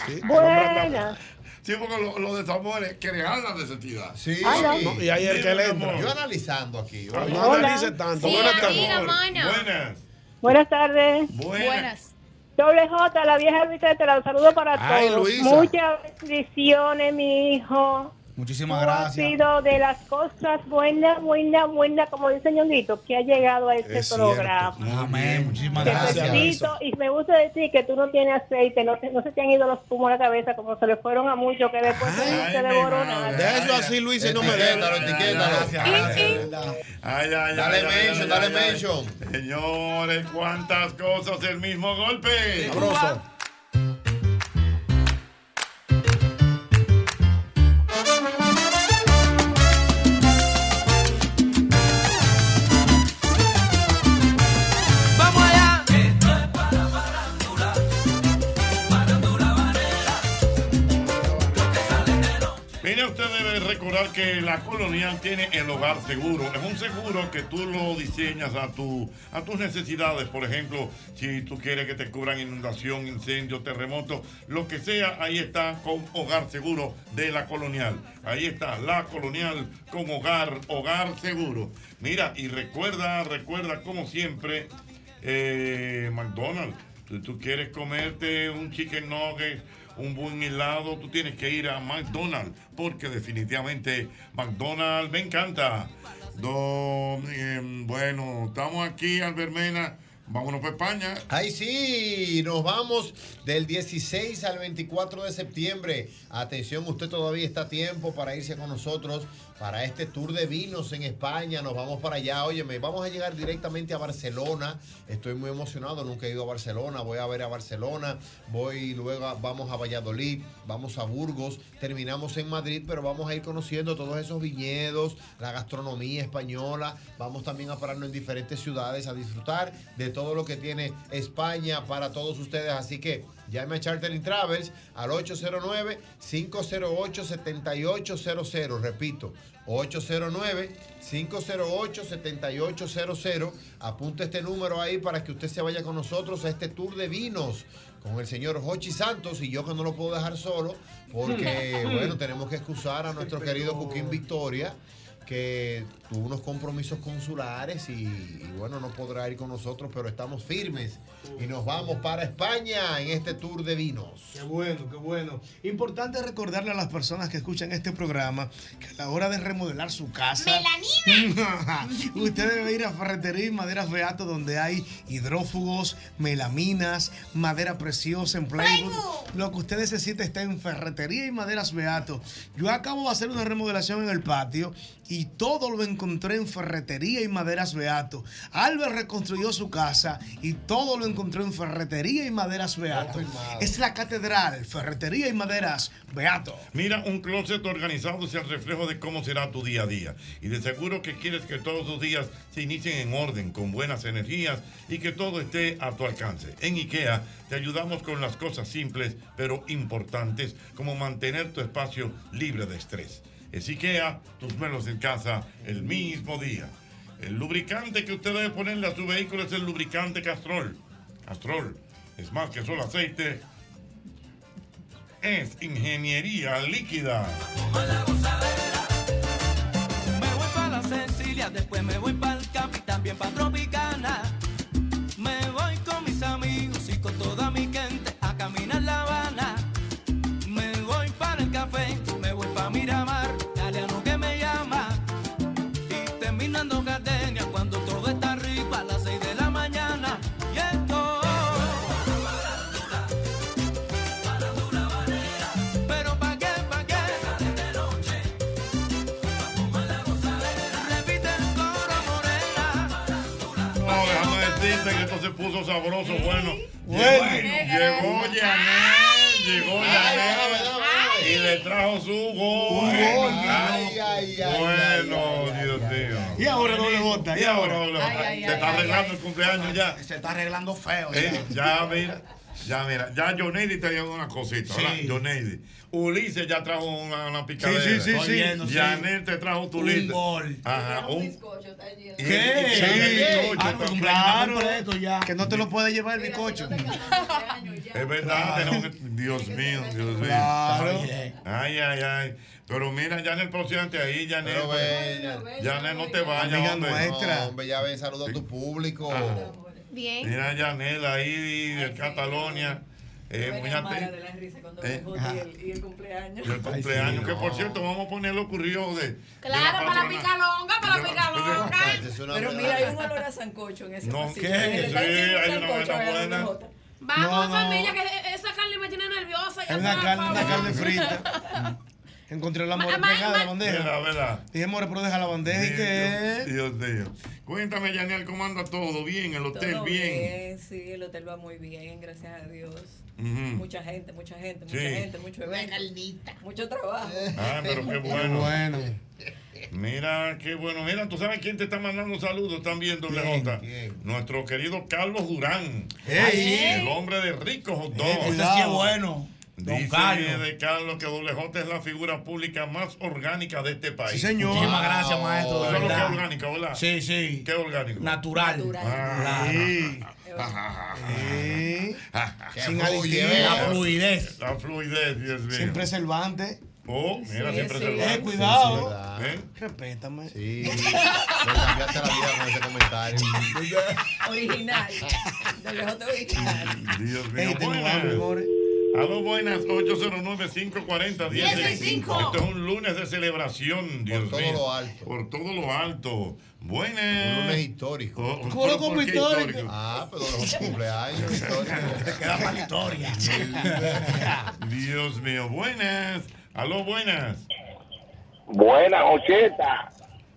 Sí.
Buenas. Sí, porque lo, lo de Samuel es crear la necesidad.
Sí.
Ah, No,
y ahí el que le
entra.
Yo analizando aquí.
Ah,
oye.
no analice tanto.
Sí,
Buenas
amiga,
tardes.
mana.
Buenas.
Buenas tardes.
Buenas.
Doble J, la vieja Luisa, te la saludo para
Ay,
todos.
Luisa.
Muchas bendiciones, mi hijo.
Muchísimas
Tú has
gracias.
sido de las cosas buenas, buenas, buenas, como dice Ñonguito, que ha llegado a este
Es cierto.
programa.
Amén. Muchísimas
Te
gracias.
felicito y me gusta decir que tú no tienes aceite, no, te- no se te han ido los humos a la cabeza como se le fueron a muchos que después se
Ah,
devoró
De eso así, Luis, y no me dejes.
Ay, ay, ay,
Dale
ay, ay,
mention,
ay,
dale
ay, ay. Señores, cuántas cosas el mismo golpe.
Sabroso.
Vamos allá.
Mire, usted debe recordar que la colonial tiene el hogar seguro. Es un seguro que tú lo diseñas a, tu, a tus necesidades. Por ejemplo, si tú quieres que te cubran inundación, incendio, terremoto, lo que sea, ahí está con hogar seguro de la colonial. Ahí está la colonial con hogar, hogar seguro. Mira, y recuerda, recuerda como siempre, eh, McDonald's. Si tú quieres comerte un chicken nugget, un buen helado, tú tienes que ir a McDonald's, porque definitivamente McDonald's me encanta. Do- eh, bueno, estamos aquí, Albermena. Vámonos para España.
Ahí sí, nos vamos del 16 al 24 de septiembre. Atención, usted todavía está a tiempo para irse con nosotros para este tour de vinos en España. Nos vamos para allá. Óyeme, vamos a llegar directamente a Barcelona. Estoy muy emocionado, nunca he ido a Barcelona. Voy a ver a Barcelona, voy luego, a- vamos a Valladolid, vamos a Burgos, terminamos en Madrid, pero vamos a ir conociendo todos esos viñedos, la gastronomía española. Vamos también a pararnos en diferentes ciudades a disfrutar de todo lo que tiene España para todos ustedes. Así que llame a Chartering Travels al 809-508-7800. Repito, 809-508-7800. Apunte este número ahí para que usted se vaya con nosotros a este tour de vinos con el señor Jochi Santos y yo que no lo puedo dejar solo porque, bueno, tenemos que excusar a nuestro querido Cuquín Victoria que tuvo unos compromisos consulares y, y, bueno, no podrá ir con nosotros, pero estamos firmes y nos vamos para España en este tour de vinos.
Qué bueno, qué bueno. Importante recordarle a las personas que escuchan este programa que a la hora de remodelar su casa. ¡Melanina! <laughs> usted debe ir a Ferretería y Maderas Beato, donde hay hidrófugos, melaminas, madera preciosa en Playwood. Lo que usted necesita está en Ferretería y Maderas Beato. Yo acabo de hacer una remodelación en el patio y todo lo encontré en Ferretería y Maderas Beato. Albert reconstruyó su casa y todo lo encontró en Ferretería y Maderas Beato. Es la catedral, ferretería y maderas. Beato.
Mira, un closet organizado es el reflejo de cómo será tu día a día. Y de seguro que quieres que todos tus días se inicien en orden, con buenas energías y que todo esté a tu alcance. En IKEA te ayudamos con las cosas simples pero importantes, como mantener tu espacio libre de estrés. Es IKEA, tus muebles en casa el mismo día. El lubricante que usted debe ponerle a su vehículo es el lubricante Castrol. Castrol es más que solo aceite, es ingeniería líquida.
Me voy para la Cecilia, después me voy para el Capi, también para Tropicana. Me voy con mis amigos y con toda mi gente a caminar La Habana. Me voy para el café, me voy para Miramar, Galeano que me llama. Y terminando Gardenia cuando todo está rico a las 6 de la mañana. Y esto. Pero pa' qué, pa' qué. de noche.
No, déjame decirte que esto se puso sabroso, bueno. Llegó,
Bueno.
llegó Yanel, llegó Yanel. Y le trajo su gol. Ay, ay, ay, bueno, Dios mío.
Y ahora doble bota,
Y ahora doble bota.
Ay, ay,
Se está
ay,
arreglando el cumpleaños ya.
Se está arreglando feo. ya.
Eh, ya, mira. Ya, mira, ya Joneidi te dio una cosita, ¿verdad? Joneidi. Ulises ya trajo una, una picadera.
Sí, sí, sí, Estoy sí. lleno, sí.
Janet te trajo tu
Un
lista.
gol.
Ajá, un
¿Qué?
Sí,
Sí.
bizcocho
Ah,
también.
claro, que no te lo puede llevar el bicocho.
<laughs>
Es verdad, tenemos que- Dios mío, Dios mío.
Claro.
Ay, ay, ay. Pero mira, Janet, próximamente ahí, Janet. pues.
Pero ven,
Janet, no te vayas, hombre. Ah,
No, hombre, ya ven, saludo a tu público.
Bien.
Mira, Janet, ahí de Catalonia. Eh, muy atenta.
de la risa cuando
Eh,
me jodí el, y el cumpleaños.
Y el cumpleaños, que por cierto, vamos a poner lo ocurrido de.
Claro, para la picalonga, para la picalonga. Pero mira, hay un
una.
olor a sancocho en ese
No,
pasillo.
¿qué?
En el
Sí,
pasillo un
hay una
sancocho,
vaina
hay
buena.
una jota.
No,
Vamos,
no.
familia, que e- esa carne me tiene nerviosa.
Es una carne, una carne frita. Mm. Encontré la mora
Ma- ma-
pegada a la
ma-
bandeja.
Verdad, verdad.
Dije, mora, pero deja la bandeja y que.
Dios mío. Cuéntame, Janet, ¿cómo anda todo? ¿Bien? ¿El hotel?
Todo
bien.
Sí, el hotel va muy bien, gracias a Dios.
Ujú.
Mucha gente, mucha gente,
Sí.
mucha gente, mucho evento. Mucho trabajo.
<laughs>
Ah, pero qué bueno.
bueno.
Mira, qué bueno. Mira, tú sabes quién te está mandando saludos también, doble J. Nuestro querido Carlos Durán.
Ey.
El hombre de Rico Hot
Eh,
Dog.
Ese sí es bueno. Don
Dice
Carlos.
de Carlos que Doble J es la figura pública más orgánica de este país.
Sí, señor. Muchísimas gracias, maestro,
Eso
de
es lo que es
verdad.
orgánico, ¿verdad?
Sí, sí.
Ah. ¿Qué orgánico?
Natural.
Ah,
Sí. Eh,
Sin aditivos.
La
La
fluidez. La fluidez, Dios mío.
Sin preservante.
Oh, mira, sin
Sí, sí.
preservante.
Eh, cuidado.
¿Eh?
Respétame.
Sí. Me cambiaste la vida con ese comentario.
Original. Del
<laughs>
lote original.
Dios mío. buenas. Aló, buenas, 809-540-105.
15.
Esto es un lunes de celebración, Dios mío. Por todo lo alto. Por todo lo alto. Buenas.
Un lunes histórico.
Oh, ¿Cómo lo como histórico?
Ah, pero los
<laughs>
cumpleaños históricos.
Te queda para la historia.
Dios mío, buenas. Aló, buenas.
Buenas, 80.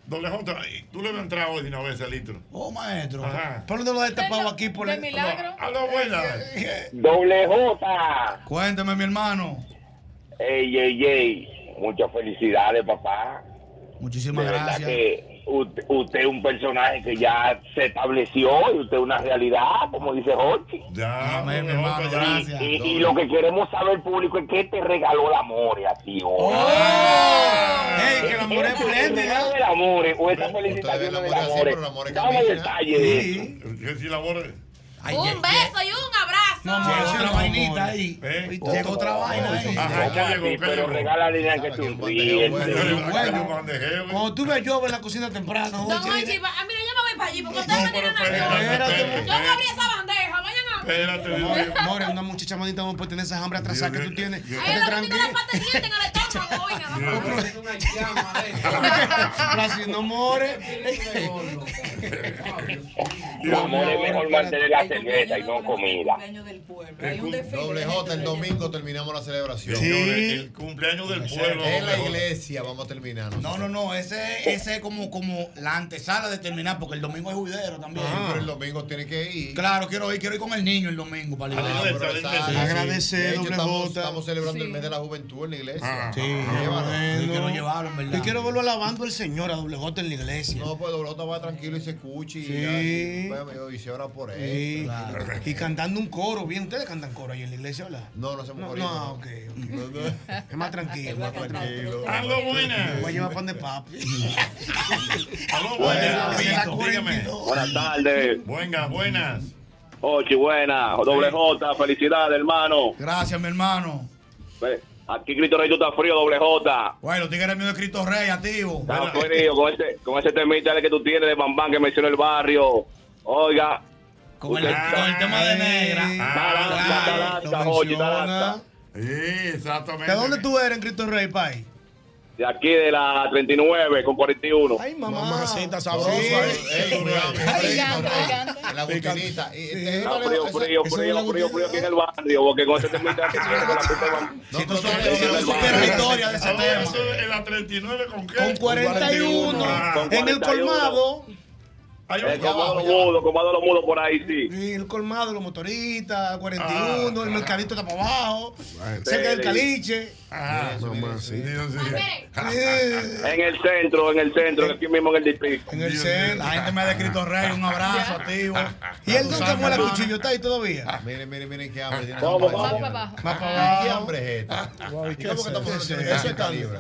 Doble J, tú le vas a entrar hoy de una vez al litro.
Oh, maestro.
Ajá.
Pero no lo he tapado aquí por
de
el.
milagro. Aló, buenas.
eh,
Doble J.
Cuéntame, mi hermano.
Ey, ey, ey. Muchas felicidades, papá.
Muchísimas
De verdad
gracias.
que ut- usted es un personaje que ya se estableció y usted es una realidad, como dice Jorge.
Ya,
mi
hermano,
gracias. Y, y lo que queremos saber, público, es qué te regaló la More a ti hoy.
Oh,
¡Ey, que la More es espléndida.
El amor, o esta felicitación del amor. Dame detalles de eso.
Que si la borre.
un beso y un abrazo.
Ah,
otra vainita ahí.
Llegó otra vaina ahí. Ajá, ¿qué llegó? ¿Qué
Pero
llegó?
regálale la que tú
<laughs>
Cuando tú ves yo en la cocina temprano.
Don
oye,
Ochi, va- ah, mira, yo me voy para allí porque ustedes me tienen
espérate.
nervioso. Yo no abrí esa bandeja, vayan a.
Espérate,
More, More, una muchacha manita no puede tener esa hambre atrasada que tú tienes. Ponte tranquila. Pero si no more.
Mi amor, es mejor mantener la cerveza y no comida.
Doble J, el domingo terminamos la celebración.
Señores, el cumpleaños del pueblo.
En la
doble J.
iglesia vamos a terminar.
No, no, no, ese, ese es como, como la antesala de terminar, porque el domingo es juidero también.
Ah.
Pero el domingo tiene que ir. Ah,
Claro, quiero ir, quiero ir con el niño el domingo para la iglesia.
pero está- De
Agradecer,
hecho,
doble
estamos,
J.
estamos celebrando el mes de la juventud en la iglesia.
Ah, sí,
Llévalo.
bueno. Yo quiero llevarlo, en verdad.
Yo quiero verlo alabando al Señor a doble J en la iglesia.
No, pues doble J va tranquilo y se escucha y,
Sí.
ya, y, bueno, y se ora por él.
Sí,
tranquilo.
Y cantando un coro, bien. ¿Ustedes cantan coro ahí en la iglesia, verdad?
No, no hacemos
No,
corito.
no, ok. <laughs> Es más tranquilo. más tranquilo.
Aló, buenas.
Voy a llevar pan de papi.
Aló,
buenas.
Buenas tardes.
Buenas, buenas.
Ochi, buena. Doble J, felicidades, hermano.
Gracias, mi hermano.
Ve, Aquí Cristo Rey, tú estás frío, doble J.
Bueno, los tigres míos de Cristo Rey, activo.
Estás frío con ese, con ese temita que tú tienes de Bambán que mencionó el barrio. Oiga.
Con
el,
tema de negra.
¿De
exactamente.
dónde tú eres en Cristo Rey, Pai?
De aquí de la 39 con 41.
Ay, mamá. Mamacita sabrosa.
eh.
La botinita. Y-
Está frío, frío, frío, frío, frío aquí en el barrio, porque con ese temita que tiene con la culpa de Bambán.
de ese tema. En la 39 con qué?
Con 41.
Ah, con
En el
41.
colmado.
El comado los mudos, comado los mudos por ahí, sí.
Y el colmado, los motoristas, 41, el mercadito está para abajo, cerca del
Sí.
caliche.
Ah, mamá, sí.
En el centro, en el centro, aquí mismo en el distrito.
En el centro. La gente me ha descrito rey, un abrazo activo. Y él nunca muere el cuchillo, está ahí todavía.
Miren, miren, miren qué hambre. tiene
Vamos,
esa
vamos.
madre.
Más para
Más para
abajo.
abajo. ¿Qué hambre es
Ah.
esta?
Guau, ¿y
¿Y
qué
cómo que
es
estamos
eso?
hablando de
Eso es
30
cambio.
libras?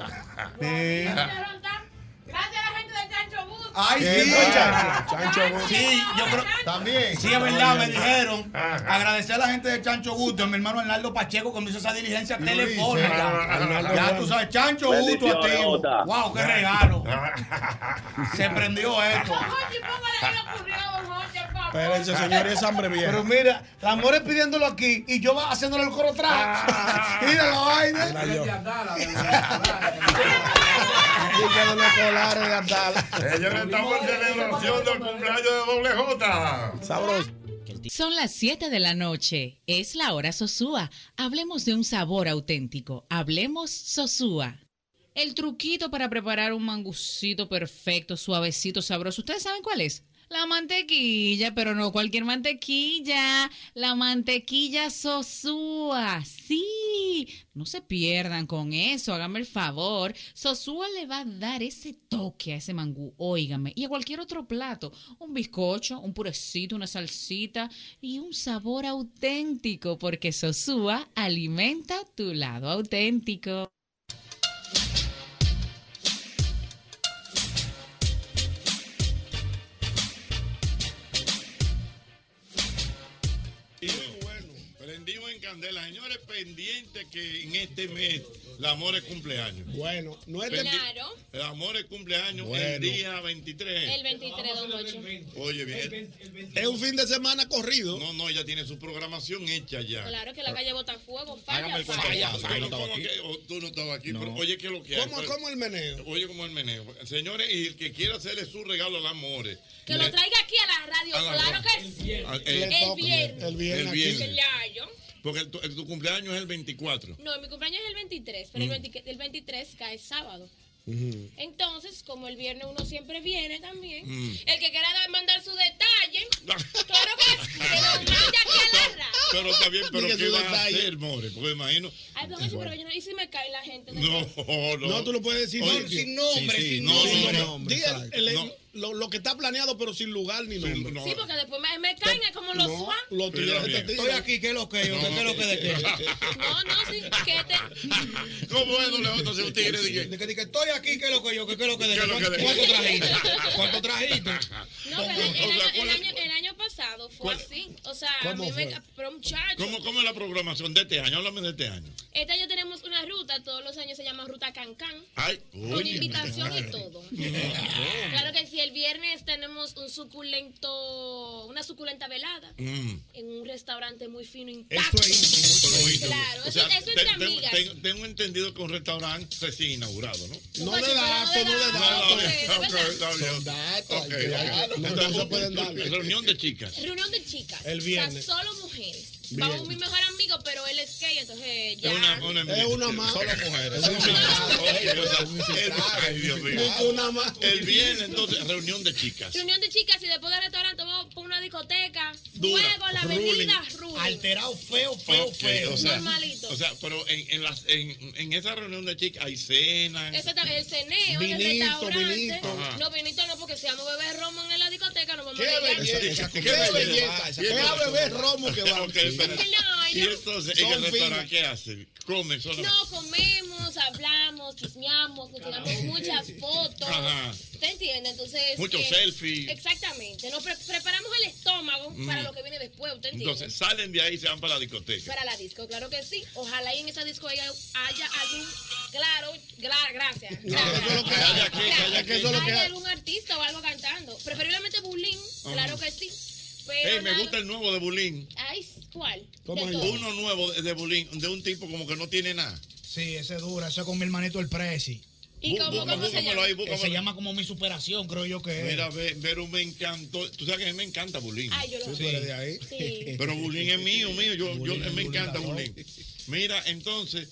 Gracias a la gente del Chancho Bus.
Ay,
Eh,
sí,
Chancho.
Chancho Bus.
Sí, yo creo.
También.
Sí, es verdad, me
Oye,
dijeron. Agradecer a la gente de Chancho Gusto, a mi hermano Arnaldo Pacheco que me hizo esa diligencia
Lo hizo,
eh,
telefónica.
Arnaldo.
Ya tú sabes, Chancho Gusto
Bendiciones,
activo.
Ota.
Wow,
<laughs>
qué regalo.
Ah.
Se prendió esto.
<laughs>
Pero ese señor es hambre vieja.
Pero
Pero mira, la more pidiéndolo aquí y yo va haciéndole el coro atrás.
Ah.
Mira la vaina.
que los colares de Atala. Señores, estamos en celebración del cumpleaños de Doble J. Sabroso.
Son las 7 de la noche. Es la hora Sosúa. Hablemos de un sabor auténtico. Hablemos Sosúa.
El truquito para preparar un mangucito perfecto, suavecito, sabroso. ¿Ustedes saben cuál es? La mantequilla, pero no cualquier mantequilla. La mantequilla Sosúa. Sí, no se pierdan con eso. Háganme el favor. Sosúa le va a dar ese toque a ese mangú. Óigame. Y a cualquier otro plato. Un bizcocho, un purecito, una salsita y un sabor auténtico. Porque Sosúa alimenta tu lado auténtico.
Y qué bueno, prendimos en candela. Señores, pendiente que en este mes la amor es cumpleaños.
Bueno, no
es
Claro.
El amor es cumpleaños el
Bueno.
día 23.
El 23 de noche.
Oye, bien.
Es un fin de semana corrido.
No, no, ella tiene su programación hecha ya.
Claro que la calle Botafuego. Falla,
Hágame el
falla.
falla.
falla,
Pero
no
¿cómo
estaba aquí.
que- oh, Tú no estabas aquí, pero oye, ¿qué es lo que hay?
¿Cómo-
Pero-
cómo el meneo?
Oye, ¿cómo es el meneo? Señores, y el que quiera hacerle su regalo al amor. eh,
Que lo traiga aquí a la radio.
A la
claro
radio.
que sí.
Ah, eh.
El viernes.
El viernes El aquí. viernes.
Claro.
Porque el- tu, el- tu cumpleaños es el 24.
No, mi cumpleaños es el 23, pero el,
Mm.
20 el 23 cae sábado. Entonces, como el viernes uno siempre viene también,
Mm.
el que quiera dar- mandar su detalle, claro que sí, que lo mande aquí a la radio.
Pero está bien, pero
Diga
¿qué
su
vas a
detalle.
hacer, More? Porque imagino.
Ay, pero oye, pero yo no, y si me cae la gente.
No, no.
No, tú lo puedes decir
Oye,
sin, sin nombre,
sí, sí,
sin
no,
nombre.
no, nombre,
Di el-
exacto.
el-
No.
lo, lo que está planeado, pero sin lugar ni nombre.
Sí, porque después me, me caen, es como los
No,
Juan.
lo tuyo Mira se te bien. tira. Estoy aquí,
¿qué es lo que es? ¿Usted qué es lo que de qué?
No, no, sí, que te.
¿Cómo es, doble J, si usted quiere decir?
De que, de que estoy aquí, ¿qué es lo que yo? ¿Qué es lo que de
¿Qué es lo que de-
¿Cuánto, cuánto
<laughs>
trajiste? ¿Cuánto trajiste?
No, pero el, el año, el año- el año pasado fue
¿Cuál-
así. O sea, a
cómo
mí me.
fue?
ca- Pero muchachos.
¿Cómo, ¿Cómo es la programación de este año? Háblame de este año.
Este año tenemos una ruta, todos los años se llama Ruta Cancán.
Ay,
Con
oye,
invitación
madre.
y todo. Claro que sí, el viernes tenemos un suculento, una suculenta velada
<laughs> Mm.
en un restaurante muy fino.
Eso es incluido.
Claro,
O sea,
eso- eso
te-
entre
tengo,
amigas.
tengo- tengo entendido que un restaurante recién inaugurado, ¿no?
No le da acto, no le da
No,
acto.
ok, está bien.
Son datos,
Ok,
hay que
ok.
darlo. No,
Entonces,
no se pueden dar.
Reunión de chicas.
Reunión de chicas.
El viernes.
O sea, solo mujeres.
Bien.
Vamos mi mejor amigo, pero él es gay, entonces ya.
Es una, una
Es una más.
Solo mujeres.
Es un
Solo mujeres. El- Ay, Dios mío.
Una más.
El viernes, entonces, reunión de chicas.
Reunión de chicas y después del restaurante vamos por una discoteca,
Dura.
juego, la avenida, ruling.
Alterado, feo,
Ok, O sea,
Normalito.
o sea, pero en, en, las, en, en esa reunión de chicas hay cena.
Exactamente, el ceneo, en el
Vinito,
restaurante.
vinito. Ajá.
No, vinito no, porque si vamos a beber romo en la discoteca, nos vamos
Qué
a
belleza,
ligar.
esa
Qué
belleza.
belleza.
Esa
Y
cosa.
entonces-
Ve a beber romo que va.
Ok, espera.
No,
Y
yo-
entonces, ¿en
Son
el restaurante
finas.
qué hacen? Comen solo.
No, comemos, hablamos, chismeamos, nos tiramos muchas fotos.
Ajá.
¿Te entiendes? Entonces. eh,
Muchos selfies.
Exactamente. Nos pre- preparamos el estómago
Mm.
para lo que viene después, ¿usted entiende?
Entonces salen de ahí y se van para la discoteca.
para la disco, claro que sí. Ojalá y en esa disco haya, haya algún. Claro,
<laughs>
gra- gracias.
Calla, que- calla, que- Ah.
Hay algún artista o algo cantando. Preferiblemente Bulín,
Ajá.
claro que sí. Pero
Ey, me
nada-
gusta el nuevo de Bulín.
Ay, ¿cuál? De todo.
Uno nuevo de de Bulín, de un tipo como que no tiene nada.
Sí, ese es dura, ese es con mi hermanito el Prezi.
¿Y
cómo- Bú- cómo bú- se búscamelo llama? ahí, búscamelo.
Se llama como mi superación, creo yo que es.
Mira, ve- Vero, me encantó. Tú sabes que a mí me encanta Bulín.
Ay, yo lo
Sí.
amo.
de ahí?
<laughs>
Sí.
Pero Bulín es mío, mío. Yo, yo- me encanta Bulín. Mira, entonces,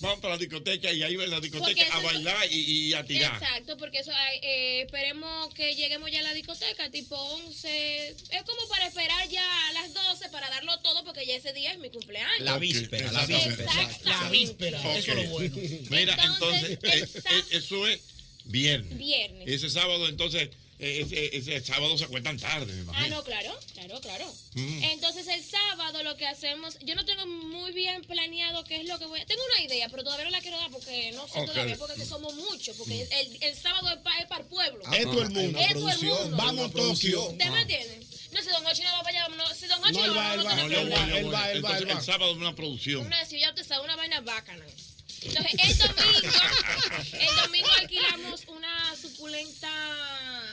vamos para la discoteca y ahí va en la
Porque
discoteca
eso
a
es-
bailar y, y a tirar.
Exacto, porque eso hay, eh, esperemos que lleguemos ya a la discoteca, tipo 11. Es como para esperar ya a las 12 para darlo todo, porque ya ese día es mi cumpleaños.
Ok, exactamente.
La víspera,
Ok. Mira, entonces, eh, eh, eso es viernes.
Viernes.
Ese sábado, entonces, eh, ese, ese sábado se acuestan tarde, me
Ah,
imagino.
no, claro, claro, claro.
Mm.
Entonces el sábado lo que hacemos, yo no tengo muy bien planeado qué es lo que voy a... Tengo una idea, pero todavía no la quiero dar porque no sé
Ok. Mm.
todavía, porque que somos muchos, porque el, el sábado es para el pueblo.
Ah, Es todo el mundo.
Es todo el
producción,
mundo.
vamos Una producción. Ah.
¿Usted me entiende? No, si Don Ochi no va para allá, no, si Don Ochi
No,
Ah, no,
él
va,
va,
no
él va,
tengo
él
que
va,
hablar.
él va, él va.
Entonces,
El sábado una producción.
Una, si ya usted sabe, una vaina bacana. Entonces, el domingo, <laughs> el domingo alquilamos una suculenta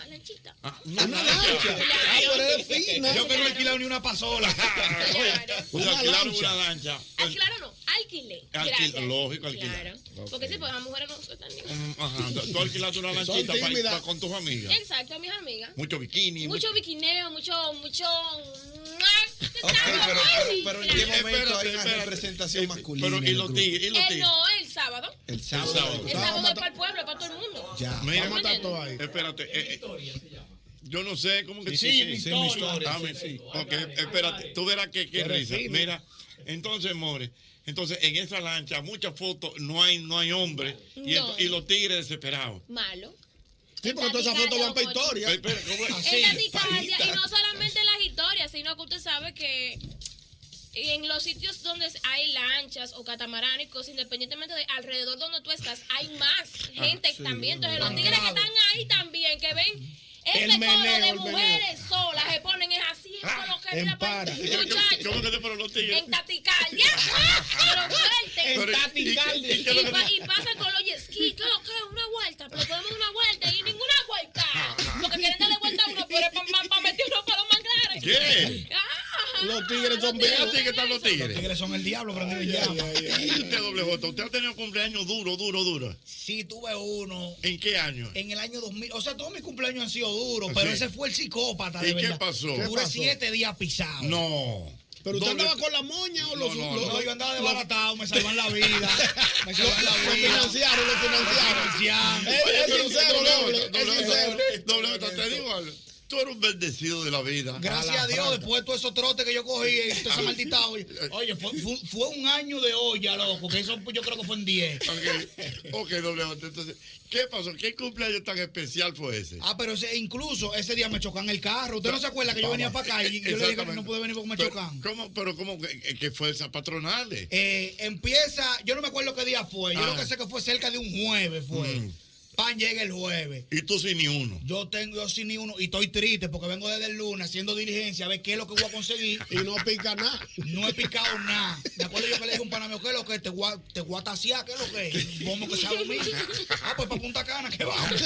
lanchita.
Una
lancha. Ah, pero es fina.
Yo que no he alquilado ni una pasola. Pues alquilaron
lancha.
una lancha.
Alquilaron o no, alquilé.
Alquil-
Gracias.
lógico, alquilar.
Claro.
Ok.
Porque sí, pues las mujeres no son tan
Mm, Ajá, tú alquilaste una lanchita
Son
para
tímidas.
con tus amigas.
Exacto, a mis amigas.
Mucho bikini.
Mucho biquineo, mucho, mucho.
pero, pero en qué
Espérate,
momento hay una
espérate. Eh,
representación masculina.
Pero, ¿y
en el
los
grupo?
tigres? ¿Y los
El Eh, no, el sábado.
El
El sábado.
El sábado es para el pueblo, es para todo el mundo.
Mira,
¿Me entiendes?
Espérate. eh, eh, yo no sé cómo que
Sí, sí, sí, sí, mi historia,
Ah,
sí,
mi-
sí.
sí. Ok, espérate. Tú verás que qué
Qué
risa.
refino.
Mira, entonces, More, entonces en esa lancha, muchas fotos, no hay, no hay hombre. Y, el-
No.
y los tigres desesperados.
Malo.
Sí, porque todas esas fotos van para historia.
Espera, ¿cómo es?
en la distancia, y no solamente en las historias, sino que usted sabe que en los sitios donde hay lanchas o catamaranes, cosas, independientemente de alrededor donde tú estás, hay más gente
Ah, sí,
también. Entonces,
claro.
los tigres que están ahí también, que ven
El
ese
meneo, Ah,
coro de
el meneo.
mujeres solas, se ponen es así, es con lo que la
para.
¿Cómo que te ponen los tigres?
en Taticalia, pero fuerte.
Pero, ¿y- y- y- y-
Y, pa- y pasa con los jet ski, que lo que es una vuelta, pero podemos dar una vuelta y ninguna vuelta. Porque quieren darle vuelta a uno, pero es para meter uno para los manglares.
¿Qué?
Ah,
Los tigres son
Mira,
bellos.
así que están los tigres.
Los tigres
son el diablo, prendido ya. Y usted, doble J, usted ha tenido cumpleaños duro, duro, duro.
Sí, tuve uno.
¿En qué año?
En el año 2000, o sea, todos mis cumpleaños han sido duros, pero
Sí.
ese fue el psicópata. de
¿Y qué
verdad.
pasó? ¿Qué
Duré
pasó?
siete días pisado.
No.
Pero
¿Usted andaba con la moña o los.?
No,
los-
yo andaba
los-
desbaratado, me salvan la vida. Me salvan la
Lo
vida.
financiaron, lo financiaron.
Oye,
Es- Es
pero
sincero,
doble
doble.
J,
Es
doble J,
sincero.
doble J, te digo algo. Tú eres un bendecido de la vida.
Gracias a Dios, después de todos esos trotes que yo
<laughs>
cogí, eh, toda esa
Ah.
maldita olla. Oye, fue, fue- fue un año de olla, loco, que eso yo creo que fue en 10.
<laughs> Ok, ok, doble J. Entonces, ¿qué pasó? ¿Qué cumpleaños tan especial fue ese?
Ah, pero ese- incluso ese día me chocan el carro. ¿Usted no se acuerda que yo venía para acá y yo le dije que no pude venir porque me
Pero,
chocan?
¿Cómo? ¿Pero cómo? ¿Qué qué fuerzas patronales?
Eh, empieza, yo no me acuerdo qué día fue, yo
Ah.
lo que sé que fue cerca de un jueves fue.
Mm.
Pan llega el jueves.
Y tú sin ni uno.
Yo tengo yo sin ni uno y estoy triste porque vengo desde el lunes haciendo diligencia a ver qué es lo que voy a conseguir.
Y no pica nada.
No he picado nada. Me acuerdo yo que le dije a un panameo, ¿qué es lo que es? Te voy a, te voy a tasear, ¿qué es lo que es? ¿Cómo que sabe a mí? Ah, pues para Punta Cana, que vamos.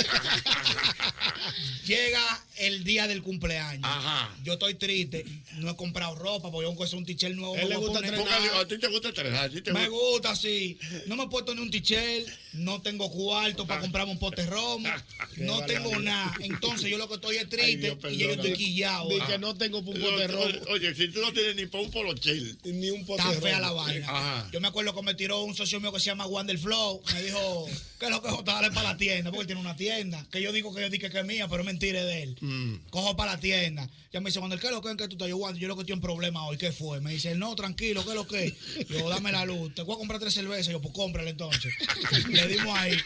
Llega el día del cumpleaños.
Ajá.
Yo estoy triste. No he comprado ropa porque yo voy a hacer un t-shirt nuevo.
Él
me
le
voy a
gusta
poner.
entrenar. Póngale- a ti te gusta entrenar, a ti Ah, te
Me
gusta.
gusta, sí. No me he puesto ni un t-shirt, no tengo cuarto para comprarme un pote de ron,
Ah,
no
barbaridad.
tengo nada. Entonces yo lo que estoy es
Ay,
triste
Dios,
y yo estoy
perdóname.
quillado.
Di
Ah.
que no tengo un pote de robo.
Oye, si tú no tienes ni para un polochel.
Ni un pote
Está
de
fea
robo.
la vaina.
Ajá.
Yo me acuerdo que me tiró un socio mío que se llama Wander Flow. Me dijo, ¿qué es lo que es Jota? Dale para la tienda? Porque él tiene una tienda. Que yo digo que yo dije que es mía, pero es mentira es de él. Cojo para la tienda. Ya me dice, Wander, ¿qué es lo que es que tú estás? Yo, Wander, yo lo que estoy en problema hoy, ¿qué fue? Me dice, no, tranquilo, ¿qué es lo que es? Yo, dame la luz. Te voy a comprar tres cervezas. Yo, pues cómprale entonces. Le dimos ahí.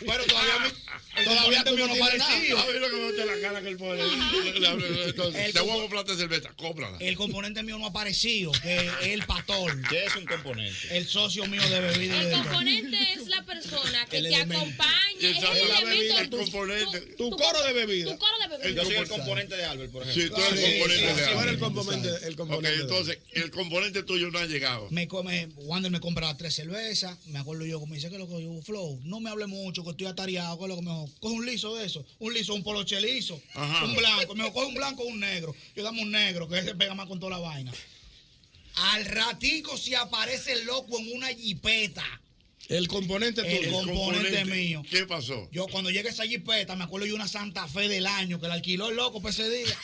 Pero todavía mi, todavía mío no Ah. pareció.
A ver lo que me mete la cara que el pobre. <laughs> Le- le- le- Entonces,
El
te voy a comprar de cerveza, cómprala.
El componente mío no ha aparecido, que es el patol. ¿Qué es un componente? El socio mío de bebida. y
El
de
componente es la persona que
El
te
elemento.
acompaña, es el
Exacto, la
elemento,
bebida, el
tu-
componente.
Tu,
coro de bebida.
Tu coro de bebida.
Yo soy el
componente
de Albert, por
Sí, tú eres el componente de
Tú eres el
algo.
componente. El componente
Ok, entonces, el componente tuyo no ha llegado.
Me come, Wander me compra las tres cervezas, me acuerdo yo, me dice que lo que yo, Flow, no me hable mucho, que estoy atareado, que es lo que me dijo, coge un liso de eso, un liso, un poloche liso,
Ajá.
un blanco, me dijo, coge un blanco o un negro, yo dame un negro, que ese pega más con toda la vaina. Al ratico se aparece el loco en una jipeta.
El componente tuyo.
El componente mío.
¿Qué pasó?
Yo cuando llegué
<laughs>
a esa jipeta, me acuerdo yo una Santa Fe del año, que la alquiló el loco para ese día.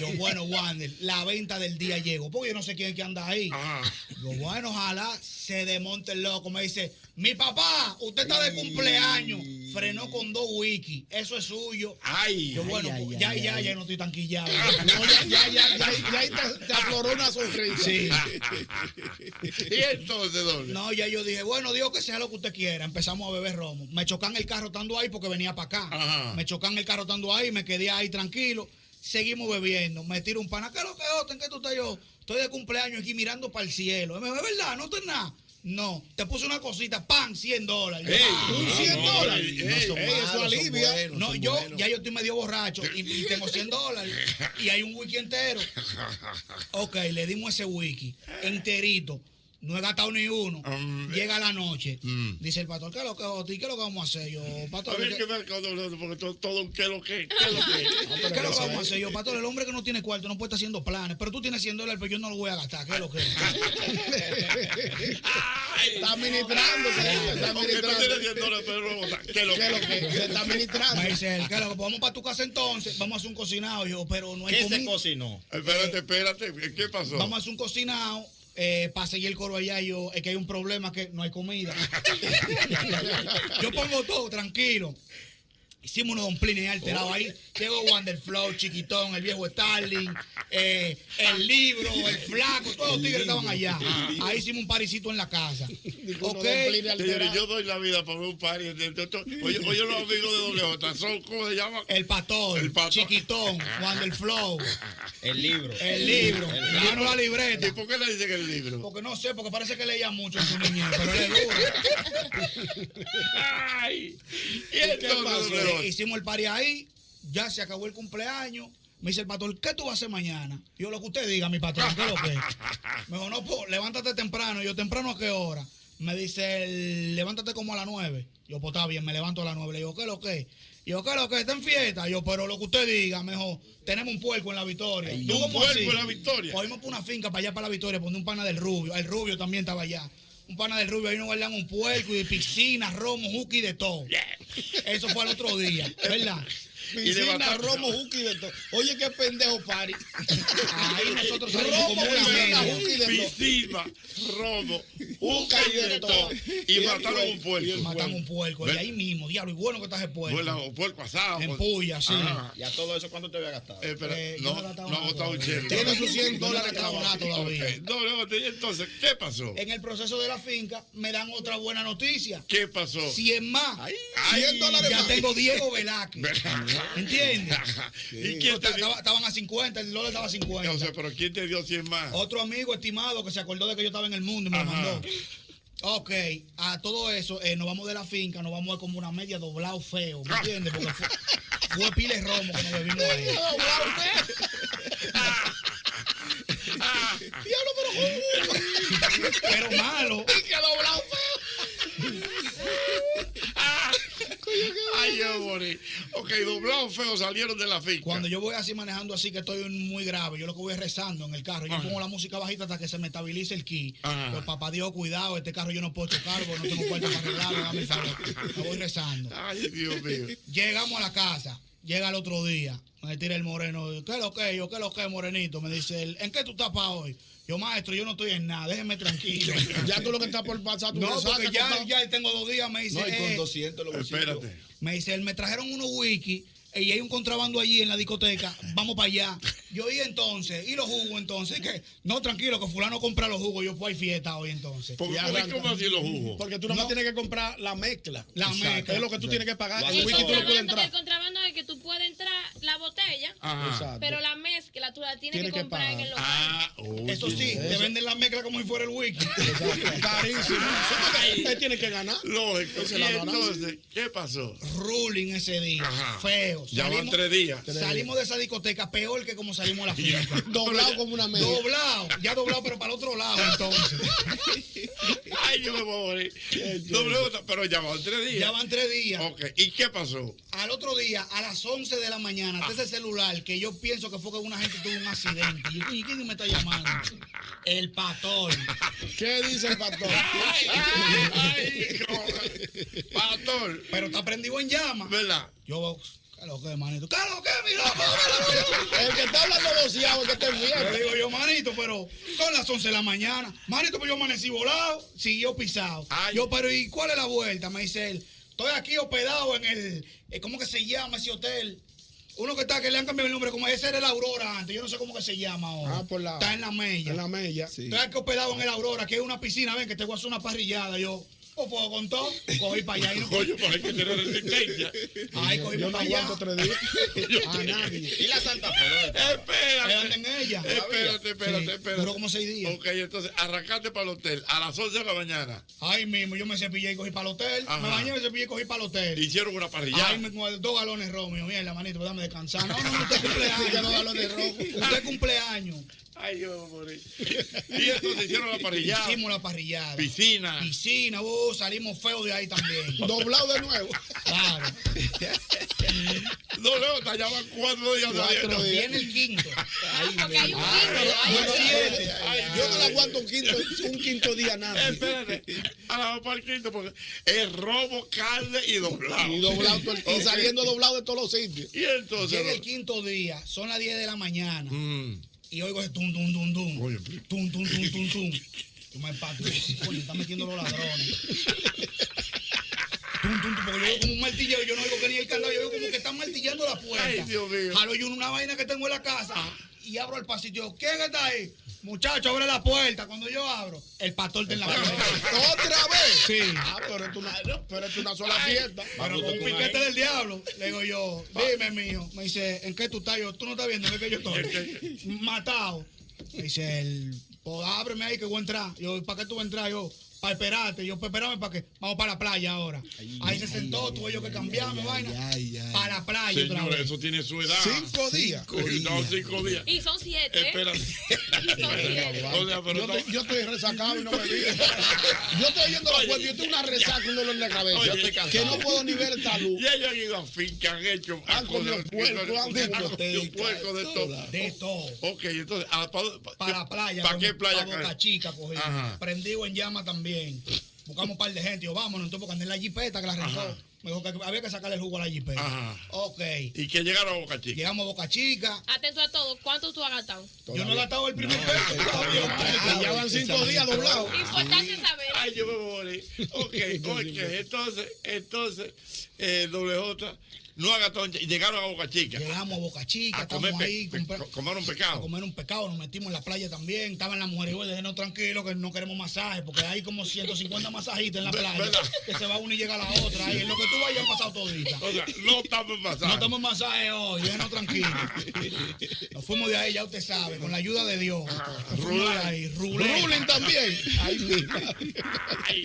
Yo, bueno, Wander, la venta del día llegó, porque yo no sé quién es que anda ahí. Yo, bueno, ojalá se desmonte el loco. Me dice, mi papá, usted está de cumpleaños. Frenó con dos wiki, eso es suyo.
Ay.
Yo, bueno,
Ay,
pues,
ay,
ya,
ay,
ya,
ay.
ya, no estoy
<laughs>
tanquillado.
No, ya, ya, ya, ya, ya ahí te, te afloró una sonrisa.
Sí. <laughs>
y entonces, doble.
No, ya yo dije, bueno, Dios que sea lo que usted quiera. Empezamos a beber romo. Me chocan el carro estando ahí porque venía para acá.
Ajá.
Me chocan el carro estando ahí, me quedé ahí tranquilo. Seguimos bebiendo. Me tiro un pana. ¿Qué es lo que es? ¿En qué tú estás yo? Estoy de cumpleaños aquí mirando para el cielo. Y me dijo, ¿es verdad? ¿No tenés nada? No, te puse una cosita, pan, 100 dólares.
Ey,
Ah,
un 100
no,
dólares.
ey,
Ey,
son
ey, eso
son
alivia.
buenos, no,
son
yo,
buenos.
ya yo estoy medio borracho y, y tengo 100 dólares. Y hay un wiki entero. Ok, le dimos ese wiki enterito. No he gastado ni uno.
Um,
Llega la noche.
Mm.
Dice el pastor, ¿qué es lo que Oti? ¿Qué es lo que vamos a hacer yo,
A
pastor?
ver
¿qué-
qué me acabo porque todo, todo qué lo que, qué lo que.
¿Qué es lo que vamos a hacer yo, pastor? El hombre que no tiene cuarto no puede estar haciendo planes, pero tú tienes 100 dólares, pero yo no lo voy a gastar. ¿Qué es lo que?
Está administrando, señor, está
Aunque tú tienes
administrando.
100 dólares, pero no lo voy a gastar. ¿Qué es lo
¿Qué es lo que? Se está
<laughs>
administrando.
Me dice él, ¿qué es lo que? Pues vamos para tu casa entonces, vamos a hacer un cocinado. Yo, pero no hay
¿Qué se
comida.
cocinó? Espérate, espérate, ¿qué pasó?
Vamos a hacer un cocinado. Eh, para seguir el coro allá, y yo, es que hay un problema que no
<laughs>
hay comida. yo pongo todo, tranquilo. Hicimos unos domplines alterados ahí. Llegó Wanderflow, Chiquitón, el viejo Starling, eh, el libro, el flaco, todos los tigres estaban allá. Ahí hicimos un parisito en la casa. Ok.
Señores, yo doy la vida para ver un par. Oye, oye, los amigos de WJ son, ¿cómo se llama?
El pastor, el Chiquitón, Wanderflow.
El libro.
El libro. Yo no la libreta.
¿Y por qué le dicen que el libro?
Porque no sé, porque parece que leía mucho en su niñez, pero le duro.
¿Y entonces, Doble J?
Hicimos el party ahí, ya se acabó el cumpleaños. Me dice el pastor, ¿qué tú vas a hacer mañana? Yo, lo que usted diga, mi patrón, ¿qué es lo que? es?". Me dijo, no, po, levántate temprano. Yo, ¿temprano a qué hora? Me dice, él, levántate como a las nueve. Yo, pues está bien, me levanto a las nueve. Le digo, ¿qué es lo que? es?". Yo, ¿qué es lo que? es? ¿Está en fiesta? Yo, pero lo que usted diga, mejor, tenemos un puerco en la victoria.
Ay,
Yo,
¿un
"¿Cómo
puerco en la Victoria?
Cogimos para una finca para allá, para la victoria, pone un pana del rubio. El rubio también estaba allá. Un pana del rubio, ahí nos guardan un puerco y de piscina, romo, juca y de todo. Eso fue al otro día, ¿verdad?
Y de batata.
y de todo. Oye, qué pendejo pari. Ahí nosotros salimos
Romo,
como una
batata,
media.
juca y de todo.
Piscina, romo, juca y de todo. Y mataron un puerco.
Mataron un puerco. Y
Ven.
ahí mismo, diablo, y bueno que estás el puerco.
Bueno, puerco asado.
En
pues.
puya, sí.
Ajá.
a todo eso cuánto te había gastado?
Eh, espera, no, no ha agotado un chelo.
Tiene sus 100
<laughs>
dólares que no ha
Eh,
gastado todavía.
Ok, Doble J, ¿y entonces, ¿qué pasó?
En el proceso de la finca me dan otra buena noticia.
¿Qué pasó?
100 más.
ay,
100 dólares
ya
más.
tengo
tengo
Diego
Diego Velázquez. <laughs> ¿Entiendes?
¿Y quién te dio?
Estaban a 50, el dólar estaba a 50.
O sea, pero ¿quién te dio 100 más?
Otro amigo estimado que se acordó de que yo estaba en el mundo y me lo
Ajá.
mandó. Ok, a todo eso, eh, nos vamos de la finca, nos vamos a como una media doblado feo,
Ah.
¿me entiendes? Porque fue, fue pile romo que nos bebimos
<laughs>
ahí.
Ah.
Diablo, pero
Pero
<laughs>
malo.
que doblado
Ah.
<laughs> Ay, yo morí. Ok, doblado feo salieron de la finca.
Cuando yo voy así manejando así que estoy muy grave, yo lo que voy es rezando en el carro. Yo
Ajá.
pongo la música bajita hasta que se me estabilice el ki.
Ajá.
Pues papá Dios, cuidado, este carro yo no puedo tocar, porque no tengo cuarto para arreglarlo, dame el favor. Me voy rezando.
Ay, Dios mío.
Llegamos a la casa, llega el otro día, me tira el moreno, ¿qué es lo que? Yo, ¿qué es lo que, morenito? Me dice él, ¿en qué tú estás para hoy? Yo, maestro, yo no estoy en nada, déjeme tranquilo.
<laughs> Ya tú lo que está por pasar, tú
No,
lo
porque
sacas,
ya,
contado.
ya tengo dos días, me dice.
No, y con
eh,
200 los bolsillos. Espérate.
Me dice, él, me trajeron unos wiki eh, y hay un contrabando allí en la discoteca, vamos para allá. Yo, y entonces, y los jugos entonces, ¿Y que no, tranquilo, que fulano compra los jugos, yo pues hay fiesta hoy entonces.
¿Por qué
Ya
cómo es
arranca.
como así los jugos?
Porque
tú nomás tienes que comprar la mezcla.
La
Exacto.
mezcla.
Es lo que tú tienes que pagar.
Lo
El
haces
wiki tú
ahora.
no puedes
Porque el
entrar.
contrabando es que tú puedes entrar la botella,
Ajá. Exacto.
pero la mezcla tú la tienes,
Tienes
que
que
comprar en el local.
Ah,
Eso sí, te venden la mezcla como si fuera el wiki. Carísimo. Usted tiene que ganar.
Lógico.
Esa
Y
es la balanza.
entonces, ¿qué pasó?
ruling ese día.
Ajá.
Feo.
Ya van tres días. Tres
Salimos de esa discoteca peor que como salimos
<laughs>
a la fiesta.
Doblado como una media.
Doblado. Ya doblado, pero para el otro lado entonces.
Ay, yo me voy a morir. Doble J, pero ya van tres días.
Ya van tres días.
Ok, ¿y qué pasó?
Al otro día, a las 11 de la mañana, ante ese celular que yo pienso que fue que una gente tuvo un accidente. Y yo, "Coño, ¿quién me está llamando? El pastor.
¿Qué dice el pastor?
Pastor.
Pero está prendido en llama.
¿Verdad?
Yo, ¿Qué lo que, manito? ¿Qué lo que, mi loco? El que está hablando boceado, el que está en Le digo yo, manito, pero son las 11 de la mañana. Manito, pues yo amanecí volado, siguió pisado. Yo, pero ¿y cuál es la vuelta? Me dice él, estoy aquí hospedado en el, eh, ¿cómo que se llama ese hotel? Uno que está, que le han cambiado el nombre, como ese era el Aurora antes, yo no sé cómo que se llama ahora.
Ah, por la-
Está en la mella.
en la mella.
Estoy aquí hospedado en el Aurora, que es una piscina, ven, que te voy a hacer una parrillada. Yo, pues puedo con todo, cogí para allá y no
Coño, pero
<laughs>
hay que tener resistencia.
Ay, cogí
Yo
para
no
allá.
aguanto tres días.
A nadie.
¿Y la Santa Fe? Espérate.
Anda en ella.
Espérate, espérate,
Sí,
espérate.
duró como seis días.
Ok, entonces arrancaste para el hotel a las 11 de la mañana.
Ahí mismo, yo me cepillé y cogí para el hotel.
Ajá.
Me bañé, me cepillé y cogí para el hotel.
Hicieron una parrillada.
Ahí me con dos galones rojo. Mío, mierda, manito, pues dame descansar. No, no, no, usted cumpleaños. dos galones rojo. Usted cumpleaños.
Ay, yo me morí. Y entonces hicieron la parrillada.
Hicimos la parrillada.
Piscina.
Piscina, vos, salimos feos de ahí también.
Doblado de nuevo.
Claro.
No, no, te llaman cuatro días.
Cuatro días.
Viene el quinto.
Ah, Porque hay un quinto, hay un siete. Yo no le aguanto un quinto, un quinto día nada.
Espérate, a la para el quinto, porque es robo, carne y doblado.
Y doblado todo el- y saliendo doblado de todos los sitios.
Y entonces. Mm.
Llega el quinto día, son las 10 de la mañana. Y oigo ese tum, tum, tum, tum. Tum, tum, tum, tum, tum. Yo me empato. Coño, están metiendo los ladrones. Tum, tum, tum, porque yo oigo como un martilleo. Yo no oigo que ni el candado. Yo oigo como que están martillando la puerta.
Ay, Dios mío.
Jalo yo una vaina que tengo en la casa y abro el pasillo. ¿Quién está ahí? Muchacho, abre la puerta. Cuando yo abro, el pastor está en la puerta.
<laughs>
¿Otra vez?
Sí.
Ah, pero es una, pero es una sola
Ay,
fiesta.
Pero con un piquete del diablo, le digo yo, dime, mijo. Me dice, ¿en qué tú estás? Yo, tú no estás viendo, ¿en qué yo
Este.
estoy? Matado. Me dice él, pues ábreme ahí que voy a entrar. Yo, ¿y ¿para qué tú vas a entrar? Yo, para esperarte. Yo, pues espérame para que vamos para la playa ahora. ahí se sentó, tuve yo que cambiarme, vaina. para la playa otra
Señor,
vez.
eso tiene su edad.
Cinco días.
Cinco No, cinco días.
Y son siete.
Espérate. O sea, pero
yo,
no-
estoy, yo estoy resacado y no me digas. Yo estoy yendo a la cuenta y yo tengo una resaca, un dolor en la cabeza.
Oye, estoy cansado.
que no puedo ni ver Ah, el talud.
Y ellos han ido a fincas, han hecho.
Han comido puerco, han
han comido
comido teca,
puerco de todo.
De todo.
Ok, entonces.
Para la playa.
¿Para qué playa?
Para Boca
Carlos?
Chica, cogí.
Ajá.
Prendido en llama también. Buscamos un par de gente. Yo, vámonos, entonces, porque andé en la jipeta que la arrancó.
Ajá.
Me dijo que había que sacarle el jugo a la jipeta.
Ajá.
Ok.
Y que llegaron a Boca Chica.
Llegamos a Boca Chica.
Atento a todo. ¿Cuánto tú has gastado?
Yo no he gastado el primer peso.
Ya van cinco días doblados.
Ah,
Importante saber.
Ay, yo me morí.
<laughs>
Ok, ok. Entonces, entonces, eh, doble J, no haga toncha. Llegaron a Boca Chica.
Llegamos a Boca Chica,
A comer, pe-
estamos ahí.
pe-
compra-
co- comer un pecado.
A comer un pecado, nos metimos en la playa también. Estaban las mujeres, güey, déjenos tranquilos que no queremos masajes, porque hay como 150 masajistas en la playa. Que se va una y llega la otra. Y en lo que
<laughs>
tú vayas han pasado todita.
O sea, no estamos en masaje.
No estamos en masaje hoy, déjenos tranquilos. Nos fuimos de ahí, ya usted sabe, con la ayuda de Dios. Nos fuimos de ahí, rulé.
Ruling también. Ay, mira.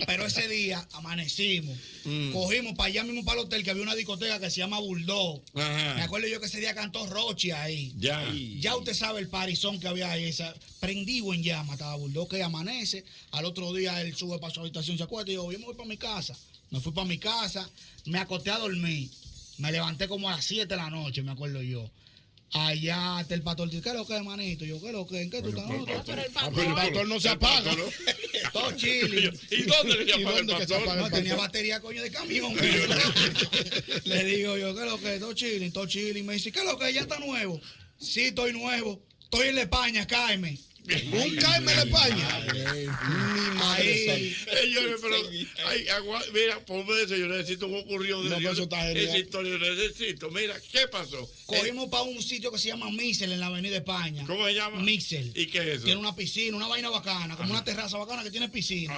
Pero ese día amanecimos,
Mm.
cogimos para allá mismo para el hotel que había una discoteca que se llama Bulldog.
Ajá.
Me acuerdo yo que ese día cantó Rochi ahí.
Ya.
Ya usted sabe el parizón que había ahí. Esa, prendido en llama, estaba Bulldog que amanece. Al otro día él sube para su habitación, se acuerda. Y yo, yo me voy para mi casa. Me fui para mi casa, me acosté a dormir. Me levanté como a las 7 de la noche, me acuerdo yo. Allá está el pastor. ¿Qué es lo que, manito? Yo, ¿qué es lo que? ¿En qué tú estás? No, no,
pero el
pastor-
pastor-
el pastor no se
El pastor
apaga.
<laughs>
Todo chile.
¿Y dónde le
<laughs> ¿Y
llaman el
dónde que se
pastor?
apaga el No, tenía pastor? batería, coño, de camión. <laughs> Le digo yo, ¿qué es lo que? Todo chilling, todo chilling. Me dice, ¿qué es lo que? ¿Ya está nuevo? Sí, estoy nuevo. Estoy en la España, Carmen.
Un Carmen en la España. Mi madre
Ahí.
santa.
Señores, pero ay, agua- mira, ponme eso, yo necesito un ocurrió de
No, pero eso está genial.
Esa historia yo necesito. Mira, ¿qué pasó?
Cogimos para un sitio que se llama Mixel en la Avenida España.
¿Cómo se llama?
Mixel.
¿Y qué es eso?
Tiene una piscina, una vaina bacana, como
Ajá.
una terraza bacana que tiene piscina.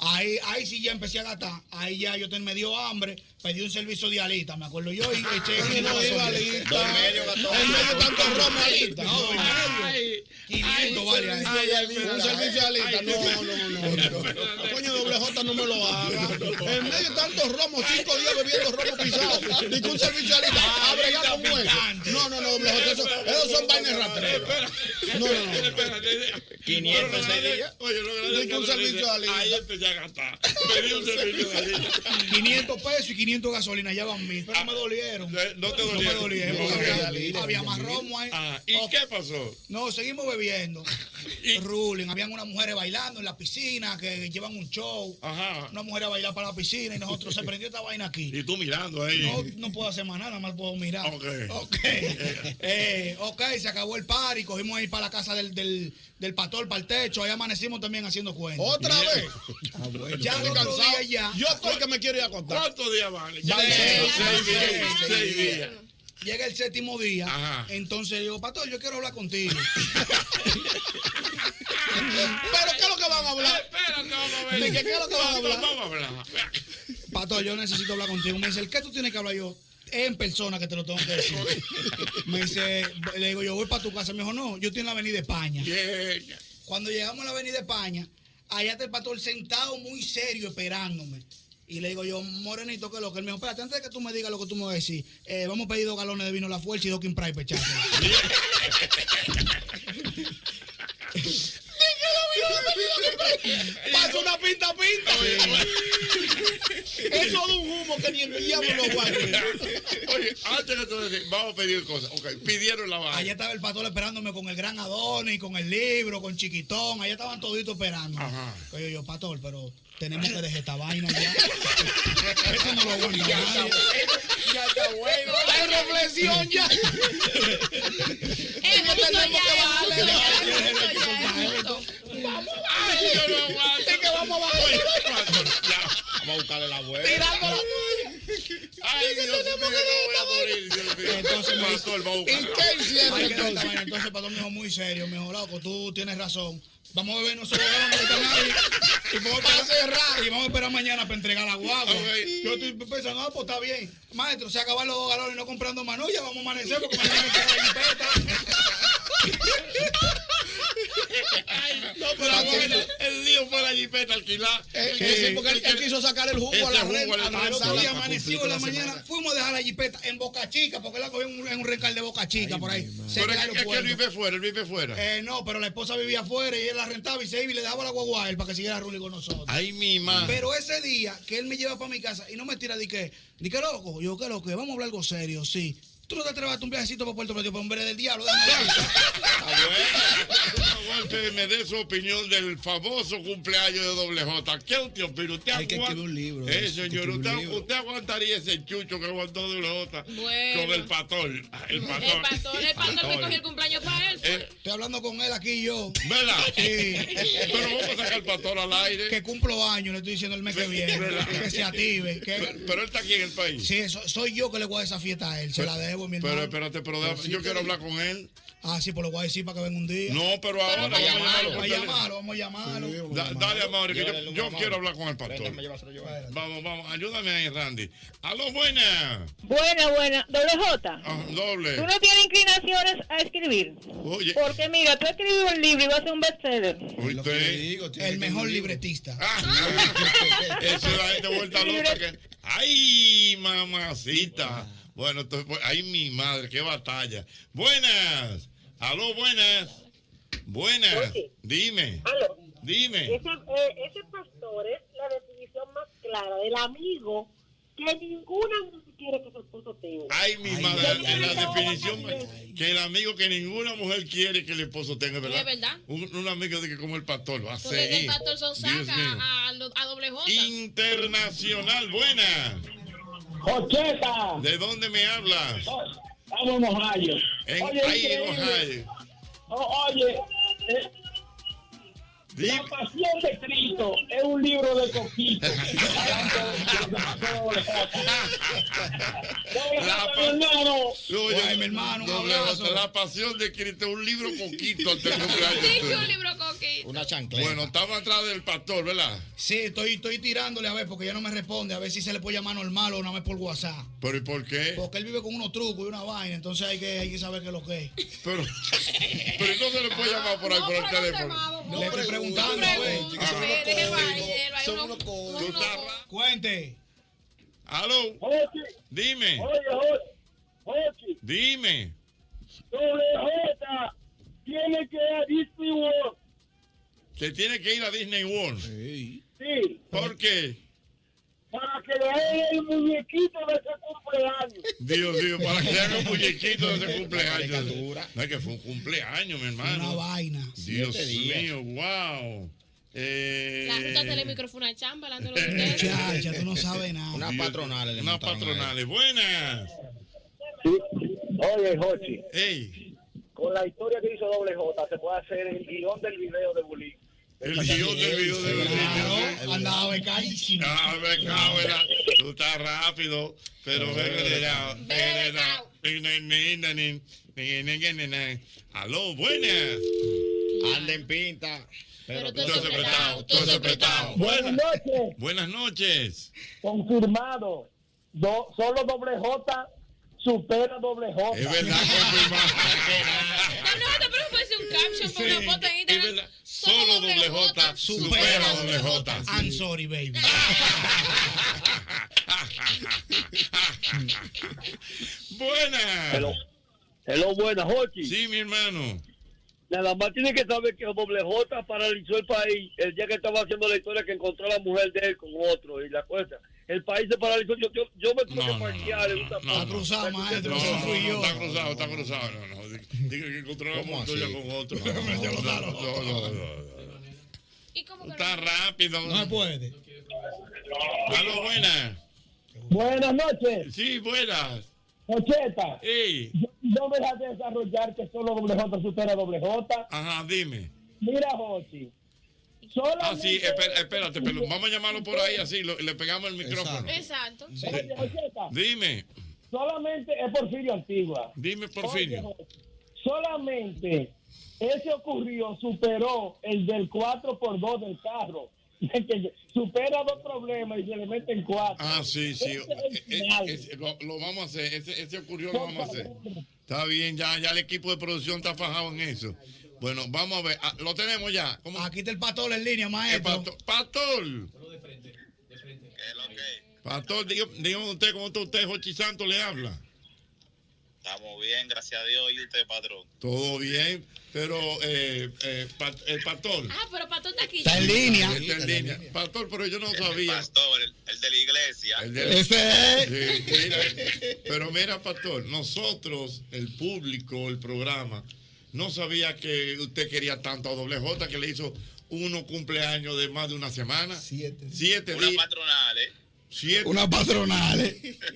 Ahí, ahí sí ya empecé a gastar. Ahí ya yo te, me dio hambre, pedí un servicio de alita, me
<laughs>
acuerdo yo, y eché
Ay, no,
gasolina.
iba alita.
Dos y medio,
En medio de tanto romo, alita.
No, dos y medio. 500 vale ahí.
Un servicio de alita. No, no, no, no. Coño, doble J no me lo haga. En medio de tantos romos, cinco días bebiendo romo pisado. Dice un servicio de alita. Abre ya con eso. No, no, no, doble J. Eso, Esos son vainas rastreros. No, no, no.
500 ese día. Oye, lo
Ningún
que
servicio
dice, este
a la
Ahí empecé a gastar. Pedí un servicio de aliño.
500 pesos y 500 gasolina, ya van mil. Pero no me dolieron.
No te
me
dolieron.
dolieron.
No,
porque
no,
había-
no, no,
había
no,
más
no,
romo ahí.
Ah, ¿y qué pasó?
No, seguimos bebiendo. Ruling. Habían unas mujeres bailando en la piscina que llevan un show. Una mujer a bailar para la piscina y nosotros se prendió esta vaina aquí.
Y tú mirando ahí.
No, no puedo hacer más nada, nada más puedo mirar.
Ok.
Ok. Eh, ok, se acabó el party, cogimos ahí para la casa del, del, del pastor, para el techo. Ahí amanecimos también haciendo cuentas.
Otra vez.
Ya
estoy
al otro
cansado.
día ya.
Yo estoy que me quiero ir a acostar.
¿Cuántos días van?
Ya
Van
el
seis,
sexto,
seis
llega-
días, seis días.
Llega el séptimo día, entonces digo, Pastor, yo quiero hablar contigo.
¿Pero qué es lo que van a hablar? ¿De qué, qué es lo que van a hablar?
Vamos a hablar.
Pastor, yo necesito hablar contigo. Me dice, ¿el qué tú tienes que hablar yo? Es en persona que te lo tengo que decir. Me dice, le digo, yo voy para tu casa. Me dijo, no, yo estoy en la Avenida España. Cuando llegamos a la Avenida España, allá está el pastor sentado muy serio esperándome. Y le digo yo, Morenito, ¿qué es lo que? Él me dijo, espérate, antes de que tú me digas lo que tú me vas a decir, eh, vamos a pedir dos galones de vino La Fuerza y dos King Pride pechazo.
Pasa una pinta a pinta. Eso de un humo que ni el diablo lo guarda.
<laughs> Oye, antes que tú decís, vamos a pedir cosas. Ok, <laughs> pidieron la baja.
Allá estaba el pastor esperándome con el gran Adonis, con el libro, con Chiquitón. Allá estaban toditos esperando.
Ajá.
Oye, yo, pastor, pero tenemos que dejar esta vaina
<laughs>
ya. Eso no lo aguanta nadie.
Ya está bueno. La reflexión <laughs> ya.
Eh,
No tenemos que bajarle.
Ay, yo no aguanto.
Es que vamos a bajarle.
Vamos a buscarle la vuelta.
Tirando la
Ay, Dios mío, no voy a morir. Dios mío.
Entonces me dice,
Pastor, vamos a buscarle la
Ay,
vuelta.
que no, esta vaina. Entonces, pastor me dijo muy serio, me dijo, loco, tú tienes razón. Vamos a beber nosotros, vamos a beber nadie. Y vamos a
Para cerrar.
Y vamos a esperar mañana para entregar la guagua.
Ok.
Yo estoy pensando, ah, pues está bien. Maestro, se acaban los dos galones no comprando manulla, vamos a amanecer porque mañana hay que entregar la jipeta.
<laughs>
No, pero
Para que-
bueno, el lío fue la jipeta alquilar.
Eh, sí, porque él-
Este
él quiso sacar el jugo a la red, a la
Al otro
sala.
día amanecido
Para cumplir con
en la
la
mañana,
semana.
fuimos a dejar la jipeta en Boca Chica, porque él la cogió en un, en un rencal de Boca Chica por ahí. cerca
Pero es que- es
del
que él
aeropuerto.
vive fuera, él vive fuera.
Eh, no, pero la esposa vivía afuera y él la rentaba y se iba y le daba la guagua a él para que siguiera Rulli con nosotros.
Ay, mi madre.
Pero ese día que él me lleva para mi casa y no me tira de que, ni que loco, yo que loco, vamos a hablar algo serio, sí. Tú no te atreves a darte un viajecito para Puerto Plata, para hombre del
<laughs>
diablo. déjame ir".
Walter, me dé su opinión del famoso cumpleaños de Doble J. ¿Qué usted opina? ¿Usted
Hay que
aguanta-
escribir un libro,
Eh,
hay que
señor,
escribir un
usted,
libro.
usted aguantaría ese chucho que aguantó Doble J
Bueno.
con el pastor. Ah, El pastor.
El pastor, el pastor que cogió el cumpleaños para él. pues.
Eh,
Estoy hablando con él aquí yo.
¿Verdad?
Sí.
Pero vamos a sacar al pastor al aire.
Que cumplo años, le estoy diciendo el mes que viene.
¿Verdad?
que se active.
Pero,
Que...
pero él está aquí en el país.
Sí, so- soy yo que le voy a dar esa fiesta a él. Se la debo, mi
Pero
hermano.
espérate, pero déjame- yo quiero hablar con él.
Ah, sí, pues lo voy a decir para que venga un día.
No, pero ahora
vamos a llamarlo. Vamos a
porque-
llamarlo, vamos a llamarlo.
Da- dale a Mauri, que yo,
Llévale el
yo
número a
quiero
Mauri.
hablar con el pastor.
Préndame,
Vamos, vamos, ayúdame ahí, Randy. Aló, buena.
Buena, buena. Doble J.
Ah, doble.
Tú no tienes inclinaciones a escribir.
Oye.
Porque mira, tú escribes un libro y vas a ser un bestseller.
el mejor libretista.
Ah. Eso es la gente vuelta loca. que- Ay, mamacita. Bueno, entonces, pues, ay, mi madre, qué batalla. Buenas. Aló, buenas. Buenas.
Oye.
Dime. Dime.
Ese, eh, ese pastor es la definición más clara del amigo que ninguna mujer quiere que su esposo tenga.
Ay, mi madre,
Yo
en la
quiero todo
definición
para ti.
que el amigo que ninguna mujer quiere que el esposo tenga, ¿verdad?
Es verdad.
Un, un amigo de que como el pastor va a
Porque
ser.
el pastor son
Dios
saca
mío.
a, a lo- a doble J.
Internacional, buena.
¡Jocheta!
¿De dónde me hablas?
Estamos en Ohio.
En
Oye,
ahí, en
increíble.
Ohio.
O- Oh, oye, eh, La Pasión de Cristo es un libro de coquito.
La pa- Oye,
Ay, mi hermano, un
doble
abrazo.
J, La pasión de Cristo, un libro coquito antes del
<laughs>
cumpleaños.
Dice un libro coquito.
Una chancleta. Bueno, estamos atrás del pastor, ¿verdad?
Sí, estoy, estoy tirándole a ver porque ya no me responde. A ver si se le puede llamar normal o una vez por WhatsApp.
Pero ¿y por qué?
Porque él vive con unos trucos y una vaina. Entonces hay que, hay que saber qué es lo que es.
Pero, pero no se le puede llamar por ahí por el teléfono.
No Le estoy preguntando, eh, a ver.
Tú estás-
Cuente.
Aló. Dime.
Oye, Jorge,
Dime.
J tiene que ir a Disney World.
Se tiene que ir a Disney World.
Sí,
¿Por qué?
para que le haga el muñequito de su cumpleaños.
Dios
<laughs>
mío, para que le haga un muñequito de ese cumpleaños. No es que fue un cumpleaños, mi hermano.
Una vaina.
Dios
Siete días.
mío, wow. Eh,
La ruta del micrófono a chamba, la
<laughs>
de los
Muchacha, tú no sabes nada.
Una patronales. Una patronales. Buenas.
Oye, Jochi.
Ey,
Con la historia que hizo Doble J, se puede hacer el guión del video de Bulín.
el guión del video de
Claro, Ah, andaba becadísimo.
Ah, me cago en la- Tú estás rápido, pero ve que le da- ve que le da- ni, ni, ni, ni, ni, ni, ni, ni, ni, ni. Aló, buenas. Anda en pinta. Pero tú has apretado, tú has apretado.
Buenas noches.
Buenas noches.
Confirmado. Do- solo doble J supera doble J.
Es verdad,
<laughs>
No, no, te preocupes, es un caption para una foto en Instagram.
Solo doble J supera doble J.
I'm sorry, baby.
Ah, Buenas.
Hello. Hello, buenas, Jochi.
Sí, mi hermano.
Nada más tiene que saber que Doble J paralizó el país el día que estaba haciendo la historia que encontró a la mujer de él con otro y la cosa. El país se paralizó. Yo, yo, yo me tuve que parquear en un tapón.
Está cruzado,
maestro,
No,
eso
no,
fui
no,
yo.
Está cruzado, está cruzado. No, no. Digo que encontramos tuya con otro. No, no, no, no. Está rápido. No se
puede.
Aló, buenas.
Buenas noches.
Sí, buenas.
Ocheta.
Ey,
No me dejas desarrollar que solo doble J supera doble J.
ajá, dime.
Mira, Jochi.
Ah, sí, espera- espérate, pero vamos a llamarlo por ahí así, lo- le pegamos el micrófono.
Exacto.
Oye, Jocheta,
Dime,
solamente es Porfirio Antigua.
dime, Porfirio.
Oye, solamente ese ocurrió, superó el del 4x2 del carro. <laughs> Que supera dos problemas y se le meten cuatro.
Ah, sí, sí.
Ese es el
Eh, eh,
final.
ese- lo, lo vamos a hacer, ese, ese ocurrió, lo vamos a hacer. Está bien, ya, ya el equipo de producción está fajado en eso. Bueno, vamos a ver, ah, lo tenemos ya.
Aquí está Ah, el pastor en línea, maestro.
Pastor. Pastor, diga- dígame usted cómo está usted, Jochi Santos le habla.
Estamos bien, gracias a Dios. ¿Y usted, patrón?
Todo bien, pero eh, eh, pa- el pastor.
Ah, pero para tú está aquí.
Está en línea. Pastor, pero yo no sabía.
El de la iglesia.
El de- Sí, mira, pero mira, pastor, nosotros, el público, el programa, no sabía que usted quería tanto a Doble J que le hizo uno cumpleaños de más de una semana. Siete. Siete
Una
días.
patronal, ¿eh?
Siete.
Una patronal,
¿eh?
<laughs>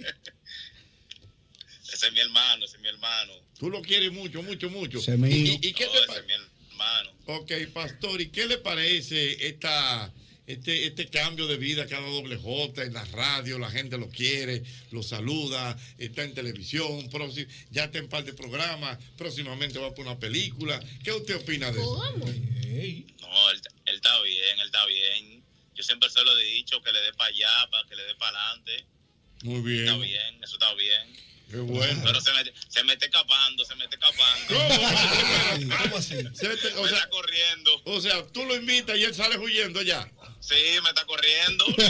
Ese es mi hermano, ese es mi hermano.
Tú lo quieres mucho, mucho, mucho.
Se me
¿Y-
hizo.
¿Y, y qué
No,
te
ese
pa-
es mi hermano.
Ok, pastor, ¿y qué le parece esta, este, este cambio de vida cada doble J en la radio? La gente lo quiere, lo saluda, está en televisión, próxi- ya está en par de programas, próximamente va por una película. ¿Qué usted opina de eso?
No, él, él está bien, él está bien. Yo siempre se lo he dicho, que le dé para allá, para que le dé para adelante.
Muy
Está
bien.
bien, eso está bien.
Qué bueno.
Pero se me, se me está escapando, se me está escapando.
¿Cómo así? o sea,
corriendo.
O sea, tú lo invitas y él sale huyendo ya.
Sí, me está corriendo.
¿Qué?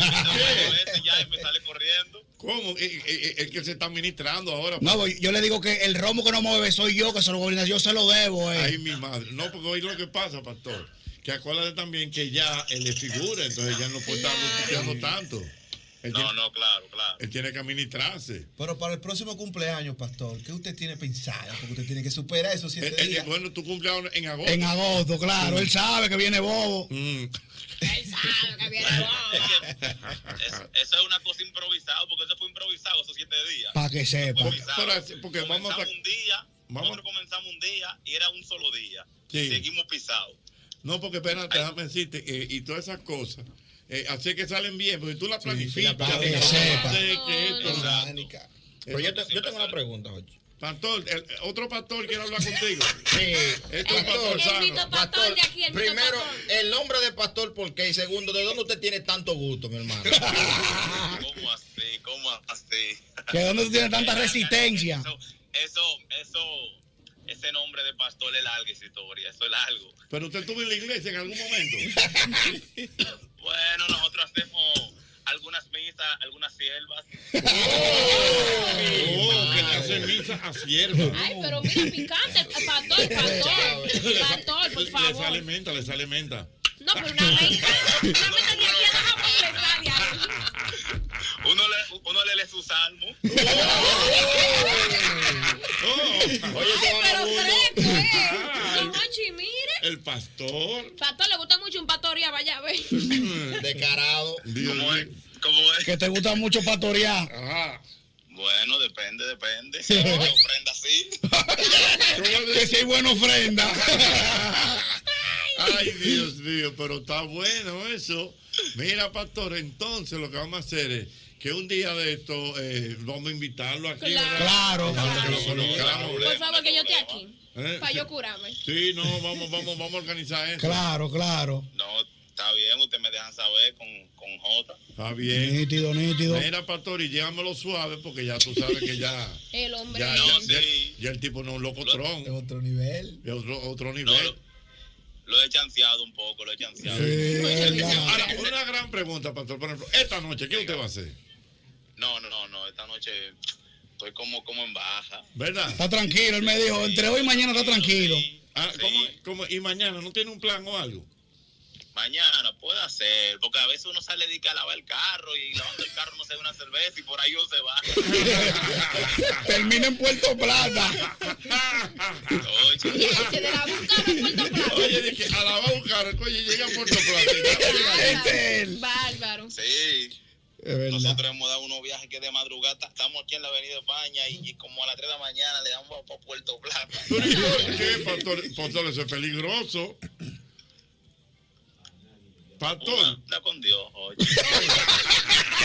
ya y me sale corriendo.
¿Cómo? Eh, eh, eh, Es que él se está administrando ahora.
No, pues, yo le digo que el romo que no mueve soy yo, que se lo gobierno, yo se lo debo. Eh.
Ay, mi madre. No, porque hoy lo que pasa, pastor, que acuérdate también que ya él es figura, entonces ya no puede estar multiplicando tanto. no,
no, claro, claro.
Él tiene que administrarse.
Pero para el próximo cumpleaños, pastor, ¿qué usted tiene pensado? Porque usted tiene que superar esos siete
Eh, eh,
días.
bueno, tu cumpleaños en agosto.
En agosto, claro. Él sabe que viene bobo.
Mm.
Él sabe que viene Eso es una cosa improvisada, porque eso fue improvisado esos siete días.
Para que sepa.
Fue improvisado.
Pero- pero- porque vamos a-
Comenzamos un día,
vamos-
nosotros comenzamos un día y era un solo día.
Sí.
Seguimos pisados.
No, porque espérate, déjame decirte, eh, y todas esas cosas. eh, así que salen bien, porque tú las planificas.
para que
que
sepa.
que esto-
Pero yo, te- yo tengo una pregunta, Jochi.
Pastor, el- otro pastor quiere hablar contigo. Sí, esto es pastor
Pastor,
sano.
pastor, primero, el nombre de pastor, ¿por qué? Y segundo, ¿de dónde usted tiene tanto gusto, mi hermano?
¿Cómo así? ¿Cómo así?
¿Que dónde tú tienes tanta resistencia?
Eso, eso, ese nombre de pastor es larga esa historia, eso es largo.
Pero usted estuvo en la iglesia en algún momento.
<laughs> Bueno, nosotros hacemos algunas misas algunas siervas.
Oh, que le hacen misa a sierva.
Ay, pero mira, picante.
<laughs>
Pastor, pastor. Pastor, por
Le
favor.
sale menta, le sale menta.
No, pero una menta. Una menta ni aquí a la completaria.
Uno le, uno le lee su salmo.
Oh, Oye,
Ay, pero fresco,
<laughs>
eh. Don Ochi, mire.
El pastor.
Pastor, le gusta mucho un pastoría,
<laughs>
vaya, ve.
Descarado.
¿Cómo
es?
Que te gusta mucho pastorear.
Bueno, depende, depende.
<laughs>
ofrenda sí.
que si hay buena ofrenda.
Ay, Dios mío, pero está bueno eso. Mira, pastor, entonces lo que vamos a hacer es que un día de esto eh, vamos a invitarlo aquí. ¿verdad?
Claro. Pues,
Para que lo conozcamos.
Por favor, que yo esté aquí.
Eh,
Para yo curarme.
Sí, no, vamos, vamos, vamos a organizar eso.
Claro, claro.
Está bien, ustedes me dejan saber con, con J.
Está bien.
Nítido, nítido.
Mira, pastor, y llévamelo suave porque ya tú sabes que ya.
El hombre.
Ya, ya, ya- ya el tipo no es un locotrón. Es otro nivel. Es otro, otro nivel.
Lo he chanceado un poco, lo he chanceado.
Ahora, una gran pregunta, pastor. Por ejemplo, esta noche, ¿qué usted va a hacer?
No, no, no, esta noche estoy como, como en baja.
¿Verdad?
Está tranquilo, él me dijo, entre hoy y mañana está tranquilo.
Ah, ¿cómo, cómo- y mañana no tiene un plan o algo?
Mañana puede hacer, porque a veces uno sale de que a lavar el carro y lavando el carro no se ve una cerveza y por ahí uno se va.
Termina en Puerto
<laughs>
Plata.
Ya, se de la busca me Puerto Plata.
Oye, de que a la va a buscar, oye, llega a Puerto Plata.
<laughs>
Este es él.
Bárbaro.
Sí.
Es verdad.
Nosotros hemos dado unos viajes que de madrugada ta- estamos aquí en la Avenida España y, y como a las 3 de la mañana le damos para Puerto Plata.
Pero ¿y por qué, pastor? Pastor, eso es peligroso. Pastor.
Anda con Dios, oye.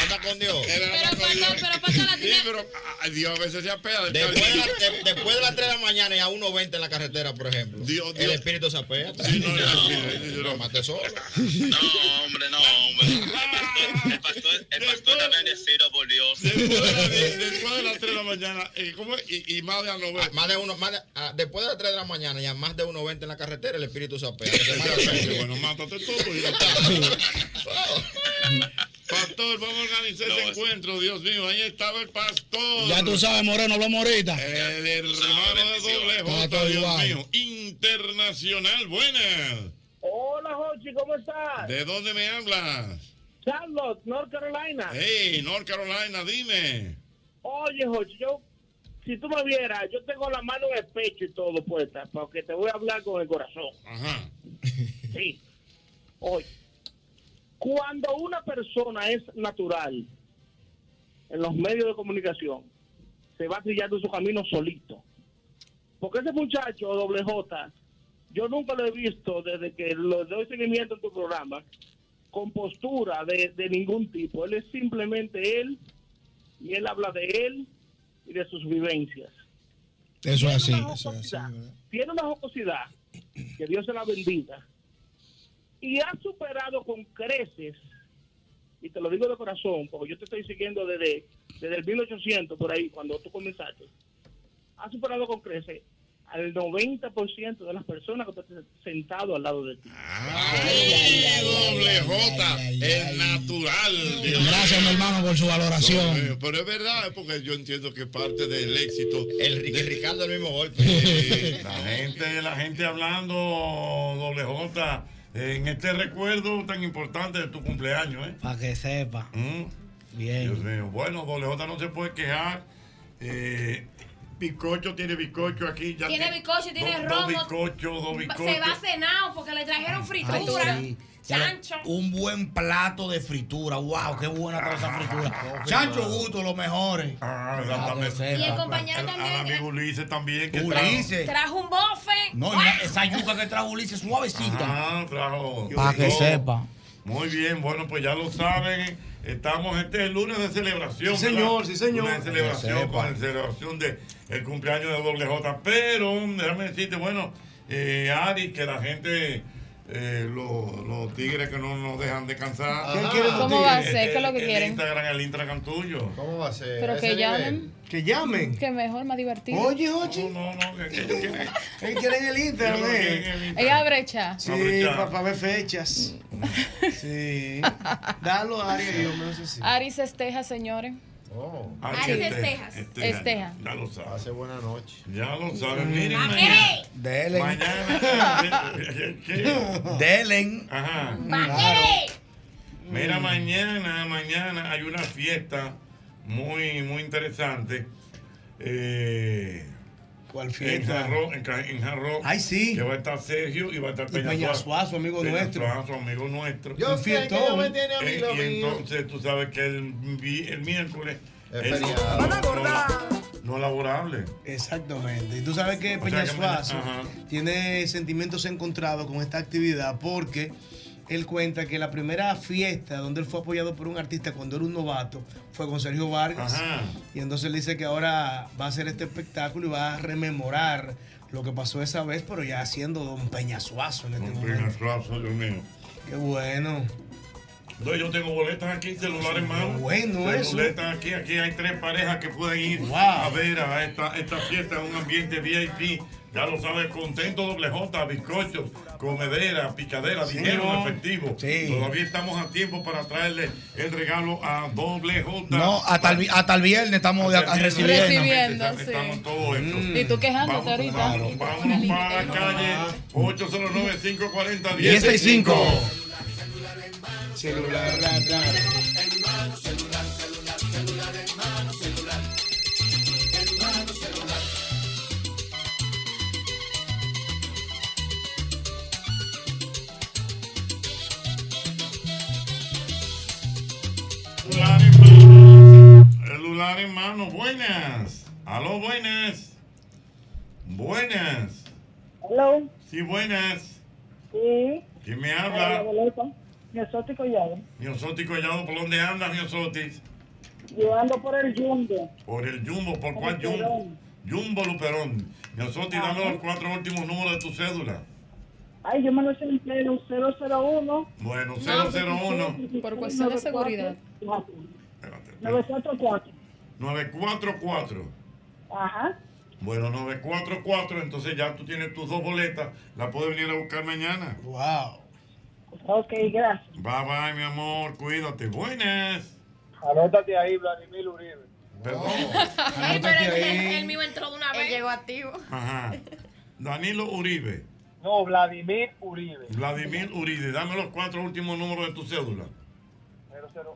Anda con Dios.
Pero pastor, pero
<laughs>
pastor, la tiene.
pero a- a Dios a veces se apea. del
Después de,
carro.
la- de- después de las 3 de la mañana y a 1.20 en la carretera, por ejemplo, el espíritu se apea.
no,
mate solo.
No, hombre, no, hombre. El pastor, el pastor está bendecido por Dios.
Después de las 3 de la mañana, eh, ¿cómo es? y, y más de a 90.
Más de uno, más de- ah, después de las 3 de la mañana y a más de 1.20 en la carretera, el espíritu se apea.
bueno, mátate todo. y- Pastor, vamos a organizar ese encuentro, Dios mío. Ahí estaba el pastor.
Ya tú sabes, Moreno, hablamos ahorita.
El hermano de doble
Está
J,
todo
Dios
igual.
mío. Internacional, buenas.
Hola, Jochi, ¿cómo estás?
¿De dónde me hablas?
Charlotte, North Carolina.
Hey, North Carolina, dime.
Oye, Jochi, yo, si tú me vieras, yo tengo la mano en el pecho y todo puesta, porque te voy a hablar con el corazón.
Ajá.
<laughs> Sí. Oye, cuando una persona es natural en los medios de comunicación, se va trillando su camino solito. Porque ese muchacho, doble J, yo nunca lo he visto desde que lo doy seguimiento en tu programa con postura de, de ningún tipo. Él es simplemente él y él habla de él y de sus vivencias.
Eso es así.
Tiene una jocosidad, que Dios se la bendiga, y ha superado con creces, y te lo digo de corazón, porque yo te estoy siguiendo desde, desde el 1800, por ahí, cuando tú comenzaste, ha superado con creces al 90% de las personas que están sentado al lado de ti.
Ah, Doble J, el natural. Dios
Gracias, mi hermano, por su
Dios mío,
valoración.
eh, Pero es verdad, porque yo entiendo que parte del éxito. El,
Ricardo el mismo golpe.
<laughs>
La gente, la gente hablando, doble J, en este recuerdo tan importante de tu cumpleaños, ¿eh?
Para que sepa.
Bien. Dios mío. Bueno, doble J no se puede quejar. Eh, bizcocho tiene bizcocho aquí. Ya
Tiene
te-
bizcocho, tiene
dos-
romo.
Dos bizcochos, dos bizcochos.
Se va cenado porque le trajeron fritura.
Ay, sí.
Chancho.
Un buen plato de fritura. Wow, qué buena toda esa fritura. Chancho Gusto, eh. los mejores.
Ah, exactamente.
Y el compañero también.
ah,
Al amigo Ulises también. que
Ulises.
Trajo un bofe.
No, y
¡Guau!
esa yuca que trajo Ulises suavecita.
Ah, trajo.
Pa' que
Yo-
sepa.
Muy bien, bueno, pues ya lo saben. Estamos, este es el lunes de celebración.
Sí, señor, sí, señor.
Lunes de
Que
celebración,
sepa.
con la celebración del cumpleaños de Doble J. Pero, déjame decirte, bueno, eh, Ari, que la gente, eh, los, los tigres que no nos dejan descansar.
¿Qué Ajá. quieren los Ah, ¿Cómo va a
Eh,
ser? ¿Qué es lo que
el
quieren?
Instagram, el Instagram tuyo.
¿Cómo va a ser?
Pero que llamen.
Que llamen.
Que mejor, más divertido.
Oye, Jochi.
No, no, que ellos quieren.
Ellos quieren el Instagram,
Ellos quieren
eh.
Ella brecha.
Sí, para ver fechas.
Mm.
Sí. Dalo, Ari, y yo me lo sé si.
Aris Esteja, señores. Aris Estejas. Esteja.
Este Ya lo saben.
Hace buena noche.
Ya lo saben. Miren,
Ah,
mañana.
<laughs>
Delen.
Mañana. ¿Qué?
Delen.
Ajá. Mira, mañana, mañana hay una fiesta muy, muy interesante. Eh,
¿Cuál
En
fiesta?
Jarro, en, Ca- en Jarro.
Ay, sí.
Que va a estar Sergio y va a estar
Y Peñasuazo, amigo nuestro.
Peñasuazo, amigo nuestro.
Yo Un sé que fiestón. Dios me tiene a mí
Eh,
lo
y
mío.
entonces tú sabes que el, vi- el miércoles
Es
es
feriado.
no- no, no laborable.
Exactamente. Y tú sabes que
O sea que mañana-
Peñasuazo
ajá.
tiene sentimientos encontrados con esta actividad porque él cuenta que la primera fiesta donde él fue apoyado por un artista cuando era un novato fue con Sergio Vargas.
Ajá.
Y entonces él dice que ahora va a hacer este espectáculo y va a rememorar lo que pasó esa vez, pero ya haciendo Don Peñasuazo en este
ah,
momento.
Peñasuazo, Dios mío.
Qué bueno.
Entonces yo tengo boletas aquí, celular en mano.
bueno
Tengo
eso.
Boletas aquí, aquí hay tres parejas que pueden ir a ver a esta, esta fiesta en un ambiente VIP. Ya lo sabes, contento, doble J, bizcochos, comedera, picadera,
Sí,
dinero
¿no?
en efectivo. Todavía estamos a tiempo para traerle el regalo a doble J.
No, hasta el, vi- hasta el viernes estamos de- a- recibiendo.
Recibiendo, sí. Mm.
Todo esto.
Y tú quejándote ahorita.
Vámonos para la calle 809-540-1065.
1065.
Celular,
Celular en mano, buenas. Aló, buenas. Buenas.
Hello.
Sí, buenas.
Sí.
¿Quién me habla?
Exótico Llave.
Miosoti Collado, ¿por dónde andas, Miosoti?
Yo ando por el Jumbo.
Por el Jumbo, ¿por cuál Jumbo?
Luperón.
Jumbo Luperón. Miosoti, dame los cuatro últimos números de tu cédula.
Ay, yo me lo sé entero. 001.
Bueno, 001
Por
cuestión de seguridad.
944.
944.
Ajá.
Bueno, 944, entonces ya tú tienes tus dos boletas, la puedes venir a buscar mañana.
Wow.
Ok, gracias.
Bye bye, mi amor, cuídate. Buenas.
Anótate ahí, Vladimir Uribe.
<laughs> Pero
Anótate
el, el-
ahí.
el mío entró de una vez. llegó activo.
Ajá. Danilo Uribe.
No, Vladimir Uribe.
Vladimir Uribe. Dame los cuatro últimos números de tu cédula.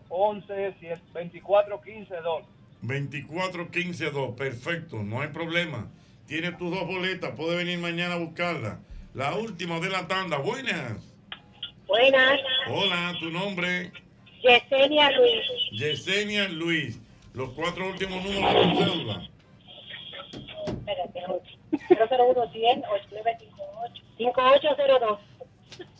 0011 2415 2.
24152. Perfecto, no hay problema. Tienes tus dos boletas, puedes venir mañana a buscarla. La última de la tanda. Buenas.
Buenas.
Hola, tu nombre.
Yesenia Luis.
Yesenia Luis. Los cuatro últimos números de tu cédula.
Espérate, 001 100 8958 5802.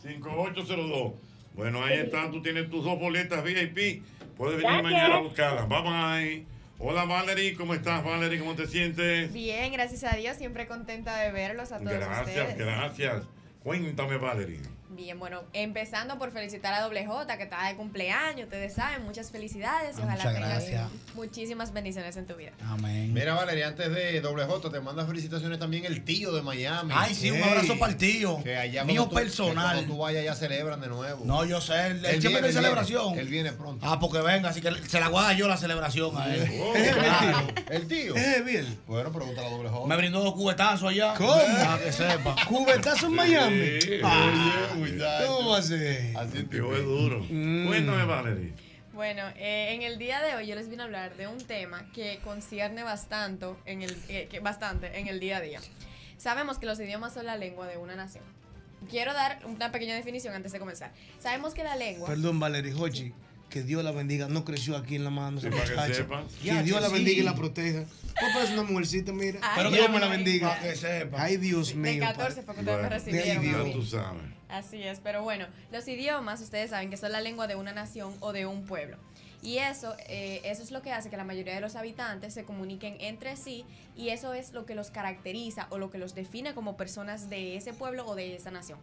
5802. Bueno, ahí está, tú tienes tus dos boletas VIP. Puedes venir
Gracias.
mañana a buscarlas. Bye bye. Hola Valerie, ¿cómo estás Valerie? ¿Cómo te sientes?
Bien, gracias a Dios, siempre contenta de verlos a todos
Gracias,
ustedes.
gracias. Cuéntame Valerie.
Bien, bueno, empezando por felicitar a Doble J, que está de cumpleaños, ustedes saben, muchas
Ah,
felicidades. y Ojalá
muchas
tengas
gracias.
muchísimas bendiciones en tu vida.
Amén.
Mira, Valeria, antes de WJ, te manda felicitaciones también el tío de Miami.
Ay, sí, un abrazo para el tío.
Que allá cuando
Mío
tú- que
personal.
Cuando tú vayas, ya celebran de nuevo.
No, yo sé, él, él
Él
siempre
viene,
tiene
él
celebración.
viene, él viene pronto.
Ah, porque venga, así que se la guarda yo la celebración a él.
Claro. El tío.
Eh,
bien.
Bueno, pregunta la doble
Me brindó dos cubetazos allá.
¿Cómo?
Para que sepa.
¿Cubetazo en Miami? Ah,
¿Cómo
va a ser?
Así es duro. Cuéntame Valerie.
Bueno, eh, en el día de hoy yo les vine a hablar de un tema que concierne bastante en el, eh, que- bastante en el día a día. Sabemos que los idiomas son la lengua de una nación. Quiero dar una pequeña definición antes de comenzar. Sabemos que la lengua...
Perdón, Valery Hochi. Que Dios la bendiga. No creció aquí en la mano.
Sí,
esa
para que
muchacha.
sepa.
Que Dios la
Sí.
bendiga y la proteja. Pues parece una mujercita, mira.
Ay,
Pero
Pero
Dios
qué
me la
bonita.
bendiga. Ay, Dios mío.
De 14 fue que ustedes me
Bueno,
recibieron.
de
a
Dios.
mí.
Ya tú sabes.
Así es, pero bueno, los idiomas ustedes saben que son la lengua de una nación o de un pueblo. Y eso, eh, eso es lo que hace que la mayoría de los habitantes se comuniquen entre sí y eso es lo que los caracteriza o lo que los define como personas de ese pueblo o de esa nación.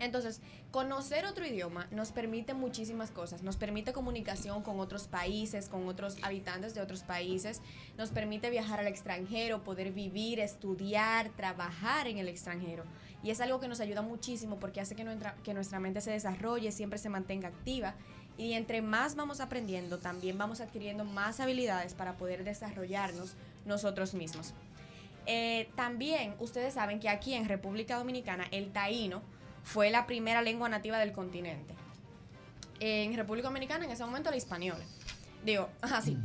Entonces, conocer otro idioma nos permite muchísimas cosas. Nos permite comunicación con otros países, con otros habitantes de otros países. Nos permite viajar al extranjero, poder vivir, estudiar, trabajar en el extranjero. Y es algo que nos ayuda muchísimo porque hace que nuestra, que nuestra mente se desarrolle, siempre se mantenga activa. Y entre más vamos aprendiendo, también vamos adquiriendo más habilidades para poder desarrollarnos nosotros mismos. Eh, también ustedes saben que aquí en República Dominicana el taíno fue la primera lengua nativa del continente. En República Dominicana en ese momento era español. Digo, <laughs> así,